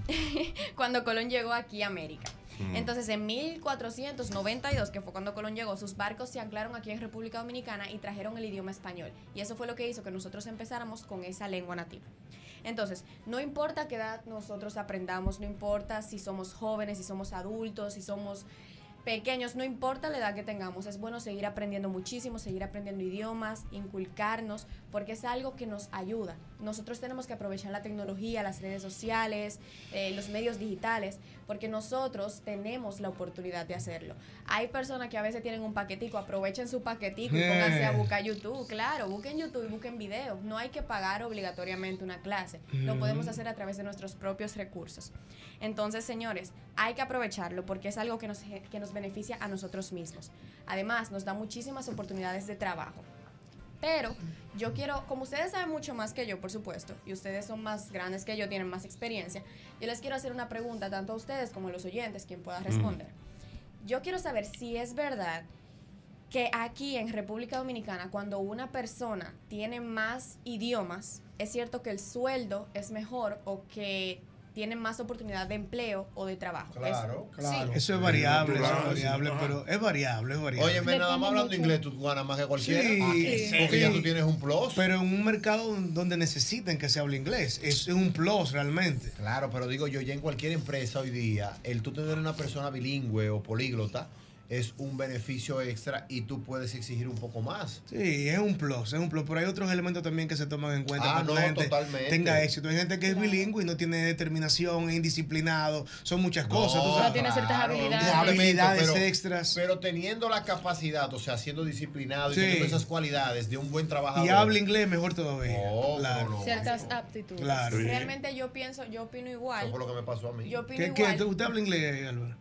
cuando Colón llegó aquí a América.
Mm.
Entonces en 1492, que fue cuando Colón llegó, sus barcos se anclaron aquí en República Dominicana y trajeron el idioma español. Y eso fue lo que hizo que nosotros empezáramos con esa lengua nativa. Entonces, no importa qué edad nosotros aprendamos, no importa si somos jóvenes, si somos adultos, si somos pequeños, no importa la edad que tengamos, es bueno seguir aprendiendo muchísimo, seguir aprendiendo idiomas, inculcarnos, porque es algo que nos ayuda. Nosotros tenemos que aprovechar la tecnología, las redes sociales, eh, los medios digitales, porque nosotros tenemos la oportunidad de hacerlo. Hay personas que a veces tienen un paquetico, aprovechen su paquetico y
Eh.
pónganse a buscar YouTube, claro, busquen YouTube y busquen videos, no hay que pagar obligatoriamente una clase, lo
Mm.
podemos hacer a través de nuestros propios recursos. Entonces, señores, hay que aprovecharlo porque es algo que nos, ge- que nos beneficia a nosotros mismos. Además, nos da muchísimas oportunidades de trabajo. Pero yo quiero, como ustedes saben mucho más que yo, por supuesto, y ustedes son más grandes que yo, tienen más experiencia, yo les quiero hacer una pregunta tanto a ustedes como a los oyentes, quien pueda responder. Yo quiero saber si es verdad que aquí en República Dominicana, cuando una persona tiene más idiomas, es cierto que el sueldo es mejor o que tiene más oportunidad de empleo o de trabajo.
Claro,
Es-
claro.
Eso es variable, eso es
Claro,
variable,
sí,
pero es variable, es variable.
Oye, me nada más hablando inglés, tú ganas más que cualquiera. Ah, porque ya tú tienes un plus.
Pero en un mercado donde necesiten que se hable inglés, es un plus realmente.
Claro, pero digo yo, ya en cualquier empresa hoy día, el tú tener una persona bilingüe o políglota es un beneficio extra y tú puedes exigir un poco más.
Sí, es un plus, es un plus, pero hay otros elementos también que se toman en cuenta
Ah,
para que
no,
la gente
totalmente.
tenga éxito. Hay gente que es bilingüe y no tiene determinación, es indisciplinado, son muchas cosas. tú sabes.
claro,
Tiene habilidades
pero-
extras.
Pero teniendo la capacidad, o sea, siendo disciplinado y
Sí.
teniendo esas cualidades de un buen trabajador. Oh,
Y habla inglés mejor todavía.
claro.
Ciertas aptitudes.
Claro.
Realmente yo pienso, yo opino igual.
Eso fue lo que me pasó a mí.
Yo opino
¿Qué,
igual.
qué? ¿Usted habla inglés, Álvaro?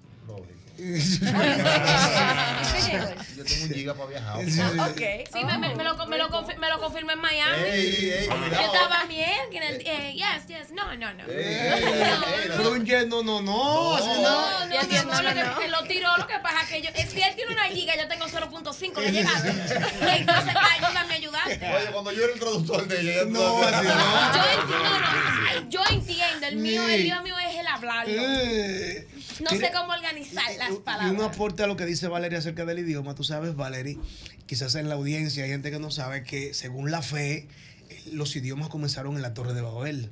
Yo tengo un giga para viajar.
Ah, ok. Sí, me, me- me lo, me, lo confi- me lo confirmó en Miami.
Ey, ey,
Yo
cuidado.
estaba bien. que en el- eh, yes, yes. No, no, <laughs> no.
Pero un yes, no, no, no. así no.
No, no, mi
yes,
amor,
no,
lo que-
no.
que lo tiró, lo que pasa es que yo, eh, si él tiene una giga, yo tengo 0.5, no he llegado. <laughs> Entonces, ayúdame, ayúdame.
Oye, cuando yo era el traductor de ella, ya
no, así
Yo entiendo, ay, yo entiendo, el mío, el lío mío es el hablarlo.
Eh,
No
mire,
sé cómo organizar las
Y uno
palabras.
aporte a lo que dice Valeria acerca del idioma. Tú sabes, Valeria, quizás en la audiencia hay gente que no sabe que según la fe, eh, los idiomas comenzaron en la Torre de Babel.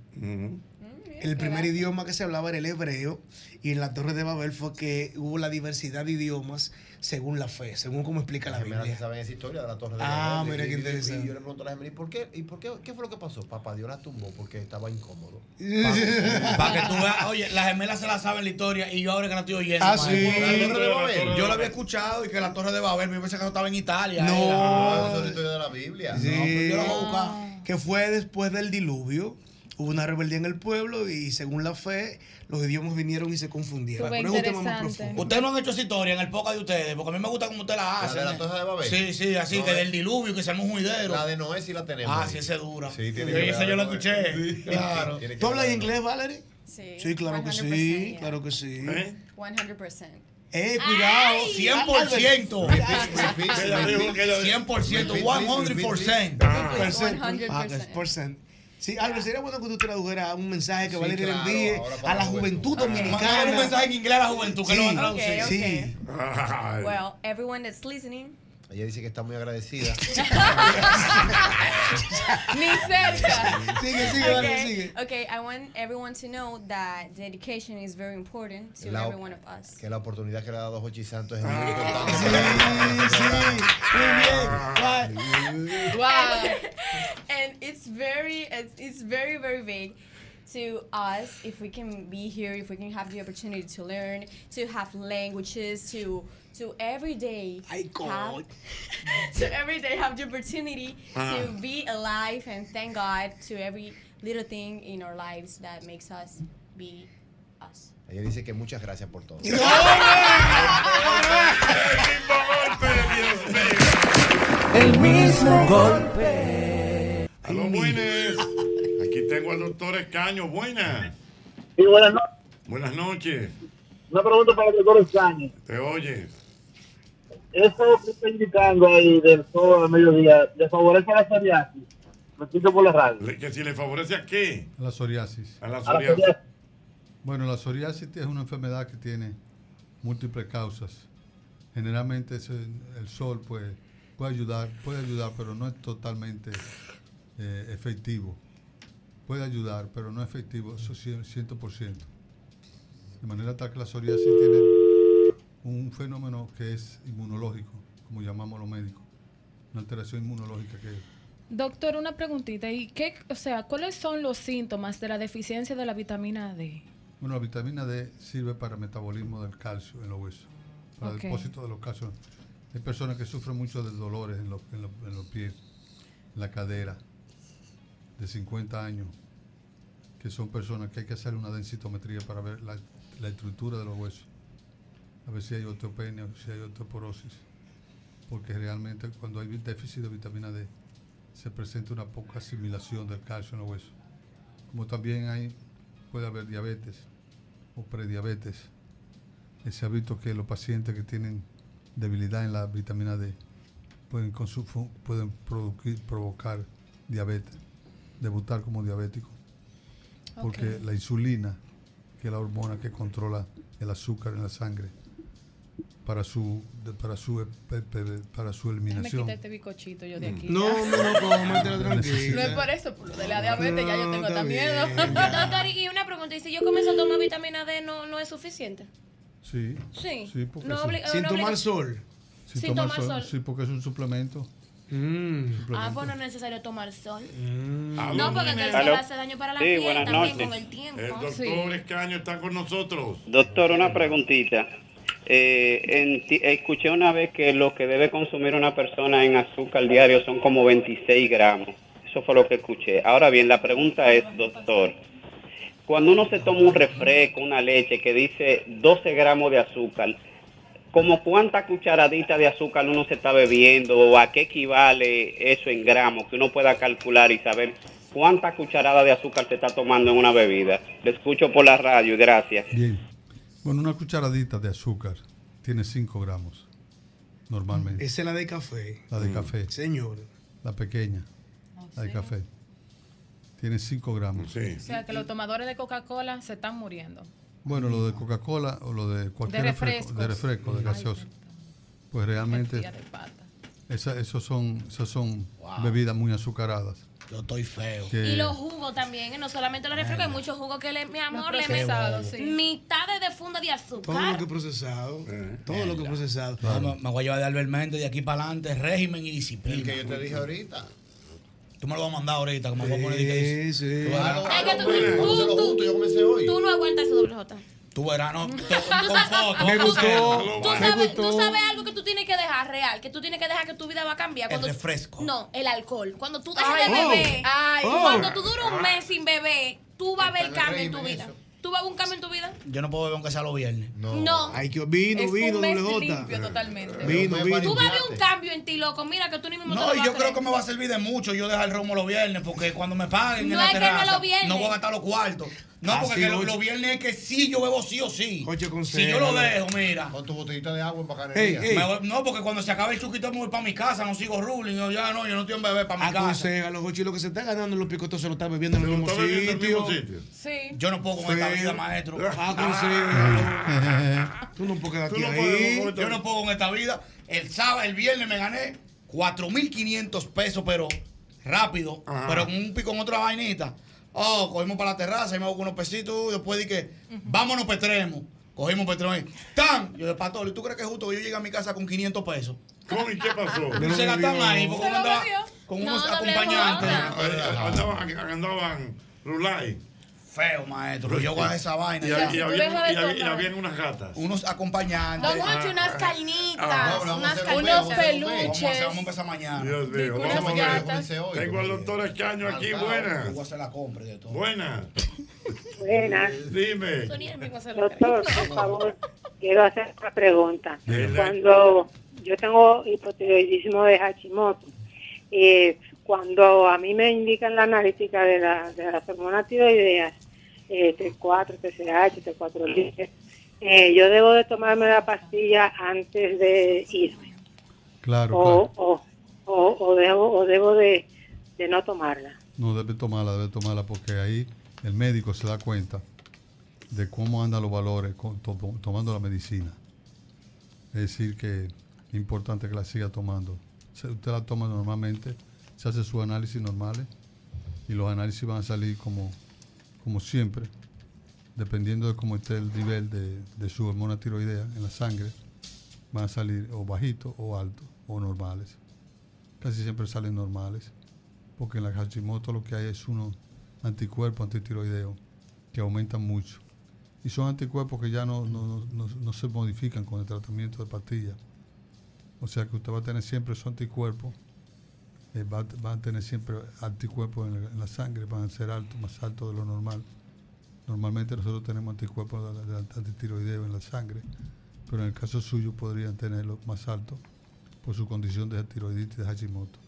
El primer idioma que se hablaba era el hebreo y en la Torre de Babel fue que hubo la diversidad de idiomas según la fe, según como explica la
Las gemelas que
Biblia.
saben esa historia de la Torre de
Ah,
Babel.
mira
Y-
qué
y- y-
interesante.
Y yo le pregunto a la gemelas, ¿y por qué? ¿Y por qué? ¿Qué fue lo que pasó? Papá Dios la tumbó porque estaba
<laughs>
incómodo.
Para que tú veas, oye, las gemelas se la saben la historia y yo ahora que la estoy oyendo.
Ah,
maestro.
sí.
La Torre de
La Torre de
Babel.
Babel.
Yo la había escuchado y que la Torre de Babel, me pensé que no estaba en Italia.
No.
era. Ah,
Esa es la historia de la Biblia.
Sí.
pues, yo la voy a buscar.
Que fue después del diluvio. Hubo una rebeldía en el pueblo y según la fe, los idiomas vinieron y se confundieron.
Súper
Pero es un tema más
interesante.
profundo.
Ustedes no han hecho esa historia en el poca de ustedes, porque a mí me gusta como usted la hace.
de la Torre de Babel?
Sí, sí, así
No,
que
eh.
del diluvio, que se armó un juidero.
La de Noé sí la tenemos.
Ah, sí, esa es dura.
Sí, tiene
Sí,
que
esa
ver,
yo la
¿no?
escuché.
<laughs>
Claro.
Tiene que
¿Tú
ver.
hablas inglés, Valerie?
Sí,
Sí, claro que sí,
100%,
claro que sí.
¿Eh? 100%.
Eh, cuidado.
Ay.
100%.
Ella dijo que ella-
100%. 100%.
Ah,
Percent.
ah, que es percent. Sí, Albert, sería bueno que tú tradujeras un mensaje que
Sí,
Valeria
claro,
le envíe
ahora
a
para
la
la
juventud
juventud. Ah.
dominicana.
Mándale un mensaje en inglés a la juventud, que lo va a traducir.
Sí, sí.
Okay,
Ay.
<laughs> Well, everyone that's listening,
Ella dice que está muy
<laughs>
agradecida. <laughs>
ni cerca.
Sigue, sigue,
okay.
dale, sigue.
Okay, I want everyone to know that dedication is very important to
La-
every one of us.
Que la oportunidad que le ha dado Jochi Santos
Ah,
es muy importante. para-
sí,
muy bien.
<laughs> And, and it's very it's, it's very very vague. to us if we can be here, if we can have the opportunity to learn, to have languages, to to every day have, <laughs> to every day have the opportunity
Ah.
to be alive and thank God to every little thing in our lives that makes us be us.
Ella dice que muchas gracias por
<laughs>
todo.
El mismo golpe.
A los buenas. Aquí tengo al doctor Escaño. Buenas.
buenas noches.
Buenas noches.
Una pregunta para Gregorio Sánchez.
Te oyes.
Eso que está indicando ahí del sol al mediodía, ¿le favorece la psoriasis? Lo escucho por la radio.
Le- Que si le favorece a qué?
A la psoriasis.
A la psoriasis.
Bueno, la psoriasis es una enfermedad que tiene múltiples causas. Generalmente es el, el sol pues, puede ayudar, puede ayudar, pero no es totalmente eh, efectivo. Puede ayudar, pero no es efectivo, eso sí, 100%. De manera tal que la psoriasis tiene un fenómeno que es inmunológico, como llamamos los médicos. Una alteración inmunológica que
Doctor, una preguntita. ¿Y qué, o sea, cuáles son los síntomas de la deficiencia de la vitamina D?
Bueno, la vitamina D sirve para el metabolismo del calcio en los huesos, para
Ok.
el depósito de los calcios. Hay personas que sufren mucho de dolores en, los- en los- en los pies, en la cadera, de 50 años, que son personas que hay que hacer una densitometría para ver la, la estructura de los huesos, a ver si hay osteopenia o si hay osteoporosis, porque realmente cuando hay déficit de vitamina D se presenta una poca asimilación del calcio en los huesos. Como también hay puede haber diabetes o prediabetes. Eh, Se ha visto que los pacientes que tienen debilidad en la vitamina D pueden, consu- fu- pueden provoqui- provocar diabetes, debutar como diabético. Porque
Ok.
la insulina, que es la hormona que controla el azúcar en la sangre, para su, de- para su, pe- pe- para su
Déjame
eliminación.
quitar este bicochito yo de aquí.
No,
ya.
no, no, cómetelo, tranquila.
No es por eso, por lo de la diabetes ya yo
No,
tengo
está
tan
bien.
miedo. <laughs>
Doctor, y una pregunta, y si yo comienzo a tomar vitamina D, ¿no, no es suficiente?
Sí.
Sí.
porque
No
eso-
obli- Sin no obli- tomar
sol.
Sin,
Sin
tomar,
tomar
sol,
sol.
Sí, porque es un suplemento.
Ah,
Suplemento.
pues no es necesario tomar sol.
Aló,
Mm.
No, porque el
buenas.
sol hace daño para la
Sí,
piel
buenas
también
noches. Eh,
con el tiempo.
El doctor Escaño está con nosotros.
Doctor, una preguntita. Eh, enti- escuché una vez que lo que debe consumir una persona en azúcar diario son como 26 gramos. Eso fue lo que escuché. Ahora bien, la pregunta es, doctor, cuando uno se toma un refresco, una leche que dice 12 gramos de azúcar, ¿como cuánta cucharadita de azúcar uno se está bebiendo o a qué equivale eso en gramos que uno pueda calcular y saber cuánta cucharada de azúcar se está tomando en una bebida? Lo escucho por la radio, y gracias.
Bien. Bueno, una cucharadita de azúcar tiene 5 gramos, normalmente.
Esa es la de café.
La de café.
Señor.
La pequeña,
Oh,
la de café. Tiene 5 gramos.
O sea, que los tomadores de Coca-Cola se están muriendo.
Bueno, lo de Coca-Cola o lo de cualquier
De
refresco, de
refrescos.
refresco, de
Ay,
gaseosa. Pues realmente
Tía de pata.
esa, esos son, esas son bebidas muy azucaradas.
Yo estoy feo.
Y los jugos también, ¿eh? no solamente los refrescos, hay muchos jugos que, le, mi amor, le
procesados,
meten
sí.
mitades de funda de
Todo lo
azúcar.
que procesado. Todo lo que procesado.
No, Ah, me, me voy a llevar de Albert Méndez de aquí para adelante, régimen y disciplina. El que yo te dije ahorita. Tú me lo vas a mandar ahorita, como voy a poner de que- Tú verás,
Es que tú, tú, tú, tú no aguantas ese doble
<laughs>
J.
tú verás, no, te-
Tú sabes-
con foto.
Me
vamos a
gustó,
hacerlo.
Tú sabes, tú sabes algo que tú tienes que dejar real, que tú tienes que dejar que tu vida va a cambiar.
El refresco.
No, el alcohol. Cuando tú dejas
Ay,
de
oh,
beber,
ay. oh.
cuando tú duras un mes sin beber, tú vas a ver
Está en el
cambio en tu
régimen
vida. ¿Tú vas a ver un cambio en tu vida?
Yo no puedo beber aunque sea los viernes.
No.
Ay, que vino, vino, doble jota.
Eh.
totalmente.
Vino, vino.
Tú vas a ver un cambio en ti, loco. Mira que tú ni mismo te lo
No, y
vas a
yo creo
creer.
que me va a servir de mucho yo dejar el romo los viernes, porque cuando me paguen
No
en la
es que no
terraza,
los viernes.
voy a gastar los cuartos. No,
Ah,
porque
sí,
que los,
ocho.
los viernes es que sí, yo bebo sí o sí. si
cero,
yo lo
¿no?
dejo, mira.
Con tu botellita de agua en
Ey,
bacanería.
ey. Me voy- no, porque cuando se acabe el chuquito me voy para mi casa, no sigo ruling. Yo ya no, yo no estoy en bebé
Ah,
para mi casa.
Aconseja los ocho y lo que se está ganando en los picotos se lo está bebiendo en el mismo
está bebiendo en el
sitio.
mismo
Sí.
Yo no puedo con esta vida, maestro. Ah.
Aconseja. Tú no puedes quedarte
Tú no puedes
ahí.
con esta- Yo no puedo con esta vida. El sábado, el viernes me gané 4.500 pesos, pero rápido, pero con un pico en otra vainita. Oh, cogimos para la terraza, y me hago unos pesitos, después dije, vámonos petremos. Cogimos petremos ahí. ¡Tan! Yo de Patoli, ¿tú crees que es justo que yo llegue a mi casa con 500 pesos?
¿Cómo y qué pasó?
Y se gastaron ahí, porque
Se lo
andaba
bebió.
con
No,
unos
doble
acompañantes.
Andaban, andaban Rulay.
feo, maestro. Yo con esa vaina.
Y,
ya.
había- y habían- y habían- y habían unas gatas.
Unos acompañantes.
Don Hochi,
Ah.
unas
calinitas.
unas
unos peluches.
Vamos a empezar mañana.
Dios mío,
Unas
vamos a ver.
gatas.
Tengo al doctor Escaño aquí,
Marcado,
buenas.
yo voy a hacer la compra y de todo.
Buenas.
Buenas.
Dime.
Doctor, por favor, quiero hacer una pregunta.
Dele.
Cuando yo tengo hipotiroidismo de Hashimoto, eh, cuando a mí me indican la analítica de, la- de las hormonas tiroideas, eh, T4, TSH, T4, eh, yo debo de tomarme la pastilla antes de irme
Claro,
o,
claro.
o, o, o debo, o debo de, de no tomarla.
No, debe tomarla, debe tomarla porque ahí el médico se da cuenta de cómo andan los valores con- to- tomando la medicina. Es decir, que es importante que la siga tomando. Se- Usted la toma normalmente, se hace sus análisis normales y los análisis van a salir como, como siempre, dependiendo de cómo esté el nivel de, de su hormona tiroidea en la sangre, van a salir o bajito o alto o normales. Casi siempre salen normales porque en la Hashimoto lo que hay es unos anticuerpos antitiroideo que aumentan mucho. Y son anticuerpos que ya no, no- no- no- no se modifican con el tratamiento de pastillas. O sea que usted va a tener siempre esos anticuerpos, eh, va, a t- va a tener siempre anticuerpos en la, en la sangre, van a ser altos, más altos de lo normal. Normalmente nosotros tenemos anticuerpos de, de- de antitiroideo en la sangre, pero en el caso suyo podrían tenerlos más altos por su condición de tiroiditis de Hashimoto.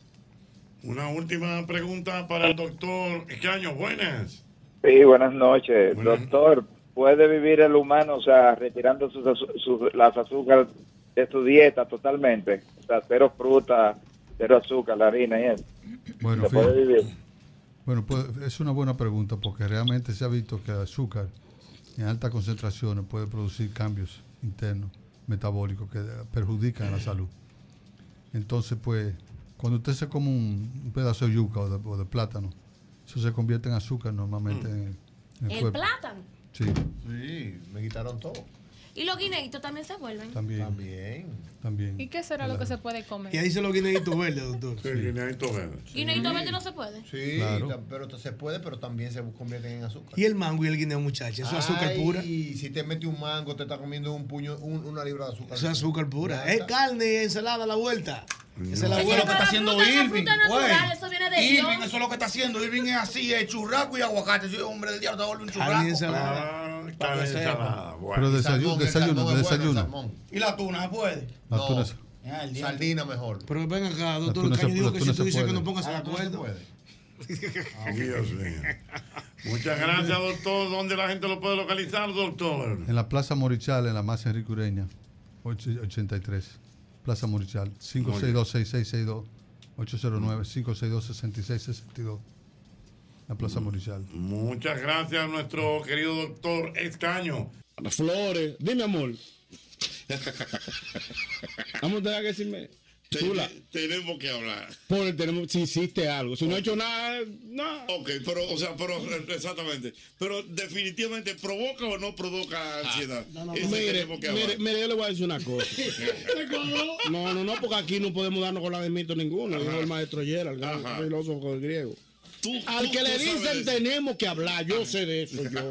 Una última pregunta para el doctor Escaño. Buenas.
Sí, buenas noches. Doctor, ¿puede vivir el humano, o sea, retirando sus, azu- sus- las azúcares de su dieta totalmente? O sea, cero fruta, cero azúcar, la harina y eso.
Bueno,
¿Se puede
fíjate.
vivir?
Bueno, pues es una buena pregunta porque realmente se ha visto que el azúcar en altas concentraciones puede producir cambios internos metabólicos que perjudican a la salud. Entonces, pues, cuando usted se come un, un pedazo de yuca o de, o de plátano, eso se convierte en azúcar normalmente en, en el,
El
cuerpo.
plátano.
Sí,
Sí, me quitaron todo.
Y los guineitos también se vuelven.
también.
También.
También.
¿Y qué será lo que se puede comer?
Y ahí se los guineitos verdes, doctor. Sí,
guineitos verdes.
Guineito verde no se puede.
Sí,
Claro.
ta- pero t- se puede, pero también se convierten en azúcar.
Y el mango y el guineo, muchacha. Eso es azúcar
Ay,
pura.
Y si te mete un mango, te está comiendo un puño, un- una libra de azúcar.
Eso es azúcar pura. eh.
Ya
Es
está.
carne y ensalada a la vuelta. Esa es la
Eso es lo que
vuelta.
está haciendo Irving. güey.
eso viene de
Irving,
Dios.
eso es lo que está haciendo. Irving es así, es churraco y aguacate. Yo, hombre del diablo, te vuelve un
Carne y
churraco.
ensalada.
Para
Carne
que
y
sepa.
ensalada,
Pero desayuno, desayuno, desayuno.
Y la tuna, ¿se puede?
La tuna es-
Ah, el diablo.
Sardina mejor.
Pero ven acá,
La
Ah, doctor.
tuna
Caño
se-
dijo
la
que
tuna
si tú
se
dices que
puede.
no pongas el
Ah, no se
acuerdo.
<laughs> Dios mío. Muchas gracias, doctor. ¿Dónde la gente lo puede localizar, doctor?
En la Plaza Morichal, en la más Enrique Ureña, och- 83. Plaza Morichal, 562-6662, 809-562-6662. La Plaza Morichal.
Muchas gracias a nuestro querido doctor Escaño.
Flores, dime amor. Vamos a dejar que si me. Chula,
Tenemos que hablar.
por tenemos, si hiciste algo, si no he hecho nada, no.
Ok, pero, o sea, pero, exactamente. Pero definitivamente, ¿provoca o no
Ah.
provoca ansiedad? Eso
Mire,
tenemos que hablar.
mire, mire, yo le voy a decir una cosa. No, no, no, porque aquí no podemos darnos con la de mito ninguno. Dijo el maestro Gerald, el gran filósofo griego. Al tú- que le tú sabes dicen de eso. tenemos que hablar, yo sé de eso, yo.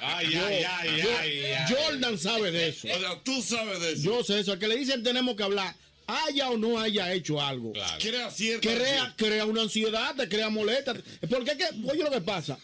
Ay,
Yo-
ay, ay,
yo-
ay, ay.
Jordan sabe de eso.
O sea, tú sabes de eso.
Yo sé eso. Al que le dicen tenemos que hablar, haya o no haya hecho algo.
Crea cierta
Crea,
ansiedad.
crea una ansiedad, te crea molesta. Porque es que, oye lo que pasa.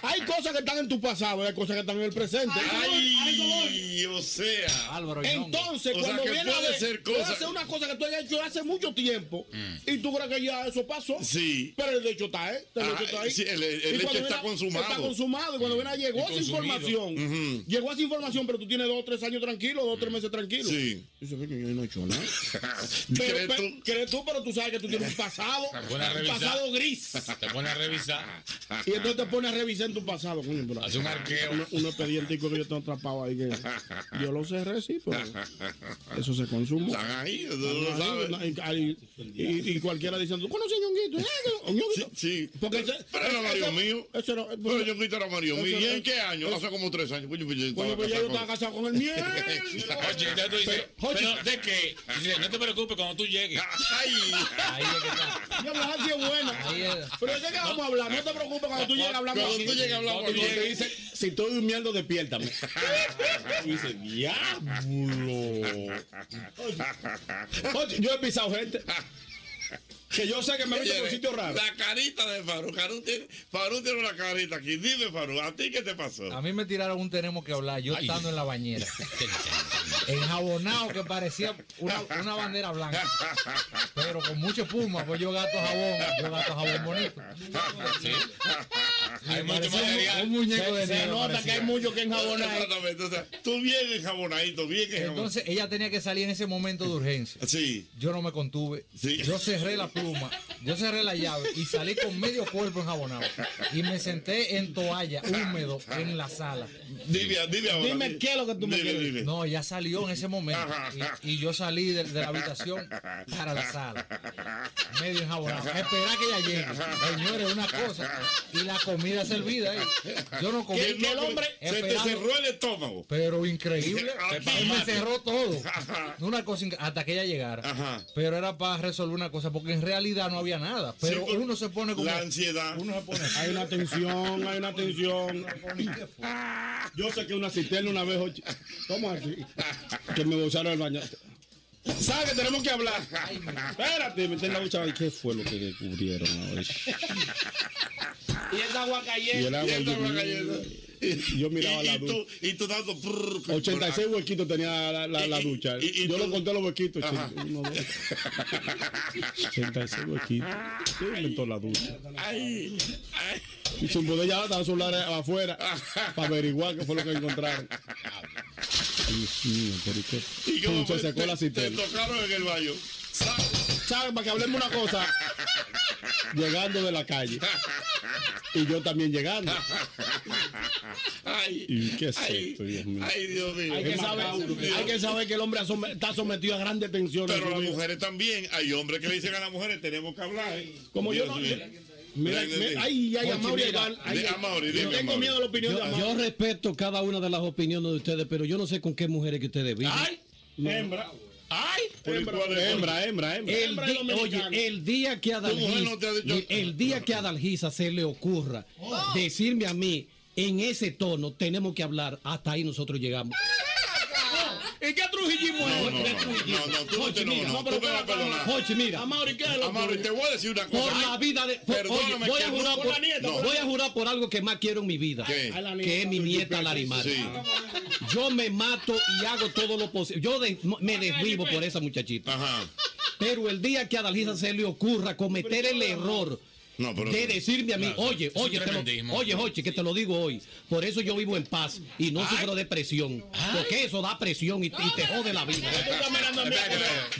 Hay cosas que están en tu pasado y hay cosas que están en el presente.
Ay, o sea. Álvaro,
Entonces, cuando
que
viene a
puede
ver,
ser
tú
cosas.
haces una cosa que tú has hecho hace mucho tiempo y tú crees que ya eso pasó.
Sí.
Pero el hecho está, ¿eh? El
Ah,
hecho está ahí.
sí, el- el
Y
hecho
cuando
está consumado. Mm.
Está consumado. Y cuando viene, llegó
Y
esa
consumido.
información.
Ujú. Mm.
Llegó esa información, pero tú tienes dos o tres años tranquilo, dos o tres meses tranquilo.
Sí.
Dice, coño, yo no he
<laughs>
hecho nada. Pero,
¿Crees
pe-
tú?
crees tú, pero tú sabes que tú tienes
<laughs>
un pasado,
Te
un
pone a revisar.
pasado gris.
Te pone a revisar.
Y entonces te pones a revisar en tu pasado, coño. pero-
Ah, Hace un arqueo.
Un, un expedientico que yo tengo atrapado ahí.
<laughs>
Que yo lo cerré, sí, pero eso se consume.
Están ahí, tú lo sabes.
y, y- y cualquiera diciendo, ¿conoces a Ñonguito? Eh, que- Ñonguito".
Sí.
Porque ese-
Pero era
ese-
Mario
ese-
mío.
ese era-
Pero yo quito era Mario
eso
mío. ¿Y
era-
en qué año?
eso-
Hace como tres años. Coño, pues yo
Coño,
estaba
pues ya
<laughs>
yo
casado
estaba casado con el miel.
con-
Oye, entonces tú dices,
Pero,
¿pero de qué? Dice, no te preocupes cuando tú llegues.
Ay,
ahí es que está.
Yo me pues, así es bueno. Pero ¿de qué vamos a hablar? No te preocupes cuando tú llegues hablamos.
Cuando tú llegues hablamos
Cuando tú
aquí.
llegues, dice, si estoy
<laughs>
durmiendo, despiértame. Y dice, diablo. Oye, Yo he pisado gente. Que yo sé que me he visto por
Oye,
sitio raro.
La carita de Faru. Faru tiene, Faru tiene una carita aquí. Dime, Faru, ¿a ti qué te pasó?
A mí me tiraron un tenemos que hablar, yo
Ay.
estando en la <laughs> bañera. Enjabonado que parecía una, una bandera blanca. Pero con mucho espuma, pues yo gato jabón, yo gato jabón bonito. Ah,
<laughs>
Hay mucho material. Un muñeco de nieve parecía.
Exactamente. O sea, tú bien enjabonadito, bien enjabonadito.
Entonces ella tenía que salir en ese momento de urgencia.
<laughs> Sí.
Yo no me contuve. Yo cerré la pluma, yo cerré la llave y salí con medio cuerpo enjabonado. Y me senté en toalla, húmedo, en la sala.
Dime, dime ahora.
Dime qué es lo que tú me
Dime,
quieres.
dime.
No, ya salió en ese momento. Y, y yo salí de, de la habitación para
<laughs>
la sala. Medio enjabonado. Esperar Ah, que ella llegue. Señores, una cosa. Y la comida servida
<laughs>
ahí. ¿eh? Yo no comí. pues,
Que- que el hombre- se te cerró el estómago.
Pero
<laughs>
increíble.
Te
Y me
palmaste.
cerró todo. Una cosa inc- hasta que ella llegara. Pero era para resolver una cosa, porque en realidad no había nada. Pero uno se pone como.
la
ansiedad.
Uno se pone.
Hay una tensión, hay una tensión. Yo saqué una cisterna una vez, oye, ¿cómo así? Que me bolsaron el baño. ¿Sabes que tenemos que hablar? Espérate, metí en la ducha. Ay, ¿Qué fue lo que descubrieron? Ay,
Y esa agua
Y el
cayendo.
agua,
y esa
yo,
agua cayendo.
yo miraba
Y- y
la
tú-
ducha.
Y tú dando. prrr, prrr,
86 huequitos tenía la, la- la ducha.
y- y
Yo
tú-
lo conté los huequitos.
Ajá.
80, uno, dos, 86 huequitos. ¿Quién inventó la ducha?
Ay, ay.
Y sin poder ya estaba celular afuera para averiguar qué fue lo que encontraron. Dios mío, pero ¿y qué?
Y
Pum,
cómo
se
fue?
secó la
Te-
cisterna.
Te tocaron en el baño.
¿Sabes? Para que hablemos una cosa. Llegando de la calle. Y yo también llegando.
Ay,
¿Y qué es esto, Dios mío?
ay, Dios mío.
Hay que,
Es
saber,
macabro, Dios.
hay que saber que el hombre asome- está sometido a grandes tensiones.
Pero
en su
las
vida.
mujeres también. Hay hombres que le dicen a las mujeres, tenemos que hablar. ¿eh?
Como yo
Dios
no-
mío.
Mira,
Dime,
me-
dime.
ay, ay,
Oye,
Amaury,
mira,
Gal- ay,
de-
ay,
Amaury,
yo
dime, eh,
tengo
Amaury.
miedo a la opinión de
Yo,
Amaury.
yo respeto cada una de las opiniones de ustedes, pero yo no sé con qué mujeres que ustedes viven. No.
Hembra.
Ay,
hembra, hembra, hembra, hembra.
El
Hembra
di-
es dominicana.
oye, el día que a
Tu mujer
Dalgisa,
no te ha dicho-
el día que a Dalgisa se le ocurra decirme a mí en ese tono, tenemos que hablar, hasta ahí nosotros llegamos.
¿Y qué trujillismo es? este?
No, no,
¿Qué
no,
trujillismo?
no, no, tú no
Jochi,
te- no,
mira,
no,
pero
tú me vas a
espera,
perdonar.
Amaury.
Jochi, mira.
Amaury, ¿qué es lo
Amaury,
tuyo?
te voy a decir
una
Por la vida de. por- oye,
Perdóname,
voy
que
a
no-
jurar
por
por,
la nieta, por la
voy a jurar por algo que más quiero en mi vida,
¿Qué? A la
que
nieta,
es mi
tu
nieta
jipeta,
Larimar.
sí.
Yo me mato y hago todo lo posible. Yo de- me desvivo por esa muchachita. Pero el día que a Dalgisa se le ocurra cometer el error
No, pero-
de decirme a mí,
No,
oye,
es un
oye, te lo,
tremendismo.
oye, Jochi, que te lo digo hoy. Por eso yo vivo en paz y no sufro depresión. Porque eso da presión y, y te jode la vida.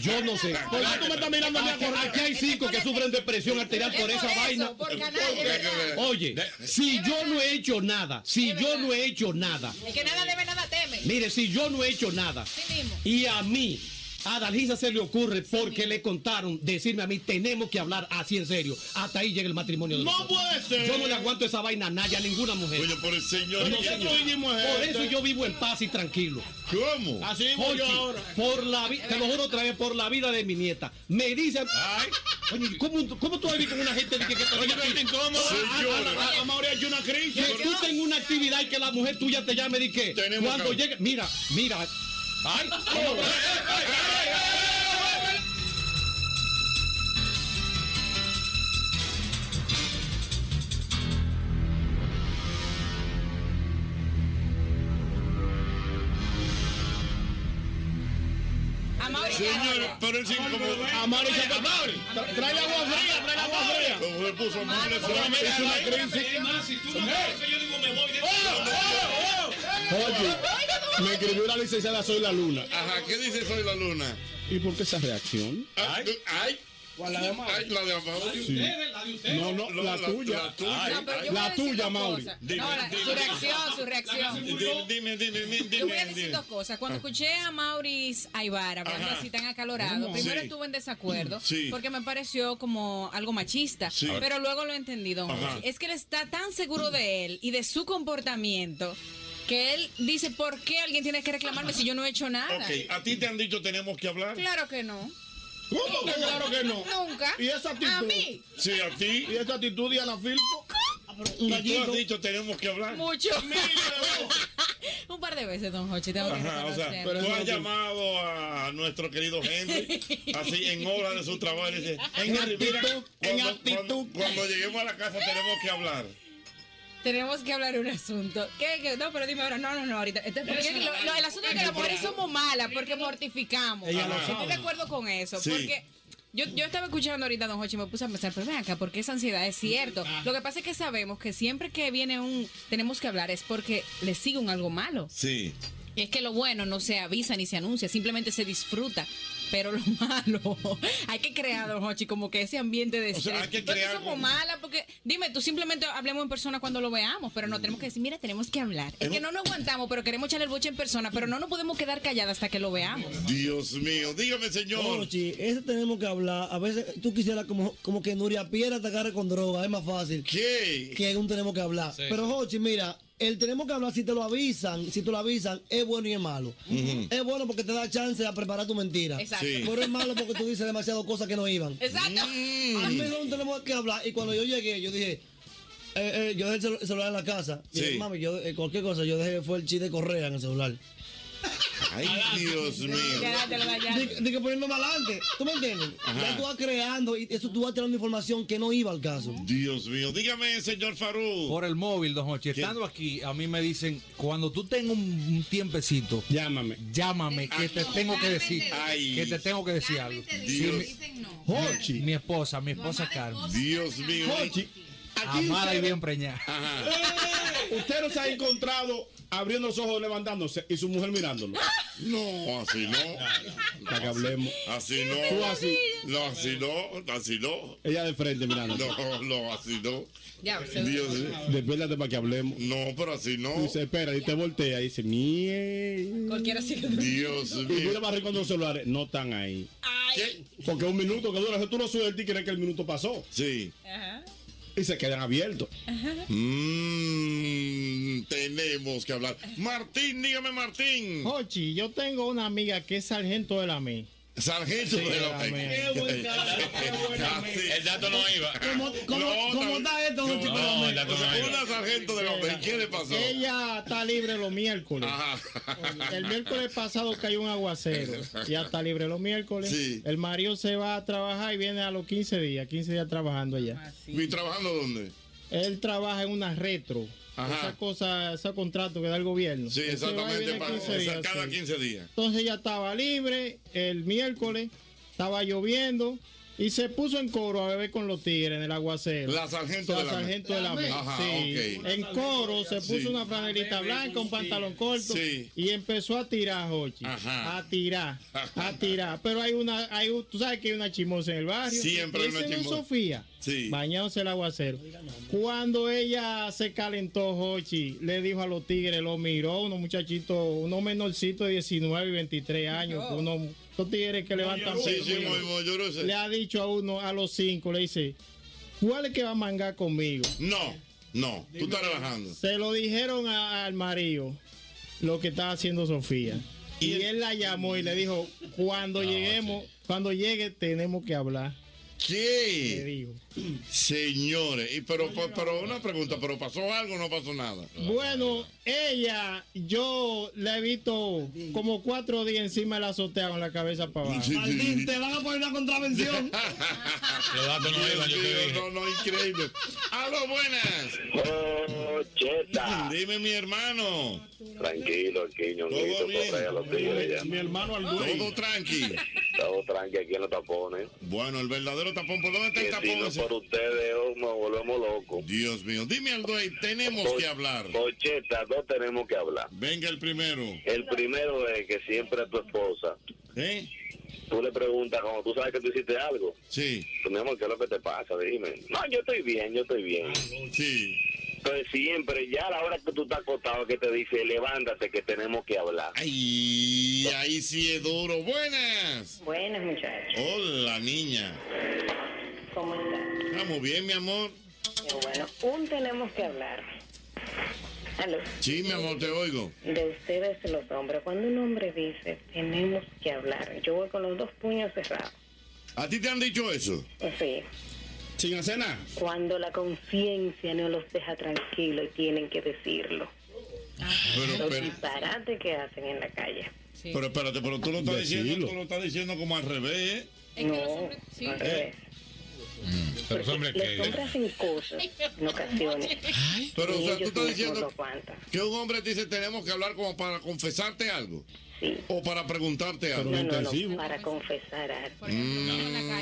Yo no sé.
¿Por qué tú me estás mirando a mí a
Aquí-
correr?
Aquí hay cinco que sufren de presión arterial por
Es
esa
por eso,
vaina.
por canalla, es verdad.
Oye, si yo no he hecho nada, si yo no he hecho nada,
El que nada debe, nada teme.
mire, si yo no he hecho nada,
Sí mismo.
y a mí, a Dalgisa se le ocurre porque le contaron decirme a mí, tenemos que hablar así en serio. Hasta ahí llega el matrimonio. de
No
nosotros.
puede ser.
Yo no le aguanto esa vaina a nadie, a ninguna mujer.
Oye, por el señor.
No,
¿Y qué
señor.
trujillismo es
Por
este?
eso yo vivo en paz y tranquilo.
¿Cómo?
Así vivo yo ahora.
Por la vida, te lo juro otra vez, por la vida de mi nieta. Me dicen. Oye, ¿cómo, ¿cómo tú vas a vivir con una gente de que, que te
Oye,
diga-
pero incómodo.
Ah, ah,
Señora.
ah, ah, Mauri, hay una crisis. Que tú tengas una actividad y que la mujer tuya te llame y que cuando llegue. Mira, mira. Ay,
Amaury,
Señores, pero él sí como.
Amaury, se- Amaury, tra- tráele agua fría, tráele agua fría.
Como se puso amable,
Amaury, es una crisis. Oye, me escribió la licenciada Soy la Luna.
Ajá, ¿qué dice Soy la Luna?
¿Y por qué esa reacción?
Ay, ay.
la de Amaury?
Ay, la de Amaury.
Sí. No, no, la, tuya.
La tuya,
Ay,
No, pero yo voy a
la
decir
tuya,
una
Mauri.
cosa. No, la- su reacción, su reacción.
Dime, dime, dime, dime. Ah.
Yo voy a decir dos cosas. Cuando escuché a Maurice Aybara hablando
Ajá.
así tan acalorado,
¿Cómo?
primero
Sí.
estuve en desacuerdo
Sí.
porque me pareció como algo machista,
Sí.
pero luego lo he entendido.
Ajá.
Es que él está tan seguro de él y de su comportamiento que él dice, ¿por qué alguien tiene que reclamarme si yo no he hecho nada?
Ok, a ti te han dicho tenemos que hablar.
Claro que no.
¿Cómo que claro que no?
Nunca.
¿Y esa actitud?
¿A mí?
Sí, a ti.
¿Y esa actitud, Diana Filpo?
Y tú has dicho, tenemos que hablar.
Mucho.
Mira,
<laughs> Un par de veces, don Hochi, tengo que
Ajá, o sea,
reconocer.
tú has llamado a nuestro querido Henry, así en hora de su trabajo, y le dice,
En
Henry, mira,
actitud,
cuando, cuando- cuando lleguemos a la casa tenemos que hablar.
Tenemos que hablar un asunto. ¿Qué, qué? No, pero dime ahora. No, no, no, ahorita. Este- porque lo- lo- el asunto es que las mujeres somos malas porque mortificamos.
Ella lo
Estoy
sabe.
de acuerdo con eso.
Sí.
Porque yo, yo estaba escuchando ahorita a Don Hochi y me puse a pensar, pero ven acá, porque esa ansiedad es cierto.
Ah.
Lo que pasa es que sabemos que siempre que viene un tenemos que hablar es porque le sigue un algo malo.
Sí.
Y es que lo bueno no se avisa ni se anuncia, simplemente se disfruta. Pero lo <laughs> malo, hay que crear, don Hochi, como que ese ambiente de
sea,
estrés.
hay que
Porque
crear
somos
como-
malas, porque dime, tú simplemente hablemos en persona cuando lo veamos, pero no tenemos que decir, mira, tenemos que hablar. Es que no nos aguantamos, pero queremos echarle el boche en persona, pero no nos podemos quedar calladas hasta que lo veamos.
Dios mío, dígame, señor.
Ochi, ese tenemos que hablar. A veces tú quisieras como, como que Nuria Piera te agarre con droga, es más fácil.
¿Qué?
Que un tenemos que hablar.
Sí.
Pero Ochi, mira, el tenemos que hablar si te lo avisan, si te lo avisan, es bueno y es malo.
Ujú.
Es bueno porque te da chance a preparar tu mentira.
Exacto. Sí.
Pero es malo porque tú dices demasiadas cosas que no iban.
Exacto.
A mí no tenemos que hablar. Y cuando yo llegué, yo dije, eh, eh, yo dejé el celu- celular en la casa. Y dije,
Sí.
mami, yo eh, cualquier cosa, yo dejé, fue el chiste de correa en el celular.
Ay, Dios mío.
De, de que poniendo más adelante, ¿tú me entiendes?
Ajá.
Ya tú vas creando y eso tú vas tirando información que no iba al caso.
Dios mío, dígame, señor Farú.
Por el móvil, don Hochi. Estando aquí, a mí me dicen, cuando tú tengas un tiempecito,
llámame.
Llámame, que te tengo que decir. Que te tengo que decir algo. Sí, mi- Hochi. Mi esposa, mi esposa Carmen.
Dios mío.
Hochi, aquí
Amada y
ustedes-
bien preñada.
¡Eh! Usted no se ha encontrado abriendo los ojos, levantándose y su mujer mirándolo.
No, así no.
Para que hablemos.
Así no.
Tú así.
No, así no, así no.
Ella de frente mirando.
No, no, así no.
Ya,
Dios eh.
Despiértate para que hablemos.
No, pero así no.
Dice, espera, y te voltea y dice, mie.
Cualquiera sigue.
Dios
Y mira para arriba cuando los celulares no están ahí. Porque un minuto que dura, eso tú lo sueltas y crees que el minuto pasó.
Sí.
Ajá.
Uh-huh. <laughs>
Y se quedan abiertos.
Mm, tenemos que hablar. Martín, dígame, Martín.
Ochi, yo tengo una amiga que es sargento de la ME.
Sargento
Sí,
de la
la mía. Qué buen
El dato no iba.
¿Cómo- cómo- cómo está esto, don Chico
No,
Lomé?
el dato no iba. Una sargento de la OPE. ¿Qué le pasó?
Ella está libre los miércoles. El miércoles pasado cayó un aguacero. Ya está libre los miércoles.
Sí.
El marido se va a trabajar y viene a los 15 días. 15 días trabajando allá.
<laughs> ¿Y trabajando dónde?
Él trabaja en una retro.
Ajá.
Esa cosa, ese contrato que da el gobierno.
Sí,
Él se va y
exactamente.
viene
para-
15 días,
cada
sí.
15 días.
Entonces ella estaba libre el miércoles, estaba lloviendo y se puso en coro a beber con los tigres en el aguacero.
La sargento de la Met.
sargento de la Met,
Ajá,
sí.
ok.
En coro se puso
Sí.
una franelita blanca, un pantalón corto
Sí.
y empezó a tirar, Jochi.
Ajá.
A tirar, a tirar. Pero hay una, hay, un- tú sabes que hay una chimosa en el barrio.
Siempre hay una
Dicen en
chimosa.
Sofía,
Sí.
bañándose el aguacero. Cuando ella se calentó, Jochi, le dijo a los tigres, lo miró, unos muchachitos, unos menorcitos de 19 y 23 años, unos los tigres que levantan
Sí,
peso,
sí,
mira.
Oh. muy- muy lloroso.
Le ha dicho a uno, a los cinco, le dice, ¿cuál es que va a mangar conmigo?
No, no. Tú estás relajando.
Se lo dijeron a- al marido lo que estaba haciendo Sofía. Y él la llamó y le dijo, cuando lleguemos, cuando llegue tenemos que hablar.
¿Qué?
Le dijo.
Señores, y pero, pero, pero una pregunta, ¿pero pasó algo o no pasó nada?
Bueno, ella, yo la he visto como cuatro días encima de la azotea con la cabeza para abajo.
Maldín,
te van a poner una contravención.
Los datos no iban, yo No, no, increíble. ¡Aló, buenas! Dime, mi hermano.
Tranquilo, aquí, ñonguito, correa, los tigres ya.
Mi hermano Alduey.
Todo tranqui.
Todo tranqui aquí en los tapones.
Bueno, el verdadero tapón, ¿por dónde está el
Que si
tapón?
no
ese?
por ustedes, oh, nos volvemos locos.
Dios mío, dime, Aldoy, tenemos que hablar.
Cocheta, no tenemos que hablar.
Venga el primero.
El primero es que siempre a tu esposa,
¿Eh?
tú le preguntas, como tú sabes que tú hiciste algo,
Sí.
tú, mi amor, ¿qué es lo que te pasa? Dime. No, yo estoy bien, yo estoy bien.
Sí.
Entonces siempre, ya a la hora que tú estás acostado, que te dice, levántate, que tenemos que hablar.
Y ahí sí es duro. Buenas.
Buenas, muchachos.
Hola, niña.
¿Cómo están?
Estamos bien, mi amor.
Qué Bueno, un tenemos que hablar. Aló.
Sí, mi amor, te oigo.
De ustedes los hombres. Cuando un hombre dice, tenemos que hablar, yo voy con los dos puños cerrados.
¿A ti te han dicho eso?
Sí.
Sin hacer nada.
Cuando la conciencia no los deja tranquilos y tienen que decirlo.
Pero,
Los
pero,
disparates que hacen en la calle.
pero espérate, pero tú lo estás diciendo,
Decilo.
tú lo estás diciendo como al revés. ¿eh?
No, al revés.
Pero hombre,
Los hombres hacen cosas en ocasiones.
Pero, o
Y
sea, tú
ellos
estás
mismos
diciendo-
lo aguantan.
Que un hombre te dice tenemos que hablar como para confesarte algo. O para preguntarte algo.
No, no, no, para confesar
Mm.
algo.
Mi amor.
No,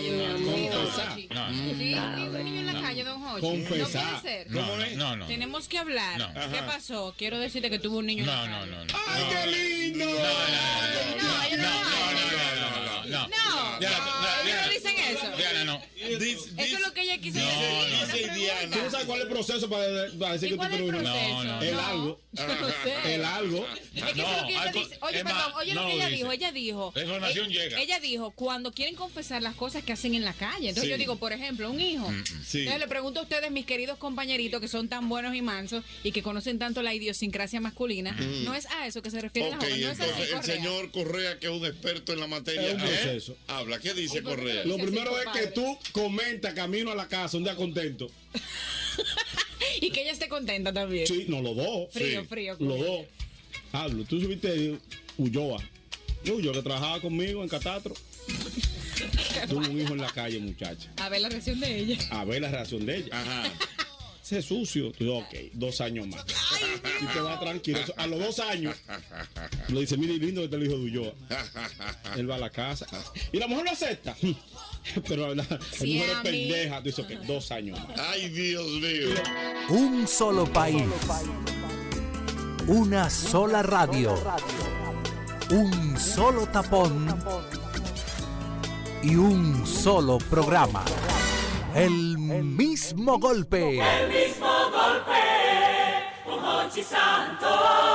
Sí,
no.
un niño en la calle, don Jorge.
Confesar.
No puede ser.
No, ¿Cómo no, es? no, no.
Tenemos que hablar.
No.
¿Qué
Ajá.
pasó? Quiero decirte que tuvo un niño
No,
en la
no,
calle.
no,
¡Ay, qué lindo!
No,
no,
no, no, no, no, no, no, no,
No,
Diana,
no,
Diana.
no dicen eso.
Diana, no.
Eso es lo que ella quiso
No,
decir.
no,
una
dice
pregunta.
Diana.
¿Tú no sabes cuál es el proceso para, para decir
¿Y
que tú
cuál es el
tienes un
proceso?
No, no, El
No,
algo.
yo no sé.
El algo.
Es que eso es lo que ella dice. Oye, perdón, oye lo que ella dijo. Ella dijo.
La información
eh,
llega.
Ella dijo, cuando quieren confesar las cosas que hacen en la calle. Entonces
Sí.
yo digo, por ejemplo, un hijo.
Mm, sí.
Entonces le pregunto a ustedes, mis queridos compañeritos que son tan buenos y mansos y que conocen tanto la idiosincrasia masculina.
Mm.
No es a eso que se refiere
Ok,
la joven. No es así,
entonces el
Correa.
señor Correa, que es un experto en la materia,
Es un
¿eh?
proceso.
habla. ¿Qué dice Correa?
pues, Lo primero es que tú comenta camino a la casa un día contento.
Y que ella esté contenta también.
Sí, no, los dos.
Frío,
Sí.
frío.
Los dos. Hablo, tú subiste de Ulloa. Ulloa que trabajaba conmigo en
<laughs>
Catastro. Tuvo un hijo en la calle, muchacha.
A ver la reacción de ella.
A ver la reacción de ella. Ajá. <laughs> Se sucio. Tú, ok, dos años más. <laughs> Y te va tranquilo. A los dos años. Le dice, mire, lindo que te lo hijo de
<laughs>
Ulloa. Él va a la casa. Y la mujer lo acepta. <laughs> Pero la, la
Sí,
mujer es
a mí.
pendeja. Dice, ok, dos años más.
Ay, Dios mío.
Un solo país. Una sola radio. Un solo tapón. Y un solo programa. El mismo golpe.
El mismo golpe, un Hochi Santos.